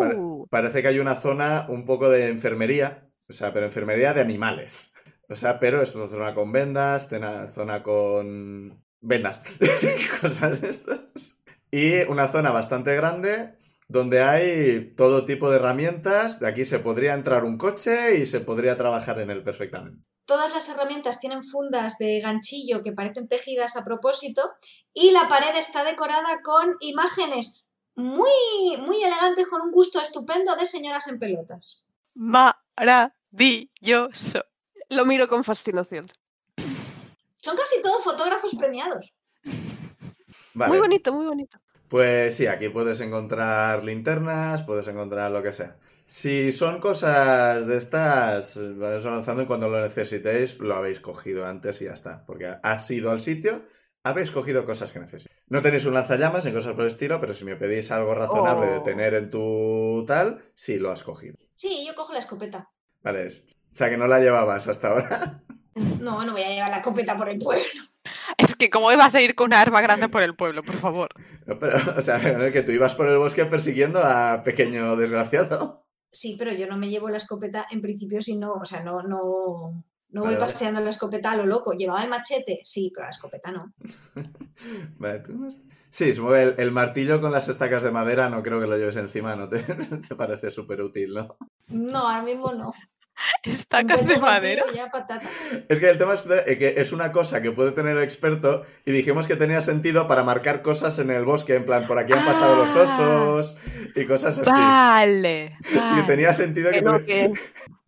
Speaker 1: Pare-
Speaker 4: Uh,
Speaker 1: parece que hay una zona un poco de enfermería, o sea, pero enfermería de animales. O sea, pero es una zona con vendas, tena- zona con vendas, [laughs] cosas de estas. Y una zona bastante grande donde hay todo tipo de herramientas. De aquí se podría entrar un coche y se podría trabajar en él perfectamente.
Speaker 5: Todas las herramientas tienen fundas de ganchillo que parecen tejidas a propósito y la pared está decorada con imágenes muy, muy elegantes, con un gusto estupendo de señoras en pelotas.
Speaker 3: Maravilloso.
Speaker 4: lo miro con fascinación.
Speaker 5: Son casi todos fotógrafos premiados.
Speaker 1: Vale.
Speaker 4: Muy bonito, muy bonito.
Speaker 1: Pues sí, aquí puedes encontrar linternas, puedes encontrar lo que sea. Si son cosas de estas, vais avanzando y cuando lo necesitéis, lo habéis cogido antes y ya está. Porque has ido al sitio, habéis cogido cosas que necesitáis. No tenéis un lanzallamas ni cosas por el estilo, pero si me pedís algo razonable de
Speaker 4: Oh.
Speaker 1: tener en tu tal, sí lo has cogido.
Speaker 5: Sí, yo cojo la escopeta.
Speaker 1: Vale, o sea que no la llevabas hasta ahora. [laughs]
Speaker 5: No, no voy a llevar la escopeta por el pueblo.
Speaker 3: Es que cómo vas a ir con una arma grande por el pueblo, por favor.
Speaker 1: No, Pero, o sea, [laughs] que tú ibas por el bosque persiguiendo a pequeño desgraciado.
Speaker 5: Sí, pero yo no me llevo la escopeta en principio si no, o sea, no, no, No
Speaker 1: Vale,
Speaker 5: voy
Speaker 1: vale.
Speaker 5: paseando la escopeta a lo loco. Llevaba el machete, sí, pero la escopeta no.
Speaker 1: Vale, tú no has- Sí, se mueve el, el martillo con las estacas de madera, no creo que lo lleves encima, no te, [laughs] te parece súper útil, ¿no?
Speaker 5: No, ahora mismo no.
Speaker 3: Estacas de
Speaker 5: Encuentro
Speaker 3: madera.
Speaker 5: vampiro, Ya patata.
Speaker 1: Es que el tema es de- que es una cosa que puede tener el experto y dijimos que tenía sentido para marcar cosas en el bosque, en plan, por aquí han pasado los
Speaker 3: Ah.
Speaker 1: osos y cosas así.
Speaker 3: Vale.
Speaker 1: Sí,
Speaker 3: vale.
Speaker 1: tenía sentido que...
Speaker 4: Que no,
Speaker 1: tuvi-
Speaker 4: que,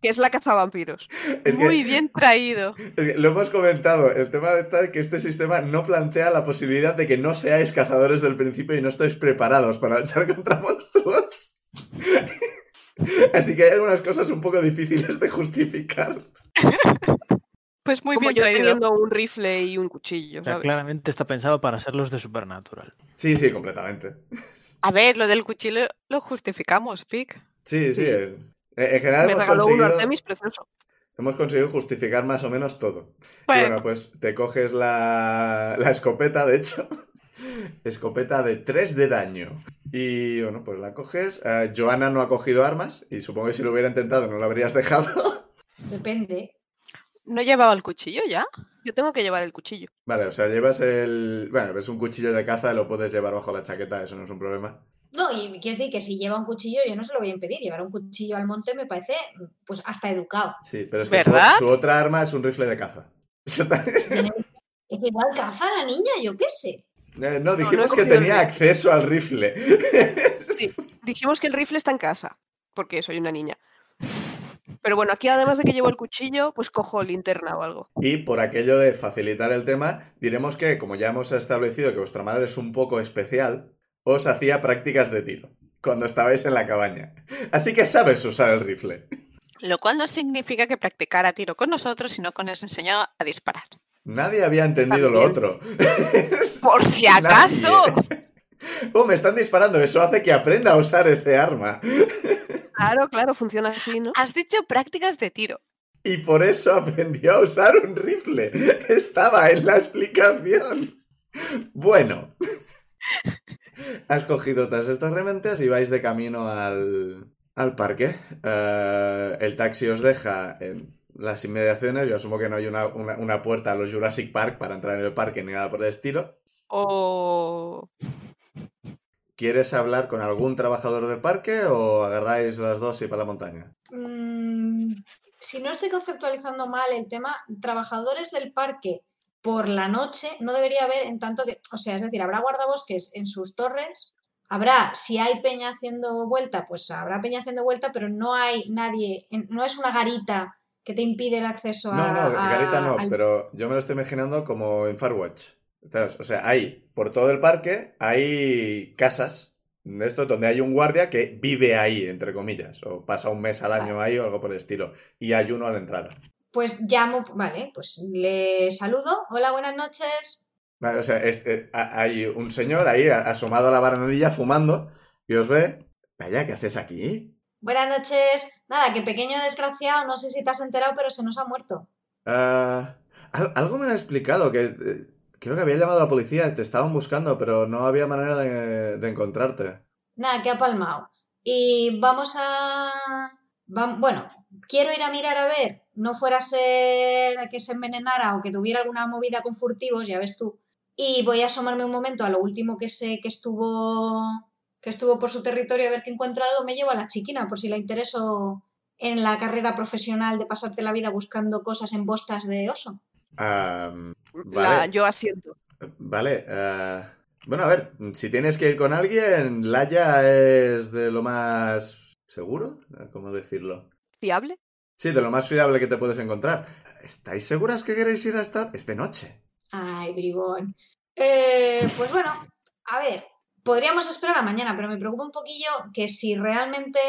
Speaker 4: que es la cazavampiros.
Speaker 1: es que-
Speaker 3: Muy bien traído.
Speaker 1: Es que lo hemos comentado, el tema de tal que este sistema no plantea la posibilidad de que no seáis cazadores del principio y no estáis preparados para luchar [laughs] contra monstruos. Así que hay algunas cosas un poco difíciles de justificar.
Speaker 3: Pues muy
Speaker 4: Como
Speaker 3: bien
Speaker 4: yo
Speaker 3: traído.
Speaker 4: teniendo un rifle y un cuchillo,
Speaker 6: O sea,
Speaker 4: ¿sabes?
Speaker 6: claramente está pensado para ser los de Supernatural.
Speaker 1: Sí, sí, completamente.
Speaker 3: A ver, lo del cuchillo lo justificamos, Pic.
Speaker 1: Sí, sí.
Speaker 4: Sí.
Speaker 1: En, en general
Speaker 4: Me
Speaker 1: hemos
Speaker 4: regaló uno
Speaker 1: conseguido,
Speaker 4: Artemis precioso.
Speaker 1: hemos conseguido justificar más o menos todo. Y
Speaker 3: Bueno,
Speaker 1: bueno, pues te coges la, la escopeta, de hecho. [laughs] Escopeta de 3 de daño. Y bueno, pues la coges. Eh, Joana no ha cogido armas y supongo que si lo hubiera intentado no la habrías [laughs] dejado.
Speaker 5: Depende.
Speaker 3: ¿no llevaba el cuchillo ya?
Speaker 4: Yo tengo que llevar el cuchillo.
Speaker 1: Vale, o sea, llevas el... Bueno, es un cuchillo de caza, lo puedes llevar bajo la chaqueta, eso no es un problema.
Speaker 5: No, y quiero decir que si lleva un cuchillo, yo no se lo voy a impedir. Llevar un cuchillo al monte me parece, pues, hasta educado.
Speaker 1: Sí, pero es que su,
Speaker 3: ¿Verdad?
Speaker 1: su otra arma es un rifle de caza. [laughs]
Speaker 5: Tiene- [laughs] Es que igual caza a la niña, yo qué sé.
Speaker 1: Eh, no,
Speaker 4: No, no
Speaker 1: dijimos que
Speaker 4: he cogido el
Speaker 1: tenía
Speaker 4: rifle.
Speaker 1: acceso al rifle.
Speaker 4: Dijimos que el rifle está en casa, porque soy una niña. Pero bueno, aquí además de que llevo el cuchillo, pues cojo linterna o algo.
Speaker 1: Y por aquello de facilitar el tema, diremos que, como ya hemos establecido que vuestra madre es un poco especial, os hacía prácticas de tiro cuando estabais en la cabaña. Así que sabes usar el rifle.
Speaker 3: Lo cual no significa que practicara tiro con nosotros, sino que nos enseñaba a disparar.
Speaker 1: Nadie había entendido lo
Speaker 4: bien.
Speaker 1: otro.
Speaker 3: [laughs] Por si
Speaker 1: Nadie.
Speaker 3: acaso.
Speaker 1: [laughs] Oh, me están disparando, eso hace que aprenda a usar ese arma.
Speaker 4: Claro, claro, funciona así, ¿no?
Speaker 3: Has dicho prácticas de tiro.
Speaker 1: Y por eso aprendió a usar un rifle. Estaba en la explicación. Bueno. Has cogido todas estas herramientas y vais de camino al, al parque. Eh, el taxi os deja en las inmediaciones. Yo asumo que no hay una, una- una puerta a los Jurassic Park para entrar en el parque ni nada por el estilo.
Speaker 4: O
Speaker 1: ¿Quieres hablar con algún trabajador del parque o agarráis las dos y para la montaña?
Speaker 5: Mm, si no estoy conceptualizando mal el tema, trabajadores del parque por la noche no debería haber en tanto que, o sea, es decir, habrá guardabosques en sus torres, habrá, si hay peña haciendo vuelta, pues habrá peña haciendo vuelta, pero no hay nadie, en- no es una garita que te impide el acceso a...
Speaker 1: No, no, Garita no,
Speaker 5: al-
Speaker 1: pero yo me lo estoy imaginando como en Farwatch. ¿Sabes? O sea, hay por todo el parque, hay casas de esto donde hay un guardia que vive ahí, entre comillas, o pasa un mes al año ahí o algo por el estilo, y hay uno a la entrada.
Speaker 5: Pues llamo, vale, pues le saludo, hola, buenas noches.
Speaker 1: Vale, O sea, este, a- hay un señor ahí a- asomado a la barandilla fumando y os ve. Vaya, ¿qué haces aquí?
Speaker 5: Buenas noches. Nada, que pequeño desgraciado, no sé si te has enterado, pero se nos ha muerto.
Speaker 1: Ah, al- algo me han explicado que eh, creo que había llamado a la policía, te estaban buscando, pero no había manera de- de encontrarte.
Speaker 5: Nada, que ha palmado. Y vamos a... vam- Bueno, quiero ir a mirar a ver, no fuera a ser que se envenenara o que tuviera alguna movida con furtivos, ya ves tú. Y voy a asomarme un momento a lo último que sé que estuvo que estuvo por su territorio a ver que encuentro algo, me llevo a la chiquina por si la intereso en la carrera profesional de pasarte la vida buscando cosas en bostas de oso.
Speaker 1: Am,
Speaker 4: la,
Speaker 1: vale,
Speaker 4: yo asiento.
Speaker 1: vale. ah, bueno, a ver, si tienes que ir con alguien, Laia es de lo más seguro, ¿cómo decirlo?
Speaker 4: ¿Fiable?
Speaker 1: Sí, de lo más fiable que te puedes encontrar. ¿Estáis seguras que queréis ir hasta es de noche?
Speaker 5: Ay, bribón. Eh, pues bueno, a ver, podríamos esperar a mañana, pero me preocupa un poquillo que si realmente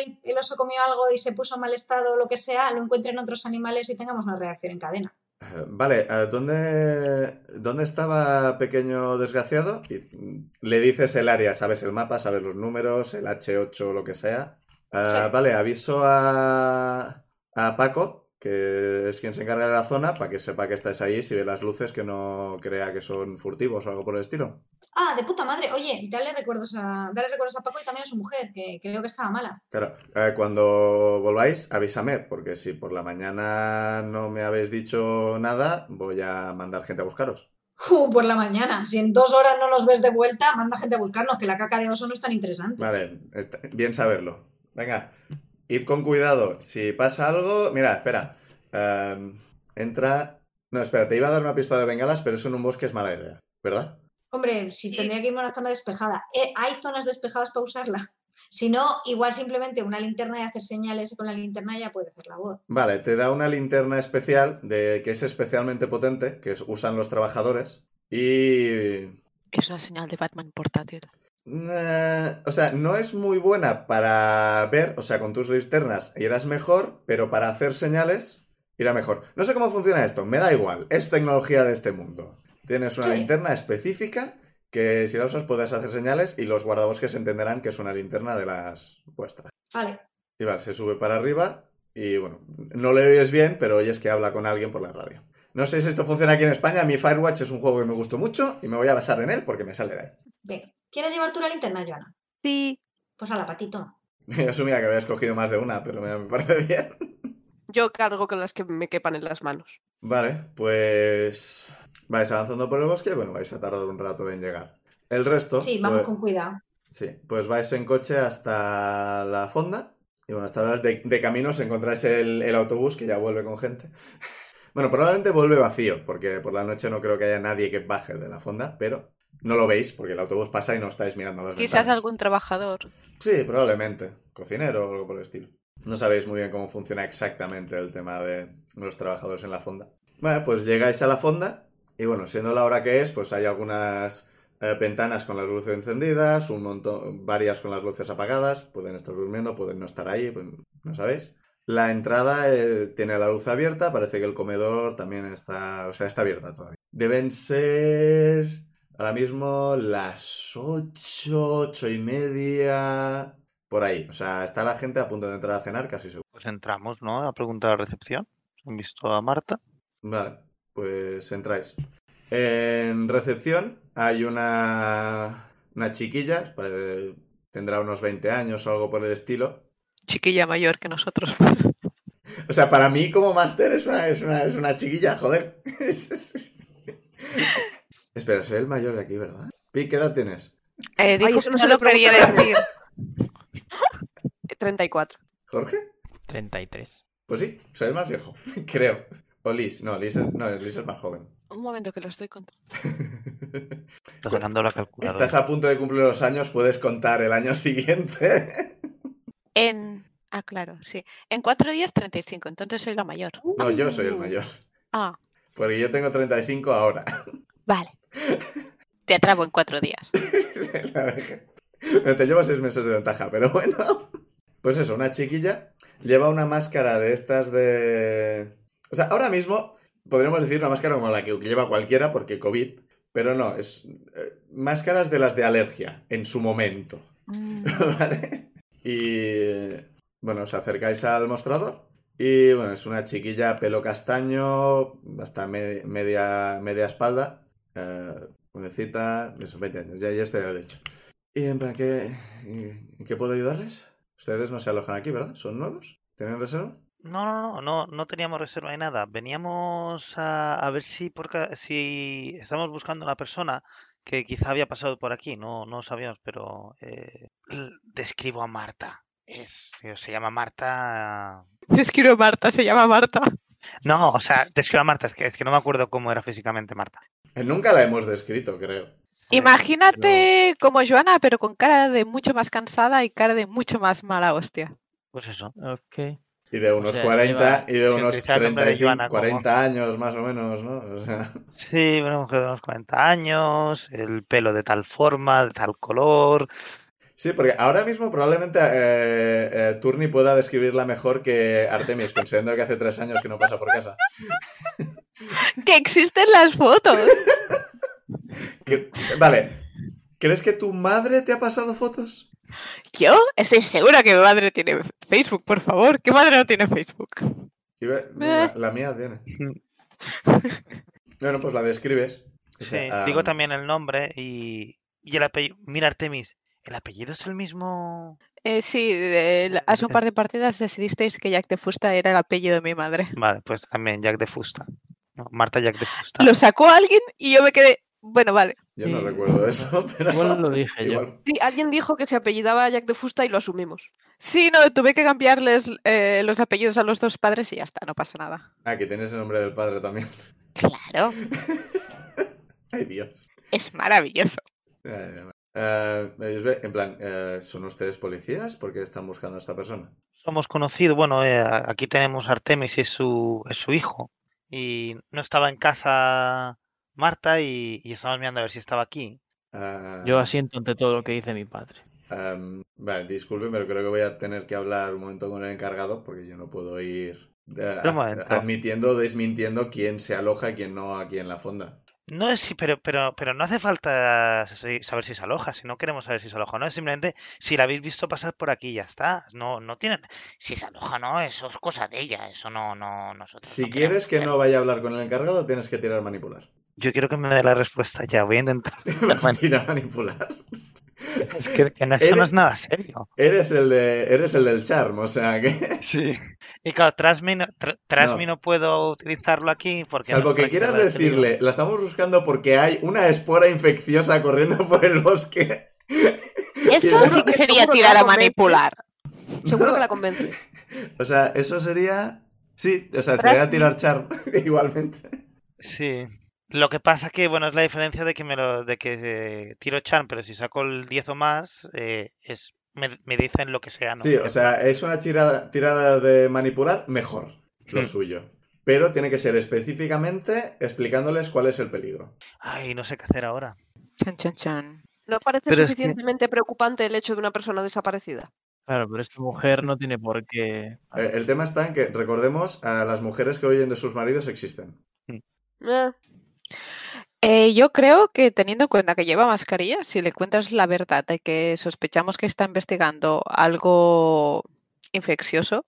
Speaker 5: el, el oso comió algo y se puso en mal estado o lo que sea, lo encuentren otros animales y tengamos una reacción en cadena.
Speaker 1: Ah, Vale, ah, ¿dónde, ¿dónde estaba pequeño desgraciado? Y mm, le dices el área, sabes el mapa, sabes los números, el H8 o lo que sea. Ah,
Speaker 5: Sí.
Speaker 1: Vale, aviso a, a Paco que es quien se encarga de la zona, para que sepa que estáis ahí, si ve las luces, que no crea que son furtivos o algo por el estilo.
Speaker 5: Ah, de puta madre. Oye, dale recuerdos a, dale recuerdos a Paco y también a su mujer, que creo que estaba mala.
Speaker 1: Claro, eh, cuando volváis, avísame, porque si por la mañana no me habéis dicho nada, voy a mandar gente a buscaros.
Speaker 5: Uh, por la mañana. Si en dos horas no nos ves de vuelta, manda gente a buscarnos, que la caca de oso no es tan interesante.
Speaker 1: Vale, está- bien saberlo. Venga, id con cuidado. Si pasa algo. Mira, espera. Em, entra. No, espera, te iba a dar una pistola de bengalas, pero eso en un bosque es mala idea, ¿verdad?
Speaker 5: Hombre, si
Speaker 3: Sí.
Speaker 5: tendría que irme a una zona despejada. Eh, hay zonas despejadas para usarla. Si no, igual simplemente una linterna y hacer señales con la linterna ya puede hacer la voz.
Speaker 1: Vale, te da una linterna especial de que es especialmente potente, que es- usan los trabajadores. Y
Speaker 3: Es una señal de Batman portátil.
Speaker 1: Eh, o sea, no es muy buena para ver, o sea, con tus linternas irás mejor, pero para hacer señales irá mejor. No sé cómo funciona esto, me da igual, es tecnología de este mundo. Tienes una
Speaker 5: Sí.
Speaker 1: linterna específica que si la usas podrás hacer señales y los guardabosques entenderán que es una linterna de las vuestras.
Speaker 5: Vale.
Speaker 1: Y vale, se sube para arriba y bueno, no le oyes bien, pero oyes que habla con alguien por la radio. No sé si esto funciona aquí en España, mi Firewatch es un juego que me gustó mucho y me voy a basar en él porque me sale de ahí.
Speaker 5: Venga. ¿Quieres llevar tú la linterna, Joana?
Speaker 4: Sí.
Speaker 5: Pues a la patito.
Speaker 1: [laughs] Yo asumía que habías cogido más de una, pero me, me parece bien. [laughs]
Speaker 4: Yo cargo con las que me quepan en las manos.
Speaker 1: Vale, pues vais avanzando por el bosque. Bueno, vais a tardar un rato en llegar. El resto,
Speaker 5: Sí, vamos
Speaker 1: pues,
Speaker 5: con cuidado.
Speaker 1: sí, pues vais en coche hasta la fonda. Y bueno, hasta ahora de, de camino os encontráis el, el autobús que ya vuelve con gente. [laughs] Bueno, probablemente vuelve vacío, porque por la noche no creo que haya nadie que baje de la fonda, pero no lo veis porque el autobús pasa y no estáis mirando las
Speaker 3: Quizás
Speaker 1: ventanas.
Speaker 3: algún trabajador.
Speaker 1: Sí, probablemente. Cocinero o algo por el estilo. No sabéis muy bien cómo funciona exactamente el tema de los trabajadores en la fonda. Vale, pues llegáis a la fonda y bueno, siendo la hora que es, pues hay algunas eh, ventanas con las luces encendidas, un montón, varias con las luces apagadas, pueden estar durmiendo, pueden no estar ahí, pues, no sabéis. La entrada eh, tiene la luz abierta, parece que el comedor también está, o sea, está abierta todavía. Deben ser Ahora mismo las 8, 8 y media. Por ahí. O sea, está la gente a punto de entrar a cenar, casi seguro.
Speaker 7: Pues entramos, ¿no? A preguntar a la recepción. Han visto a Marta.
Speaker 1: Vale, pues entráis. En recepción hay una, una chiquilla, pare- tendrá unos 20 años o algo por el estilo.
Speaker 3: Chiquilla mayor que nosotros. [laughs]
Speaker 1: O sea, para mí como máster es una, es una, es una chiquilla, joder. [laughs] Espera, soy el mayor de aquí, ¿verdad? Pi, ¿qué edad tienes?
Speaker 3: Eh, dijo
Speaker 4: eso
Speaker 3: que
Speaker 4: no
Speaker 3: no
Speaker 4: se
Speaker 3: se
Speaker 4: lo
Speaker 3: lo quería
Speaker 4: pregunto.
Speaker 3: decir.
Speaker 4: [laughs] Eh, 34.
Speaker 1: ¿Jorge?
Speaker 6: 33.
Speaker 1: Pues sí, soy el más viejo, [laughs] creo. O Liz, no, Liz es, no, Liz es más joven.
Speaker 3: Un momento que lo estoy contando.
Speaker 7: Está sacando la calculadora.
Speaker 1: Estás a punto de cumplir los años, puedes contar el año [laughs] siguiente.
Speaker 3: En... Ah, claro, sí. En cuatro días 35, entonces soy la mayor.
Speaker 4: Uh.
Speaker 1: No, yo soy el mayor.
Speaker 3: Ah,
Speaker 1: Porque yo tengo 35 ahora. [laughs]
Speaker 3: vale. [laughs] Te atrabo en cuatro días.
Speaker 1: La vejez. Bueno, te llevo seis meses de ventaja, pero bueno. Pues eso, una chiquilla lleva una máscara de estas de... O sea, ahora mismo podríamos decir una máscara como la que lleva cualquiera porque COVID, pero no, es eh, máscaras de las de alergia en su momento.
Speaker 3: Mm,
Speaker 1: [coughs] ¿Vale? Y bueno, os acercáis al mostrador. Y bueno, es una chiquilla pelo castaño, hasta me- media, media espalda. Eh, jovencita, eso, 20 años, ya, ya estoy en el hecho. Y en plan, ¿qué, en ¿qué puedo ayudarles? Ustedes no se alojan aquí, ¿verdad? ¿Son nuevos? ¿Tienen reserva?
Speaker 7: No, no, no, no, no teníamos reserva ni nada. Veníamos a, a ver si, por ca- si estamos buscando a una persona que quizá había pasado por aquí, no, no sabíamos, pero eh, l- describo a Marta. Es, se llama Marta. eh,
Speaker 3: Es que no Marta, se llama Marta.
Speaker 7: No, o sea, describo a Marta, es que, es que no me acuerdo cómo era físicamente Marta.
Speaker 1: Eh, Nunca la hemos descrito, creo.
Speaker 3: Imagínate como Joana, pero con cara de mucho más cansada y cara de mucho más mala hostia.
Speaker 7: Pues eso.
Speaker 6: Ok.
Speaker 1: Y de unos
Speaker 6: sea,
Speaker 1: 40
Speaker 6: lleva-
Speaker 1: y de
Speaker 7: se
Speaker 1: unos
Speaker 7: utiliza el nombre de
Speaker 1: 35,
Speaker 7: Joana como-
Speaker 1: 40 años más o menos, ¿no? O sea,
Speaker 7: Sí, bueno, que de unos 40 años, el pelo de tal forma, de tal color.
Speaker 1: Sí, porque ahora mismo probablemente eh, eh, Turni pueda describirla mejor que Artemis, considerando que hace tres años que no pasa por casa.
Speaker 3: Que existen las [laughs] fotos.
Speaker 1: Que- vale, ¿crees que tu madre te ha pasado fotos?
Speaker 3: Yo estoy segura que mi madre tiene Facebook, por favor. ¿Qué madre no tiene Facebook?
Speaker 1: Y
Speaker 6: Eh.
Speaker 1: ve- La, la mía tiene. Bueno, pues la describes. Ah, O
Speaker 7: Sí,
Speaker 1: sea,
Speaker 7: digo
Speaker 1: am,
Speaker 7: también el nombre y, y el apellido. Mira, Artemis, ¿el apellido es el mismo?
Speaker 3: Eh, sí, de- la- hace un par de partidas decidisteis que Jack de Fusta era el apellido de mi madre.
Speaker 7: Vale, pues también Jack de Fusta. No, Marta Jack de Fusta.
Speaker 3: Lo sacó alguien y yo me quedé. Bueno, vale.
Speaker 1: Yo no
Speaker 6: Sí.
Speaker 1: recuerdo eso, [laughs] pero.
Speaker 6: Igual lo dije yo.
Speaker 1: igual.
Speaker 4: Sí, alguien dijo que se apellidaba Jack de Fusta y lo asumimos.
Speaker 3: Sí, no, tuve que cambiarles eh, los apellidos a los dos padres y ya está, no pasa nada.
Speaker 1: Ah, que tienes el nombre del padre también. [laughs]
Speaker 3: Claro,
Speaker 1: Ay, Dios.
Speaker 3: es maravilloso.
Speaker 1: Eh, eh, ellos ve- en plan, eh, ¿son ustedes policías? ¿Por qué están buscando a esta persona?
Speaker 7: Somos conocidos, bueno, eh, a- aquí tenemos a Artemis y es su, es su hijo. Y no estaba en casa Marta y, y estábamos mirando a ver si estaba aquí.
Speaker 1: Ah,
Speaker 6: Yo asiento ante todo lo que dice mi padre.
Speaker 1: am, Em, vale, disculpen, pero creo que voy a tener que hablar un momento con el encargado porque yo no puedo ir eh,
Speaker 7: Un momento.
Speaker 1: admitiendo o desmintiendo quién se aloja y quién no aquí en la fonda.
Speaker 7: No es si, pero, pero, pero no hace falta si- saber si se aloja, si no queremos saber si se aloja o no, es simplemente si la habéis visto pasar por aquí, ya está. No, no tienen. Si se aloja o no, eso es cosa de ella, eso no, no, nosotros.
Speaker 1: Si
Speaker 7: no queremos
Speaker 1: quieres que
Speaker 7: saber.
Speaker 1: no vaya a hablar con el encargado, tienes que tirar manipular.
Speaker 7: Yo quiero que me dé la respuesta ya, voy a intentar. [laughs]
Speaker 1: Vas, Tira manipular.
Speaker 7: Es que, que no, esto no es nada serio.
Speaker 1: Eres el, de, eres el del charm, o sea que...
Speaker 7: Y claro, Trasmi no, tra- Trasmi
Speaker 1: No.
Speaker 7: no puedo utilizarlo aquí porque. no
Speaker 1: Salvo
Speaker 7: es
Speaker 1: que
Speaker 7: para
Speaker 1: quieras
Speaker 7: quitarle el peligro.
Speaker 1: decirle, la estamos buscando porque hay una espora infecciosa corriendo por el bosque. [laughs]
Speaker 3: Eso
Speaker 1: Seguro
Speaker 3: sí que
Speaker 4: que-
Speaker 3: sería
Speaker 4: seguro que
Speaker 3: tirar a
Speaker 4: la convence.
Speaker 3: manipular.
Speaker 4: Seguro
Speaker 1: No.
Speaker 4: que la convence.
Speaker 1: O sea, eso sería... Sí, o sea,
Speaker 3: Tras-
Speaker 1: sería tirar charm [laughs] igualmente.
Speaker 7: Sí. Lo que pasa que, bueno, es la diferencia de que me lo, de que eh, tiro Chan, pero si saco el 10 o más, eh, es, me, me dicen lo que sea, ¿no?
Speaker 1: Sí, o sea, es una tirada, tirada de manipular mejor, lo
Speaker 7: Hmm.
Speaker 1: suyo. Pero tiene que ser específicamente explicándoles cuál es el peligro.
Speaker 7: Ay, no sé qué hacer ahora.
Speaker 3: Chan, chan, chan.
Speaker 4: [laughs] ¿No parece
Speaker 7: Pero es que-
Speaker 4: suficientemente preocupante el hecho de una persona desaparecida?
Speaker 6: Claro, pero esta mujer no tiene por qué.
Speaker 1: Eh, El tema está en que, recordemos, a las mujeres que huyen de sus maridos existen.
Speaker 4: Eh,
Speaker 3: Eh, yo creo que teniendo en cuenta que lleva mascarilla, si le cuentas la verdad de que sospechamos que está investigando algo infeccioso,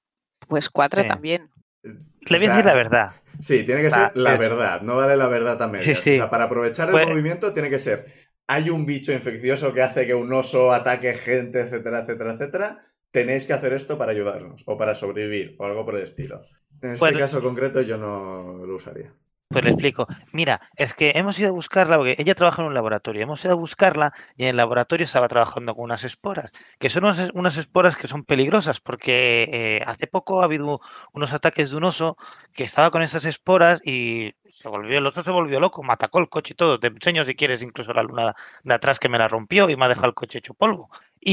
Speaker 3: pues cuadra
Speaker 7: Sí.
Speaker 3: también.
Speaker 7: Le
Speaker 1: O
Speaker 7: voy a decir
Speaker 1: sea,
Speaker 7: la verdad.
Speaker 1: Sí, tiene que
Speaker 7: Va,
Speaker 1: ser la
Speaker 7: eh.
Speaker 1: verdad, no vale la verdad a medias.
Speaker 7: Sí,
Speaker 1: O
Speaker 7: sí.
Speaker 1: sea, para aprovechar el
Speaker 7: Pues-
Speaker 1: movimiento tiene que ser, hay un bicho infeccioso que hace que un oso ataque gente, etcétera, etcétera, etcétera. Tenéis que hacer esto para ayudarnos o para sobrevivir o algo por el estilo. En este
Speaker 7: Pues-
Speaker 1: caso concreto yo no lo usaría.
Speaker 7: Pues le explico. Mira, es que hemos ido a buscarla porque ella trabaja en un laboratorio. Hemos ido a buscarla y en el laboratorio estaba trabajando con unas esporas, que son unas, es- unas esporas que son peligrosas porque eh, hace poco ha habido unos ataques de un oso que estaba con esas esporas y se volvió, el oso se volvió loco, me atacó el coche y todo. Te enseño si quieres incluso la luna de atrás que me la rompió y me ha dejado el coche hecho polvo.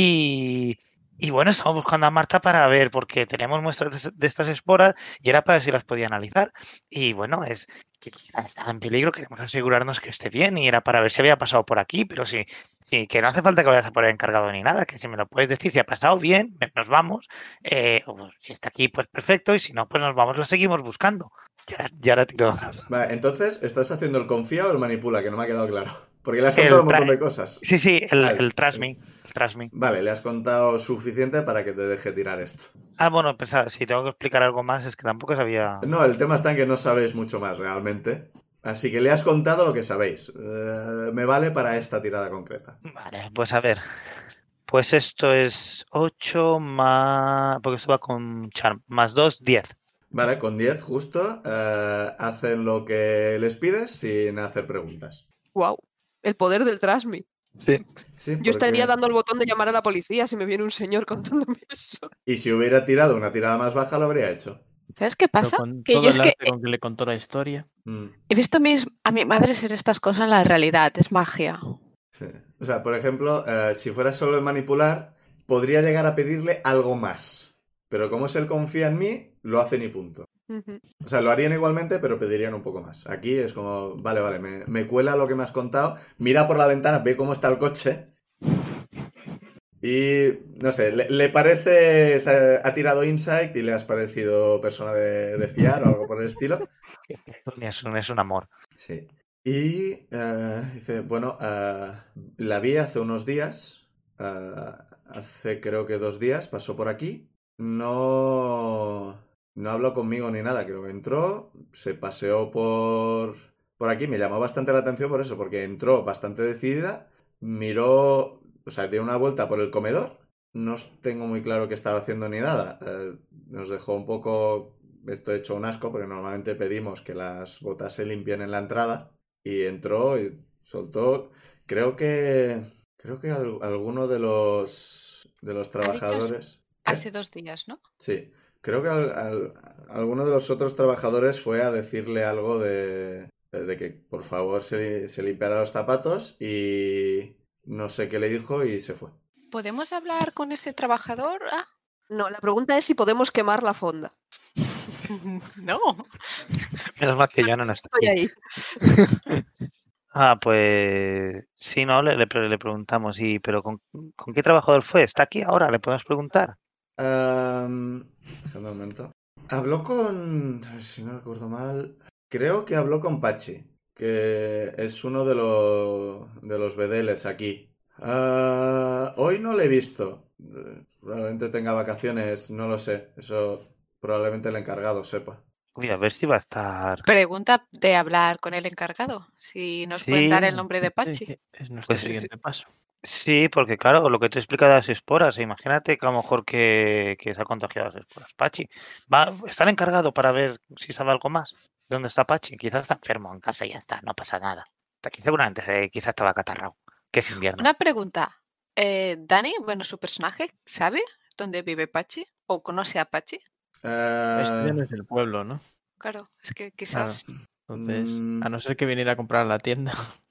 Speaker 7: Y, y bueno, estamos buscando a Marta para ver porque teníamos muestras de, es- de estas esporas y era para ver si las podía analizar. Y bueno, es que quizá estaba en peligro, queremos asegurarnos que esté bien y era para ver si había pasado por aquí, pero sí, sí, que no hace falta que vayas a por el encargado ni nada, que si me lo puedes decir, si ha pasado bien, ve- nos vamos, eh, o si está aquí, pues perfecto, y si no, pues nos vamos, lo seguimos buscando. Ya, ya la tiro.
Speaker 1: Vale, entonces, ¿estás haciendo el confía o el manipula? Que no me ha quedado claro. [laughs] Porque le has
Speaker 7: El
Speaker 1: contado un
Speaker 7: tra-
Speaker 1: montón de cosas.
Speaker 7: Sí, sí, el,
Speaker 1: Vale.
Speaker 7: el trust me, el trust me.
Speaker 1: Vale, le has contado suficiente para que te deje tirar esto.
Speaker 7: Ah, bueno, pues ah, si tengo que explicar algo más, es que tampoco sabía.
Speaker 1: No, el tema está en que no sabéis mucho más realmente. Así que le has contado lo que sabéis. Eh, me vale para esta tirada concreta.
Speaker 7: Vale, pues a ver. Pues esto es 8 más. Porque esto va con charm. Más 2, 10.
Speaker 1: Vale, con 10 justo eh, hacen lo que les pides sin hacer preguntas.
Speaker 4: Guau. El poder del Trasmi.
Speaker 1: Sí,
Speaker 4: Yo estaría
Speaker 1: porque-
Speaker 4: dando el botón de llamar a la policía si me viene un señor contándome [laughs] eso.
Speaker 1: Y si hubiera tirado una tirada más baja, lo habría hecho.
Speaker 3: ¿Sabes qué
Speaker 6: Pero
Speaker 3: pasa?
Speaker 6: con
Speaker 3: Que
Speaker 6: todo
Speaker 3: yo es
Speaker 6: el
Speaker 3: que eh,
Speaker 6: arte con que le contó la historia.
Speaker 1: Mm,
Speaker 3: he visto a mis- a mi madre ser estas cosas en la realidad, es magia.
Speaker 1: sí. O sea, por ejemplo, eh, si fuera solo el manipular, podría llegar a pedirle algo más. Pero como es el confía en mí, lo hacen y punto.
Speaker 4: Ujú.
Speaker 1: O sea, lo harían igualmente, pero pedirían un poco más. Aquí es como, vale, vale, me, me cuela lo que me has contado, mira por la ventana, ve cómo está el coche. Y, no sé, le, le parece, o sea, ha tirado insight y le has parecido persona de, de fiar o algo por el estilo.
Speaker 7: Es un, es un amor.
Speaker 1: Sí. Y eh, dice, bueno, eh, la vi hace unos días, eh, hace creo que dos días, pasó por aquí. No... No habló conmigo ni nada, creo que entró, se paseó por, por aquí, me llamó bastante la atención por eso, porque entró bastante decidida, miró, o sea, dio una vuelta por el comedor, no tengo muy claro qué estaba haciendo ni nada, eh, nos dejó un poco, esto hecho un asco, porque normalmente pedimos que las botas se limpien en la entrada, y entró y soltó, creo que, creo que al- alguno de los, de los trabajadores... ¿Qué?
Speaker 3: Hace dos días, ¿no?
Speaker 1: Sí, creo que al- al- alguno de los otros trabajadores fue a decirle algo de, de que por favor se, se limpiara los zapatos y no sé qué le dijo y se fue.
Speaker 3: ¿Podemos hablar con ese trabajador? Ah,
Speaker 4: No, la pregunta es si podemos quemar la fonda.
Speaker 3: no.
Speaker 7: Menos mal que Joana no está
Speaker 4: Estoy
Speaker 7: aquí.
Speaker 4: ahí.
Speaker 7: Ah, pues sí, no, le, le pre- le preguntamos, y, pero con, ¿con qué trabajador fue? ¿Está aquí ahora? ¿Le podemos preguntar?
Speaker 1: Am, déjame un momento. Habló con, si no recuerdo mal, creo que habló con Pachi, que es uno de, lo- de los bedeles aquí. Ah, hoy no le he visto. Eh, Probablemente tenga vacaciones, no lo sé. Eso probablemente el encargado sepa.
Speaker 7: Uy, a ver si va a estar.
Speaker 3: Pregunta de hablar con el encargado. Si nos pueden dar el
Speaker 7: Sí,
Speaker 3: nombre de
Speaker 6: Es,
Speaker 3: Pachi.
Speaker 6: que es nuestro
Speaker 7: Pues, eh,
Speaker 6: siguiente paso.
Speaker 7: Sí, porque claro, lo que te he explicado de las esporas, imagínate que a lo mejor que, que se ha contagiado las esporas. Pachi, va, está el encargado para ver si sabe algo más. ¿Dónde está Pachi? Quizás está enfermo en casa y ya está, no pasa nada. Está aquí seguramente, se- quizás estaba catarrado, que es invierno.
Speaker 3: Una pregunta. Eh, Dani, bueno, su personaje, ¿sabe dónde vive Pachi? ¿O conoce a Pachi?
Speaker 6: Esto ya
Speaker 1: Eh,
Speaker 6: Pues no es el pueblo, ¿no?
Speaker 3: Claro, es
Speaker 1: Ah.
Speaker 3: que
Speaker 6: Claro.
Speaker 3: quizás,
Speaker 6: Entonces, a
Speaker 1: Mm.
Speaker 6: no ser que viniera a comprar a la tienda. [laughs]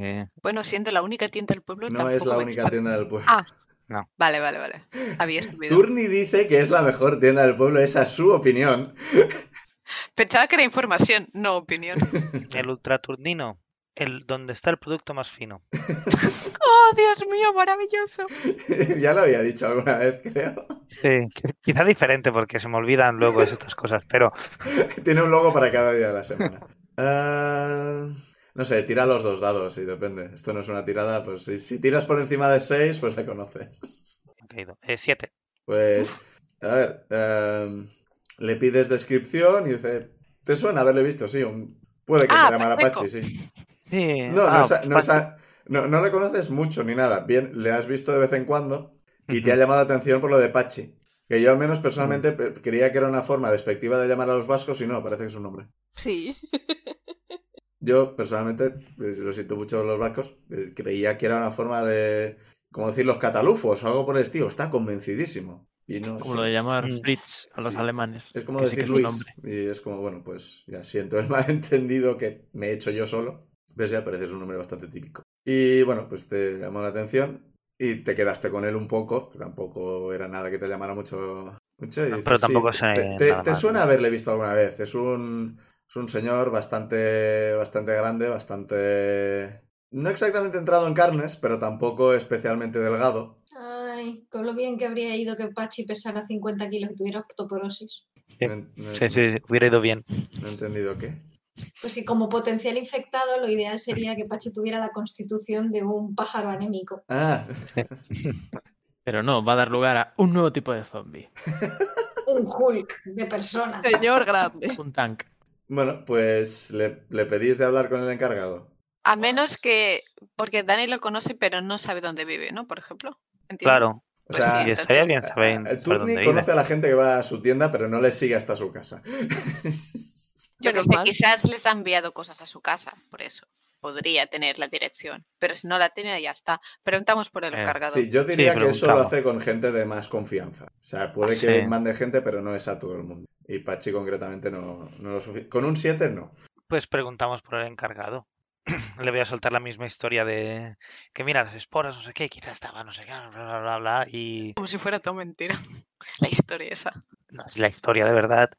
Speaker 7: Eh,
Speaker 3: bueno, siendo la única tienda del pueblo,
Speaker 1: no
Speaker 3: tampoco
Speaker 1: es la
Speaker 3: me
Speaker 1: única
Speaker 3: extraña.
Speaker 1: tienda del pueblo.
Speaker 3: Ah,
Speaker 7: No.
Speaker 3: vale, vale, vale.
Speaker 1: [laughs]
Speaker 3: Había subido.
Speaker 1: Turni dice que es la mejor tienda del pueblo, esa es su opinión. [laughs]
Speaker 3: Pensaba que era información, no
Speaker 1: [laughs]
Speaker 3: opinión.
Speaker 7: el ultraturnino, el donde está el producto más fino.
Speaker 3: ¡Oh, Dios mío, maravilloso!
Speaker 1: ya lo había dicho alguna vez, creo.
Speaker 7: Sí, quizá diferente porque se me olvidan luego estas cosas, pero
Speaker 1: [laughs] Tiene un logo para cada día de la semana. [laughs] Ah, no sé, tira los dos dados, sí, depende. Esto no es una tirada, pues si, si tiras por encima de seis, pues le conoces. [laughs]
Speaker 7: he caído. Eh, siete.
Speaker 1: Pues, a ver, eh, le pides descripción y dice, ¿te suena haberle visto? Sí, un- puede que
Speaker 3: Ah,
Speaker 1: se llamara
Speaker 3: perfecto.
Speaker 1: Apache, sí.
Speaker 7: Sí,
Speaker 1: No, no,
Speaker 7: ah,
Speaker 1: sa- no
Speaker 7: Pachi.
Speaker 1: sa- no- no le conoces mucho ni nada. Bien, le has visto de vez en cuando y te ha llamado la atención por lo de Pachi. Que yo al menos personalmente pe- creía que era una forma despectiva de llamar a los vascos y no, parece que es un nombre.
Speaker 3: Sí.
Speaker 1: Yo, personalmente, eh, lo siento mucho los barcos, eh, creía que era una forma de, como decir, los catalufos o algo por el estilo. Está convencidísimo. Y no es,
Speaker 6: Como lo de llamar
Speaker 7: Mm.
Speaker 6: Fritz a los
Speaker 1: Sí.
Speaker 6: alemanes.
Speaker 1: es como
Speaker 6: que sí que
Speaker 1: decir
Speaker 6: es un
Speaker 1: Luis.
Speaker 6: nombre.
Speaker 1: Y es como, bueno, pues ya siento el [laughs] malentendido que me he hecho yo solo. Pero sí, al parecer es un nombre bastante típico. Y bueno, pues te llamó la atención y te quedaste con él un poco. que Tampoco era nada que te llamara mucho. mucho y
Speaker 7: No,
Speaker 1: dices,
Speaker 7: pero
Speaker 1: sí,
Speaker 7: tampoco
Speaker 1: te-
Speaker 7: suena
Speaker 1: te, te-
Speaker 7: nada
Speaker 1: te
Speaker 7: mal,
Speaker 1: suena
Speaker 7: ¿no?
Speaker 1: haberle visto alguna vez. Es un, es un señor bastante, bastante grande, bastante... No exactamente entrado en carnes, pero tampoco especialmente delgado.
Speaker 5: Ay, con lo bien que habría ido que Pachi pesara 50 kilos y tuviera osteoporosis.
Speaker 7: Sí.
Speaker 1: No en- no-
Speaker 7: Sí, sí, hubiera ido bien.
Speaker 1: no he entendido qué.
Speaker 5: Pues que como potencial infectado, lo ideal sería que Pachi tuviera la constitución de un pájaro anémico.
Speaker 1: Ah,
Speaker 6: Pero no, va a dar lugar a un nuevo tipo de zombie.
Speaker 5: Un Hulk de persona.
Speaker 4: Señor [laughs]
Speaker 3: Eh,
Speaker 4: grande.
Speaker 6: Un tank.
Speaker 1: Bueno, pues le, le pedís de hablar con el encargado.
Speaker 3: A menos que, porque Dani lo conoce, pero no sabe dónde vive, ¿no? Por ejemplo. Entiendo.
Speaker 7: Claro,
Speaker 1: O
Speaker 3: Pues
Speaker 1: sea,
Speaker 3: sí,
Speaker 7: y estaría
Speaker 3: entonces-
Speaker 7: bien
Speaker 1: a-
Speaker 7: saber
Speaker 1: a- el
Speaker 7: saber dónde
Speaker 1: Turni
Speaker 7: vive.
Speaker 1: conoce a la gente que va a su tienda, pero no le sigue hasta su casa. [laughs]
Speaker 3: Yo que
Speaker 4: Menos
Speaker 3: sé,
Speaker 4: mal.
Speaker 3: quizás les ha enviado cosas a su casa, por eso. Podría tener la dirección, pero si no la tiene, ya está. Preguntamos por el
Speaker 7: Eh,
Speaker 3: encargado.
Speaker 1: Sí, yo diría que eso lo
Speaker 7: preguntamos.
Speaker 1: hace con gente de más confianza. O sea, puede
Speaker 7: Ah,
Speaker 1: que
Speaker 7: sí.
Speaker 1: mande gente, pero no es a todo el mundo. Y Pachi concretamente no, no lo suficiente. Con un 7 no.
Speaker 7: Pues preguntamos por el encargado. [clears throat] Le voy a soltar la misma historia de que mira las esporas, no sé qué, quizás estaba, no sé qué, bla, bla, bla, bla. Y
Speaker 3: Como si fuera todo mentira. La historia esa.
Speaker 7: no es la historia de verdad.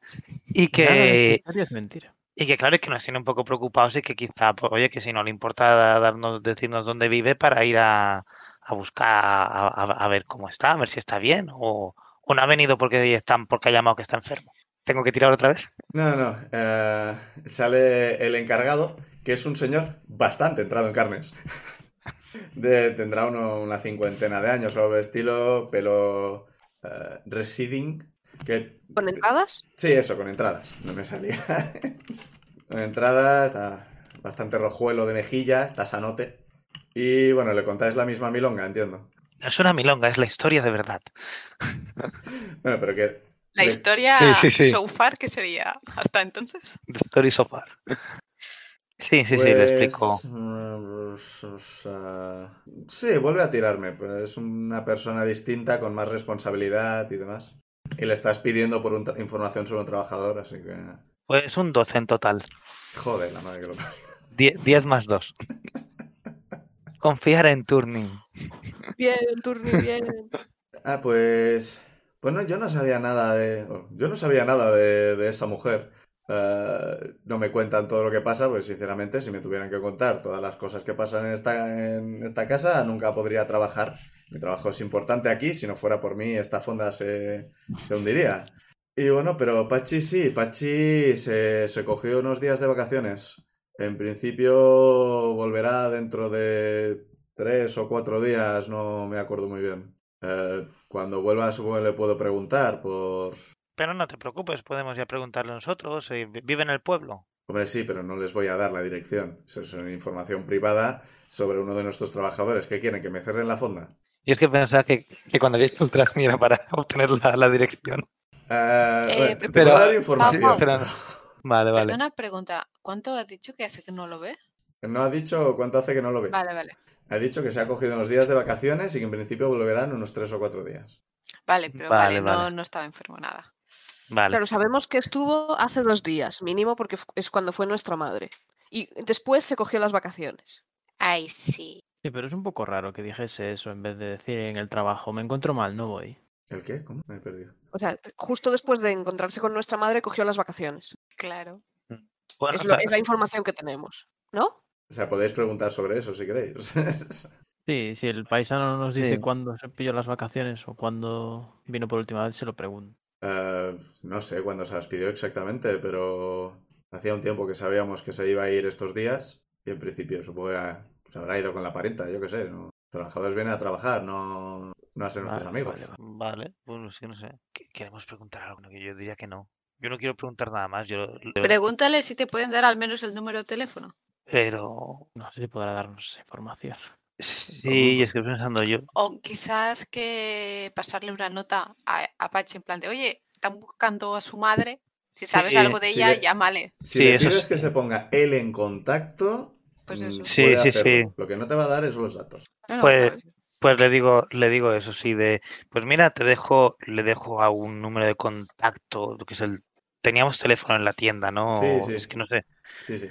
Speaker 7: Y
Speaker 6: Nada de esta
Speaker 7: que,
Speaker 6: historia es mentira.
Speaker 7: y que claro, es que nos tiene un poco preocupados y que quizá, pues, oye, que si no le importa darnos, decirnos dónde vive para ir a, a buscar, a, a- a ver cómo está, a ver si está bien o, o no ha venido porque, están, porque ha llamado que está enfermo. ¿Tengo que tirar otra vez?
Speaker 1: No, no. eh, sale el encargado, que es un señor bastante entrado en carnes. [laughs] De- tendrá uno- una cincuentena de años, algo del estilo, pelo eh, residing. Que,
Speaker 4: ¿Con entradas?
Speaker 1: Sí, eso, con entradas. No me salía. [laughs] con entradas, está bastante rojuelo de mejillas, está sanote. Y bueno, le contáis la misma milonga, entiendo.
Speaker 7: No es una milonga, es la historia de verdad.
Speaker 1: Bueno, pero que
Speaker 8: La
Speaker 1: Le-
Speaker 8: historia
Speaker 7: Sí, sí, sí.
Speaker 8: so far, que sería hasta entonces.
Speaker 7: The story so far. Sí, sí, sí, le
Speaker 1: Pues,
Speaker 7: explico.
Speaker 1: mm, o sea, Sí, vuelve a tirarme, pero es una persona distinta con más responsabilidad y demás. Y le estás pidiendo por un tra- información sobre un trabajador, así que...
Speaker 7: Pues un 12 en total.
Speaker 1: Joder, la madre que lo pasa.
Speaker 7: Die- 10 más 2. Confiar en Turning.
Speaker 4: Bien, Turni, bien.
Speaker 1: Ah, pues... Bueno, yo no sabía nada de... Yo no sabía nada de, de esa mujer. Eh, no me cuentan todo lo que pasa, pues sinceramente, si me tuvieran que contar todas las cosas que pasan en esta, en esta casa, nunca podría trabajar. Mi trabajo es importante aquí, si no fuera por mí, esta fonda se, se hundiría. Y bueno, pero Pachi sí, Pachi se, se cogió unos días de vacaciones. En principio volverá dentro de tres o cuatro días, no me acuerdo muy bien. Eh, cuando vuelva, supongo que le puedo preguntar por...
Speaker 7: Pero no te preocupes, podemos ya preguntarle nosotros. eh, vi- Vive en el pueblo.
Speaker 1: Hombre, sí, pero no les voy a dar la dirección. Eso es una información privada sobre uno de nuestros trabajadores. ¿Qué quieren? ¿Que me cerren la fonda?
Speaker 7: Y es que pensaba que, que cuando había hecho el trasmi era para [laughs] obtener la, la dirección.
Speaker 1: Eh,
Speaker 8: Eh,
Speaker 1: bueno, te
Speaker 7: pero-
Speaker 1: puedo dar información.
Speaker 7: Pau, Pau. Vale, vale.
Speaker 8: Perdona, pregunta. ¿Cuánto has dicho que hace que no lo ve?
Speaker 1: No ha dicho cuánto hace que no lo ve.
Speaker 8: Vale, vale.
Speaker 1: Ha dicho que se ha cogido unos días de vacaciones y que en principio volverán unos tres o cuatro días.
Speaker 8: Vale, pero
Speaker 7: Vale,
Speaker 8: vale,
Speaker 7: vale.
Speaker 8: No, no estaba enfermo nada.
Speaker 7: Vale.
Speaker 4: Claro, sabemos que estuvo hace dos días, mínimo, porque fu- es cuando fue nuestra madre. Y después se cogió las vacaciones.
Speaker 8: Ay, sí.
Speaker 6: Sí, pero es un poco raro que dijese eso en vez de decir en el trabajo, me encuentro mal, no voy.
Speaker 1: ¿El qué? ¿Cómo? Me he perdido.
Speaker 4: O sea, justo después de encontrarse con nuestra madre, cogió las vacaciones.
Speaker 8: Claro.
Speaker 7: Bueno,
Speaker 4: [laughs] Es, lo-
Speaker 7: pero-
Speaker 4: es la información que tenemos, ¿no?
Speaker 1: O sea, podéis preguntar sobre eso si queréis. [laughs]
Speaker 6: Sí, si el paisano nos dice
Speaker 7: Sí.
Speaker 6: cuándo se pilló las vacaciones o cuándo vino por última vez, se lo pregunto.
Speaker 1: Eh, no sé cuándo se las pidió exactamente, pero hacía un tiempo que sabíamos que se iba a ir estos días y en principio supongo que ha- se habrá ido con la parienta, yo qué sé. ¿no? Los trabajadores vienen a trabajar, no, no a ser nuestros
Speaker 6: Vale,
Speaker 1: amigos.
Speaker 6: vale, vale.
Speaker 7: [laughs] Vale, bueno, sí, no sé. ¿Qué- ¿Queremos preguntar algo? No, que Yo diría que no. Yo no quiero preguntar nada más, yo, yo-
Speaker 8: Pregúntale si te pueden dar al menos el número de teléfono.
Speaker 7: pero
Speaker 6: No sé si podrá darnos esa información. [laughs]
Speaker 7: sí, y es que pensando yo,
Speaker 8: O quizás que pasarle una nota a Apache en plan de, oye, están buscando a su madre. Si sabes
Speaker 7: Sí,
Speaker 8: algo de
Speaker 1: sí,
Speaker 8: ella,
Speaker 1: de-
Speaker 8: llámale.
Speaker 1: Si
Speaker 7: Sí,
Speaker 1: le
Speaker 7: eso
Speaker 1: pides
Speaker 7: sí.
Speaker 1: que se ponga él en contacto,
Speaker 8: Pues
Speaker 1: mm,
Speaker 8: eso.
Speaker 7: Sí,
Speaker 1: puede
Speaker 7: sí,
Speaker 1: hacerlo.
Speaker 7: sí.
Speaker 1: Lo que no te va a dar es los datos.
Speaker 8: No, no,
Speaker 7: pues-
Speaker 8: pues,
Speaker 7: pues le digo, le digo eso sí de, pues mira, te dejo, le dejo a un número de contacto, que es el, teníamos teléfono en la tienda, ¿no?
Speaker 1: Sí, sí.
Speaker 7: Es que no sé.
Speaker 1: Sí, sí.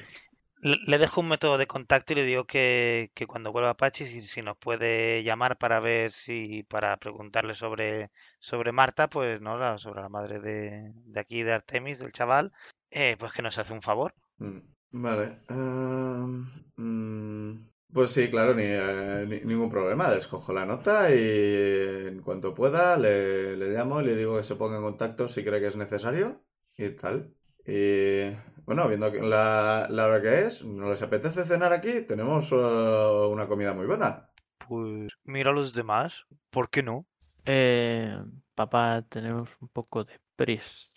Speaker 7: Le le dejo un método de contacto y le digo que, que cuando vuelva Apache, si, si nos puede llamar para ver si, para preguntarle sobre, sobre Marta, pues no, la, sobre la madre de, de aquí, de Artemis, del chaval, eh, pues que nos hace un favor.
Speaker 1: Mm, Vale. am, mm, pues sí, claro, ni, eh, ni- ningún problema. Les cojo la nota y en cuanto pueda le, le llamo y le digo que se ponga en contacto si cree que es necesario y tal. Y bueno, viendo que la, la hora que es, ¿no les apetece cenar aquí? Tenemos eh, una comida muy buena.
Speaker 7: Pues mira a los demás, ¿por qué no?
Speaker 6: Eh, papá, tenemos un poco de prisa.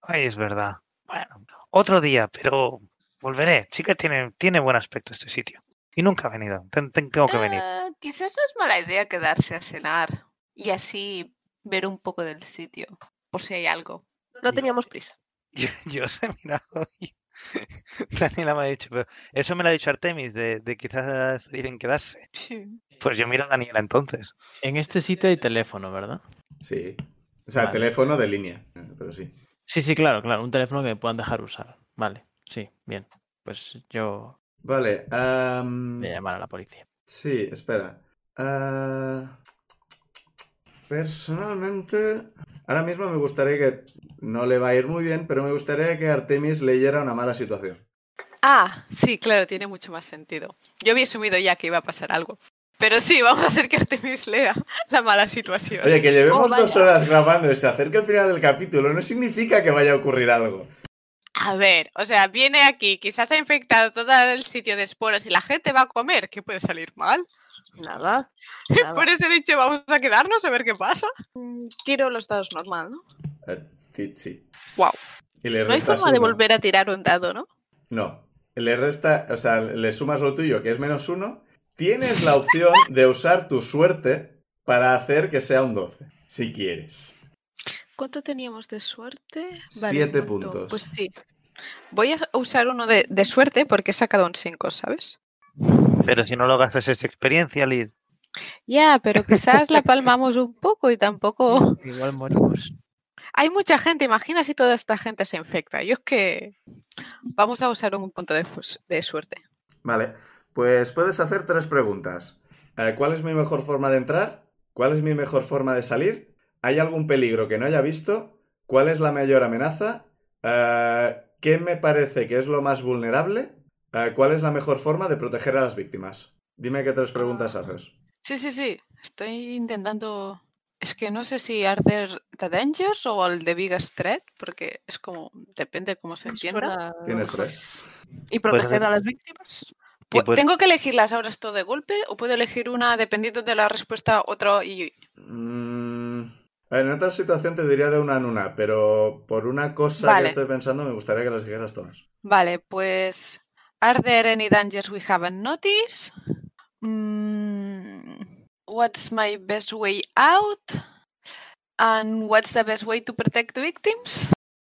Speaker 7: Ay, es verdad. Bueno, otro día, pero volveré. Sí que tiene, tiene buen aspecto este sitio. Y nunca he venido, ten- ten- tengo que venir.
Speaker 8: "Ah, quizás no es mala idea quedarse a cenar y así ver un poco del sitio, por si hay algo.
Speaker 4: No teníamos prisa.
Speaker 7: Yo, [laughs] yo os he mirado y [laughs] Daniela me ha dicho, pero eso me lo ha dicho Artemis, de, de quizás deben quedarse. Pues yo miro a Daniela entonces.
Speaker 6: En este sitio hay teléfono, ¿verdad?
Speaker 1: Sí. O sea,
Speaker 6: Vale.
Speaker 1: teléfono de línea, eh, pero sí.
Speaker 6: Sí, sí, claro, claro, un teléfono que me puedan dejar usar. Vale, sí, bien. Pues yo
Speaker 1: Vale. em, am,
Speaker 6: voy a llamar a la policía.
Speaker 1: Sí, espera. Ah, personalmente, ahora mismo me gustaría que... No le va a ir muy bien, pero me gustaría que Artemis leyera una mala situación.
Speaker 8: Ah, sí, claro, tiene mucho más sentido. Yo había asumido ya que iba a pasar algo. Pero sí, [laughs] vamos a hacer que Artemis lea la mala situación.
Speaker 1: Oye, que llevemos
Speaker 4: Oh, vaya.
Speaker 1: dos horas grabando y se acerca el final del capítulo, no significa que vaya a ocurrir algo.
Speaker 8: A ver, o sea, viene aquí, quizás ha infectado todo el sitio de esporas y la gente va a comer, ¿qué puede salir mal?
Speaker 4: [laughs] Nada. nada.
Speaker 8: Ah, Por eso he dicho, vamos a quedarnos a ver qué pasa. Mm, Tiro los dados normal, ¿no?
Speaker 1: Eh, Tichi.
Speaker 3: Guau.
Speaker 1: Y le
Speaker 4: No hay
Speaker 1: restas
Speaker 4: forma de
Speaker 1: uno.
Speaker 4: volver a tirar un dado, ¿no?
Speaker 1: No. Le resta, o sea, le sumas lo tuyo, que es menos uno. Tienes la opción de usar tu suerte para hacer que sea un 12, si quieres.
Speaker 4: e-,
Speaker 3: ¿Cuánto teníamos de suerte?
Speaker 1: Siete
Speaker 3: un montón.
Speaker 1: puntos.
Speaker 3: Pues sí.
Speaker 4: Voy a usar uno de, de suerte porque he sacado un 5, ¿sabes?
Speaker 7: Pero si no lo gastas es experiencia, Liz.
Speaker 4: Ya, pero quizás [laughs] la palmamos un poco y tampoco...
Speaker 6: Igual morimos.
Speaker 4: Hay mucha gente, imagina si toda esta gente se infecta. Yo es que vamos a usar un punto de, fu- de suerte.
Speaker 1: Vale, pues puedes hacer tres preguntas. Eh, ¿Cuál es mi mejor forma de entrar? ¿Cuál es mi mejor forma de salir? ¿Hay algún peligro que no haya visto? ¿Cuál es la mayor amenaza? Eh, ¿Qué me parece que es lo más vulnerable? Eh, ¿Cuál es la mejor forma de proteger a las víctimas? Dime qué tres preguntas haces.
Speaker 3: Sí, sí, sí. Estoy intentando. Es que no sé si Arder the Dangers o el de Biggest Threat, porque es como. Depende cómo se entienda.
Speaker 9: Suena-
Speaker 1: Tienes tres.
Speaker 9: Y proteger
Speaker 7: hacer-
Speaker 9: a las víctimas.
Speaker 7: Sí,
Speaker 3: Pu-
Speaker 7: pues-
Speaker 3: ¿Tengo que elegirlas ahora esto de golpe o puedo elegir una dependiendo de la respuesta, otra y.
Speaker 1: Mm, en otra situación te diría de una en una, pero por una cosa
Speaker 3: Vale.
Speaker 1: que estoy pensando me gustaría que las dijeras todas.
Speaker 3: Vale, pues. Are there any dangers we haven't noticed? Mm, what's my best way out? And what's the best way to protect the victims?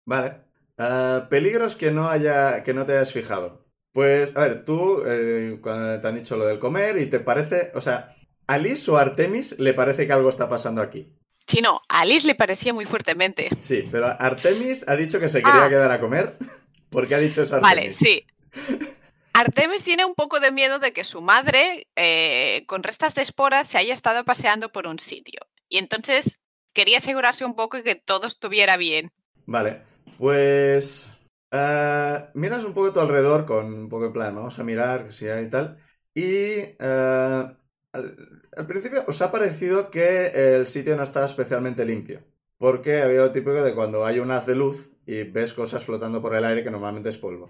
Speaker 1: Vale. Ah, peligros que no haya, que no te hayas fijado. Pues, a ver, tú eh, cuando te han dicho lo del comer y te parece, o sea, a Liz o a Artemis le parece que algo está pasando aquí.
Speaker 3: Chino, a Alice le parecía muy fuertemente.
Speaker 1: Sí, pero Artemis ha dicho que se quería
Speaker 3: Ah.
Speaker 1: quedar a comer. [laughs] Porque ha dicho eso Artemis.
Speaker 3: Vale, sí. Artemis tiene un poco de miedo de que su madre, eh, con restas de esporas, se haya estado paseando por un sitio. Y entonces quería asegurarse un poco de que todo estuviera bien.
Speaker 1: Vale, pues... ah, miras un poco a tu alrededor con un poco en plan, vamos a mirar si hay tal. Y... ah, al, al principio os ha parecido que el sitio no estaba especialmente limpio. Porque había lo típico de cuando hay un haz de luz y ves cosas flotando por el aire que normalmente es polvo.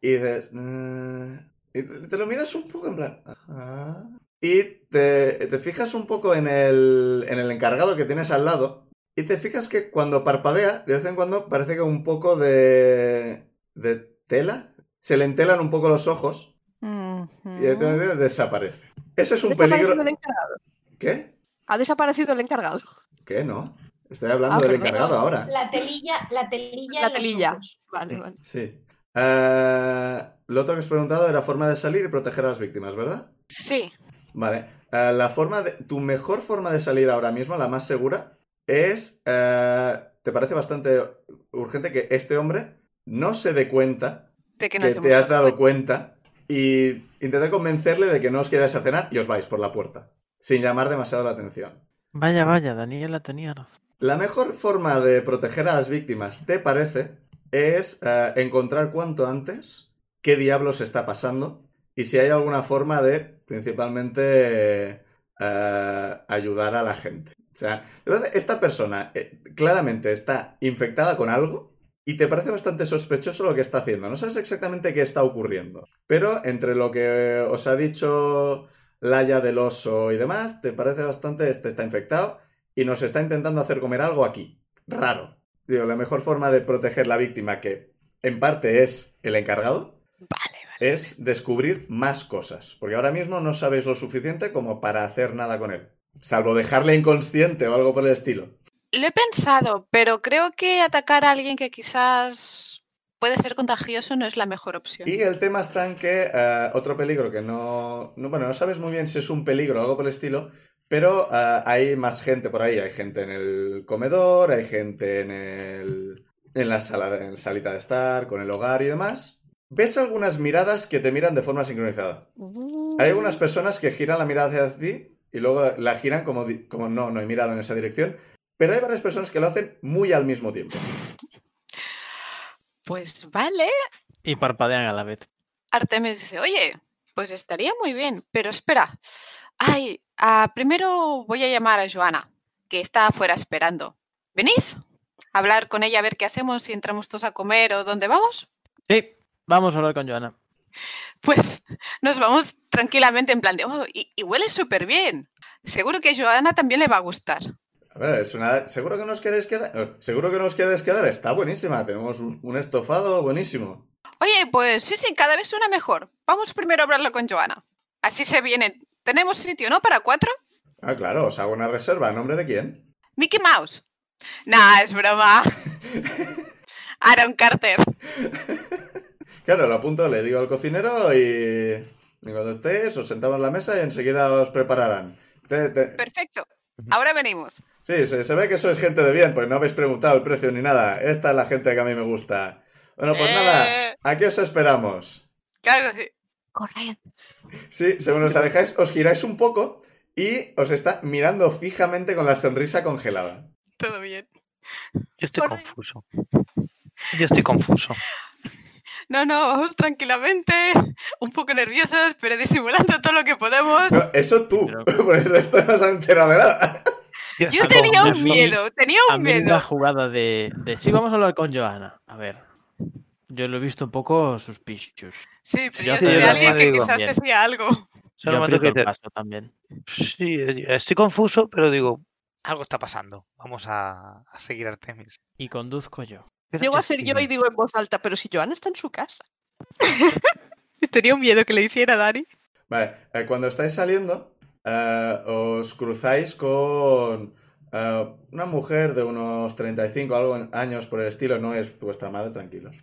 Speaker 1: Y dices... "Ah", y te te lo miras un poco en plan... "Ajá". Y te, te fijas un poco en el, en el encargado que tienes al lado. Y te fijas que cuando parpadea, de vez en cuando parece que un poco de... de tela. Se le entelan un poco los ojos
Speaker 3: Ah.
Speaker 1: y directamente desaparece. Eso es un
Speaker 9: Desaparecido
Speaker 1: peligro...
Speaker 9: el encargado.
Speaker 1: ¿Qué?
Speaker 9: Ha desaparecido el
Speaker 4: [laughs]
Speaker 9: encargado.
Speaker 1: ¿Qué? No. Estoy hablando
Speaker 9: Ah,
Speaker 1: del
Speaker 9: perdón.
Speaker 1: encargado ahora.
Speaker 5: La telilla, la telilla.
Speaker 9: La
Speaker 5: en los
Speaker 9: telilla.
Speaker 5: ojos.
Speaker 9: Vale, vale.
Speaker 1: Sí. Ah, lo otro que has preguntado era forma de salir y proteger a las víctimas, ¿verdad?
Speaker 3: Sí.
Speaker 1: Vale. Eh, la forma de, tu mejor forma de salir ahora mismo, la más segura, es... eh, te parece bastante urgente que este hombre no se dé cuenta
Speaker 3: De que,
Speaker 1: que
Speaker 3: nos
Speaker 1: te
Speaker 3: hemos
Speaker 1: has dado
Speaker 3: dado
Speaker 1: cuenta y intentar convencerle de que no os quedáis a cenar y os vais por la puerta, sin llamar demasiado la atención.
Speaker 6: Vaya, vaya, Daniela tenía razón.
Speaker 1: La mejor forma de proteger a las víctimas, ¿te parece? Es eh, encontrar cuanto antes qué diablos está pasando y si hay alguna forma de, principalmente, eh, ayudar a la gente. O sea, de verdad, esta persona eh, claramente está infectada con algo y te parece bastante sospechoso lo que está haciendo. No sabes exactamente qué está ocurriendo, pero entre lo que os ha dicho Laia del oso y demás, te parece bastante, este está infectado y nos está intentando hacer comer algo aquí. Raro. Digo, la mejor forma de proteger la víctima, que en parte es el encargado,
Speaker 3: Vale, vale.
Speaker 1: es descubrir más cosas. Porque ahora mismo no sabéis lo suficiente como para hacer nada con él. Salvo dejarle inconsciente o algo por el estilo.
Speaker 3: Lo he pensado, pero creo que atacar a alguien que quizás puede ser contagioso no es la mejor opción.
Speaker 1: Y el tema está en que eh, otro peligro que no, no- Bueno, no sabes muy bien si es un peligro o algo por el estilo, pero eh, hay más gente por ahí. Hay gente en el comedor, hay gente en el. en la sala de- en salita de estar, con el hogar y demás. Ves algunas miradas que te miran de forma sincronizada.
Speaker 4: Uh.
Speaker 1: Hay algunas personas que giran la mirada hacia ti y luego la giran como, di- como no, no he mirado en esa dirección. Pero hay varias personas que lo hacen muy al mismo tiempo.
Speaker 3: Pues vale.
Speaker 6: Y parpadean a la vez.
Speaker 3: Artemis dice, oye, pues estaría muy bien, pero espera. Ay, ah, primero voy a llamar a Joana, que está afuera esperando. ¿Venís? A hablar con ella, a ver qué hacemos, si entramos todos a comer o dónde vamos. [laughs]
Speaker 6: Sí, vamos a hablar con Joana.
Speaker 3: Pues nos vamos tranquilamente en plan de, "Oh, y, y huele súper bien. Seguro que a Joana también le va a gustar.
Speaker 1: A ver, es una... Seguro que nos queréis quedar... eh, Seguro que nos queréis quedar. Está buenísima. Tenemos un, un estofado buenísimo.
Speaker 8: Oye, pues sí, sí, cada vez suena mejor. Vamos primero a hablarlo con Joana. Así se viene. Tenemos sitio, ¿no? Para cuatro.
Speaker 1: Ah, claro, os hago una reserva. ¿A nombre de quién?
Speaker 8: Mickey Mouse. Nah, es broma. Aaron Carter.
Speaker 1: Claro, lo apunto, le digo al cocinero y... y cuando estéis os sentamos en la mesa y enseguida os prepararán. Te- te-
Speaker 8: Perfecto. Ahora venimos.
Speaker 1: Sí, se, se ve que sois gente de bien, pues no habéis preguntado el precio ni nada. Esta es la gente que a mí me gusta. Bueno, pues nada,
Speaker 8: Eh,
Speaker 1: aquí os esperamos.
Speaker 8: Claro que sí.
Speaker 3: Corred.
Speaker 1: Sí, según os alejáis, os giráis un poco y os está mirando fijamente con la sonrisa congelada.
Speaker 8: Todo bien.
Speaker 7: Yo estoy
Speaker 8: Corre.
Speaker 7: confuso. Yo estoy confuso.
Speaker 8: No, no, vamos tranquilamente. Un poco nerviosos, pero disimulando todo lo que podemos.
Speaker 1: No, eso tú, [laughs]
Speaker 6: Pero-
Speaker 1: por el resto no se han enterado de nada. [laughs]
Speaker 8: Yo
Speaker 7: estoy
Speaker 8: tenía un
Speaker 7: confuso.
Speaker 8: miedo, tenía
Speaker 6: A
Speaker 8: un
Speaker 6: mí la
Speaker 8: miedo.
Speaker 6: jugada de, de sí, vamos a hablar con Joana. A ver, yo lo he visto un poco suspicious.
Speaker 8: Sí,
Speaker 7: Sí,
Speaker 8: pero yo
Speaker 7: hace
Speaker 8: soy
Speaker 7: yo
Speaker 8: alguien que
Speaker 7: también digo,
Speaker 8: quizás
Speaker 6: bien.
Speaker 8: decía algo.
Speaker 7: Solo
Speaker 6: Yo
Speaker 7: me
Speaker 6: aplico
Speaker 7: toca
Speaker 6: el
Speaker 7: que te-
Speaker 6: paso también.
Speaker 7: Sí, eh, estoy confuso, pero digo, algo está pasando. Vamos a, a seguir a Artemis.
Speaker 6: Y conduzco yo.
Speaker 7: Pero
Speaker 4: Llego a
Speaker 7: yo
Speaker 4: ser yo
Speaker 7: digo,
Speaker 4: y digo en voz alta, pero si Joana está en su casa.
Speaker 8: Tenía un miedo que le hiciera Dani.
Speaker 1: Vale, eh, cuando estáis saliendo, eh, os cruzáis con eh, una mujer de unos 35 algo en- años por el estilo, no es vuestra madre, tranquilos.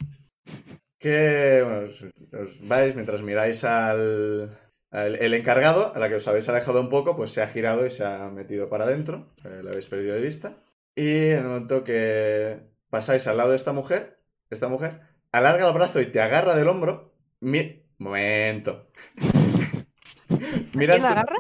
Speaker 1: Que bueno, os, os vais mientras miráis al, al- el encargado, a la que os habéis alejado un poco, pues se ha girado y se ha metido para adentro, eh, lo habéis perdido de vista. Y en el momento que pasáis al lado de esta mujer, esta mujer alarga el brazo y te agarra del hombro. Mi... Momento. Mira
Speaker 4: ¿Quién la agarra?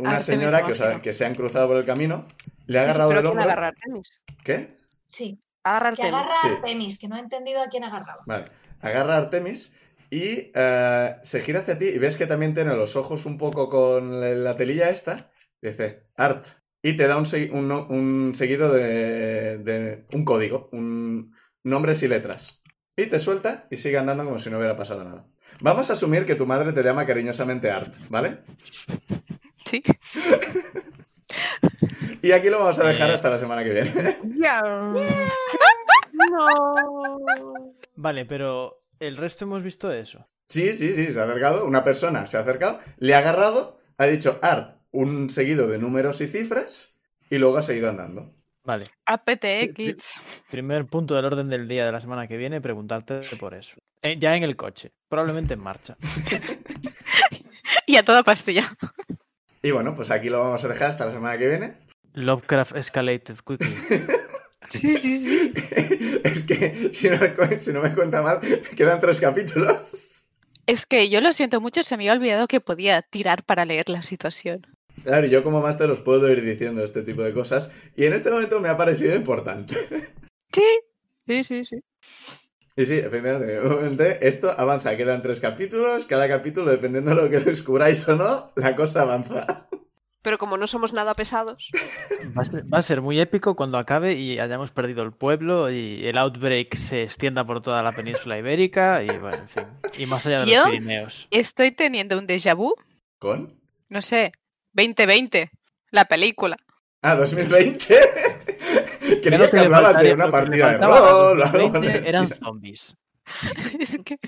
Speaker 1: una
Speaker 3: Artemis
Speaker 1: señora que, os ha-
Speaker 3: Mágica.
Speaker 1: que se han cruzado por el camino, le ha
Speaker 4: Sí, sí,
Speaker 1: agarrado
Speaker 4: pero
Speaker 1: el
Speaker 4: ¿quién
Speaker 1: hombro.
Speaker 4: agarra a Artemis?
Speaker 1: ¿Qué?
Speaker 5: Sí,
Speaker 4: Agarra
Speaker 5: que
Speaker 4: Artemis.
Speaker 5: agarra
Speaker 1: Sí.
Speaker 5: a Artemis, que no he entendido a quién agarraba.
Speaker 1: Vale. Agarra a Artemis y eh, se gira hacia ti y ves que también tiene los ojos un poco con la- la telilla esta. Dice, Art. Y te da un, segui- un no- un seguido de, de un código, un nombres y letras. Y te suelta y sigue andando como si no hubiera pasado nada. Vamos a asumir que tu madre te llama cariñosamente Art, ¿vale?
Speaker 8: Sí.
Speaker 1: Y aquí lo vamos a dejar
Speaker 6: Eh.
Speaker 1: hasta la semana que viene.
Speaker 4: No.
Speaker 6: Vale, pero el resto hemos visto eso.
Speaker 1: Sí, sí, sí, se ha acercado. Una persona se ha acercado, le ha agarrado, ha dicho art, un seguido de números y cifras, y luego ha seguido andando.
Speaker 6: Vale,
Speaker 8: APTX.
Speaker 6: primer punto del orden del día de la semana que viene, preguntarte por eso. Eh, ya en el coche, probablemente en marcha.
Speaker 8: Y a toda pastilla.
Speaker 1: Y bueno, pues aquí lo vamos a dejar hasta la semana que viene. [laughs]
Speaker 6: Lovecraft escalated [laughs] quickly.
Speaker 8: Sí, sí, sí.
Speaker 1: es que, si no, me cu- si no me cuenta mal, quedan tres capítulos.
Speaker 3: Es que yo lo siento mucho, se me había olvidado que podía tirar para leer la situación.
Speaker 1: Claro, yo como máster os puedo ir diciendo este tipo de cosas, y en este momento me ha parecido importante. [laughs]
Speaker 3: Sí,
Speaker 4: Sí, sí, sí.
Speaker 1: Y sí, efectivamente, de momento esto avanza, quedan tres capítulos, cada capítulo, dependiendo de lo que descubráis o no, la cosa avanza.
Speaker 4: Pero como no somos nada pesados, [laughs]
Speaker 6: Va a, ser, va a ser muy épico cuando acabe y hayamos perdido el pueblo y el outbreak se extienda por toda la península ibérica y bueno, en fin. Y más allá de
Speaker 3: Yo-
Speaker 6: los Pirineos.
Speaker 3: estoy teniendo un déjà vu,
Speaker 1: ¿Con?
Speaker 3: no sé, 2020, la película. [laughs]
Speaker 1: Ah, 2020.
Speaker 6: Creo
Speaker 1: [laughs] Creía que
Speaker 6: le
Speaker 1: hablabas de
Speaker 6: faltaría-
Speaker 1: una
Speaker 6: lo que le
Speaker 1: partida de
Speaker 6: faltaba a
Speaker 1: rol o algo
Speaker 6: 2020
Speaker 1: por [laughs] el
Speaker 6: Eran
Speaker 1: estilo.
Speaker 6: zombies.
Speaker 3: Es que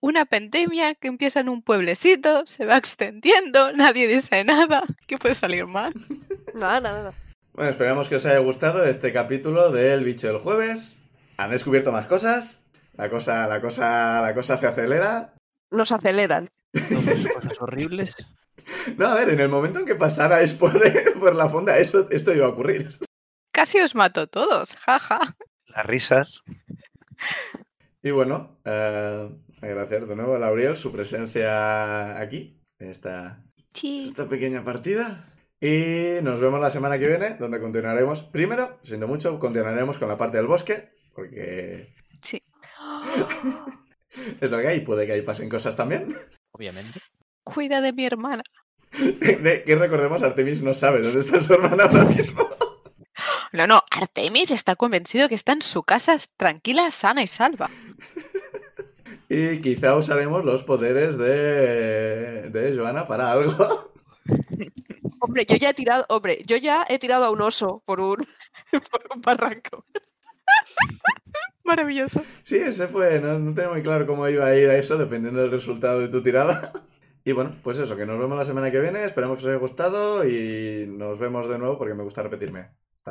Speaker 3: una pandemia que empieza en un pueblecito, se va extendiendo, nadie dice nada, ¿qué puede salir mal?
Speaker 4: nada, nada, nada.
Speaker 1: Bueno, esperamos que os haya gustado este capítulo del bicho del jueves. Han descubierto más cosas. La cosa, la cosa, la cosa se acelera.
Speaker 4: Nos aceleran.
Speaker 6: Zombies, cosas horribles.
Speaker 1: No, a ver, en el momento en que pasarais por, [laughs] por la fonda, eso, esto iba a ocurrir.
Speaker 3: Casi os mato a todos, jaja.
Speaker 7: Las risas.
Speaker 1: Y bueno, eh, agradecer de nuevo a Lauriel su presencia aquí, en esta, esta pequeña partida. Y nos vemos la semana que viene, donde continuaremos. Primero, siento mucho, continuaremos con la parte del bosque, porque
Speaker 3: Sí.
Speaker 1: es lo que hay, puede que ahí pasen cosas también.
Speaker 6: Obviamente.
Speaker 3: Cuida de mi hermana.
Speaker 1: De- que recordemos, Artemis no sabe dónde está su hermana ahora mismo.
Speaker 3: No, no, Artemis está convencido que está en su casa tranquila, sana y salva.
Speaker 1: Y quizá usaremos los poderes de, de Joana para algo.
Speaker 4: Hombre, yo ya he tirado, hombre, yo ya he tirado a un oso por un, [laughs] por un barranco. [laughs] Maravilloso.
Speaker 1: Sí, ese fue. No, no tenía muy claro cómo iba a ir a eso, dependiendo del resultado de tu tirada. [laughs] Y bueno, pues eso, que nos vemos la semana que viene. Esperamos que os haya gustado y nos vemos de nuevo porque me gusta repetirme. Hasta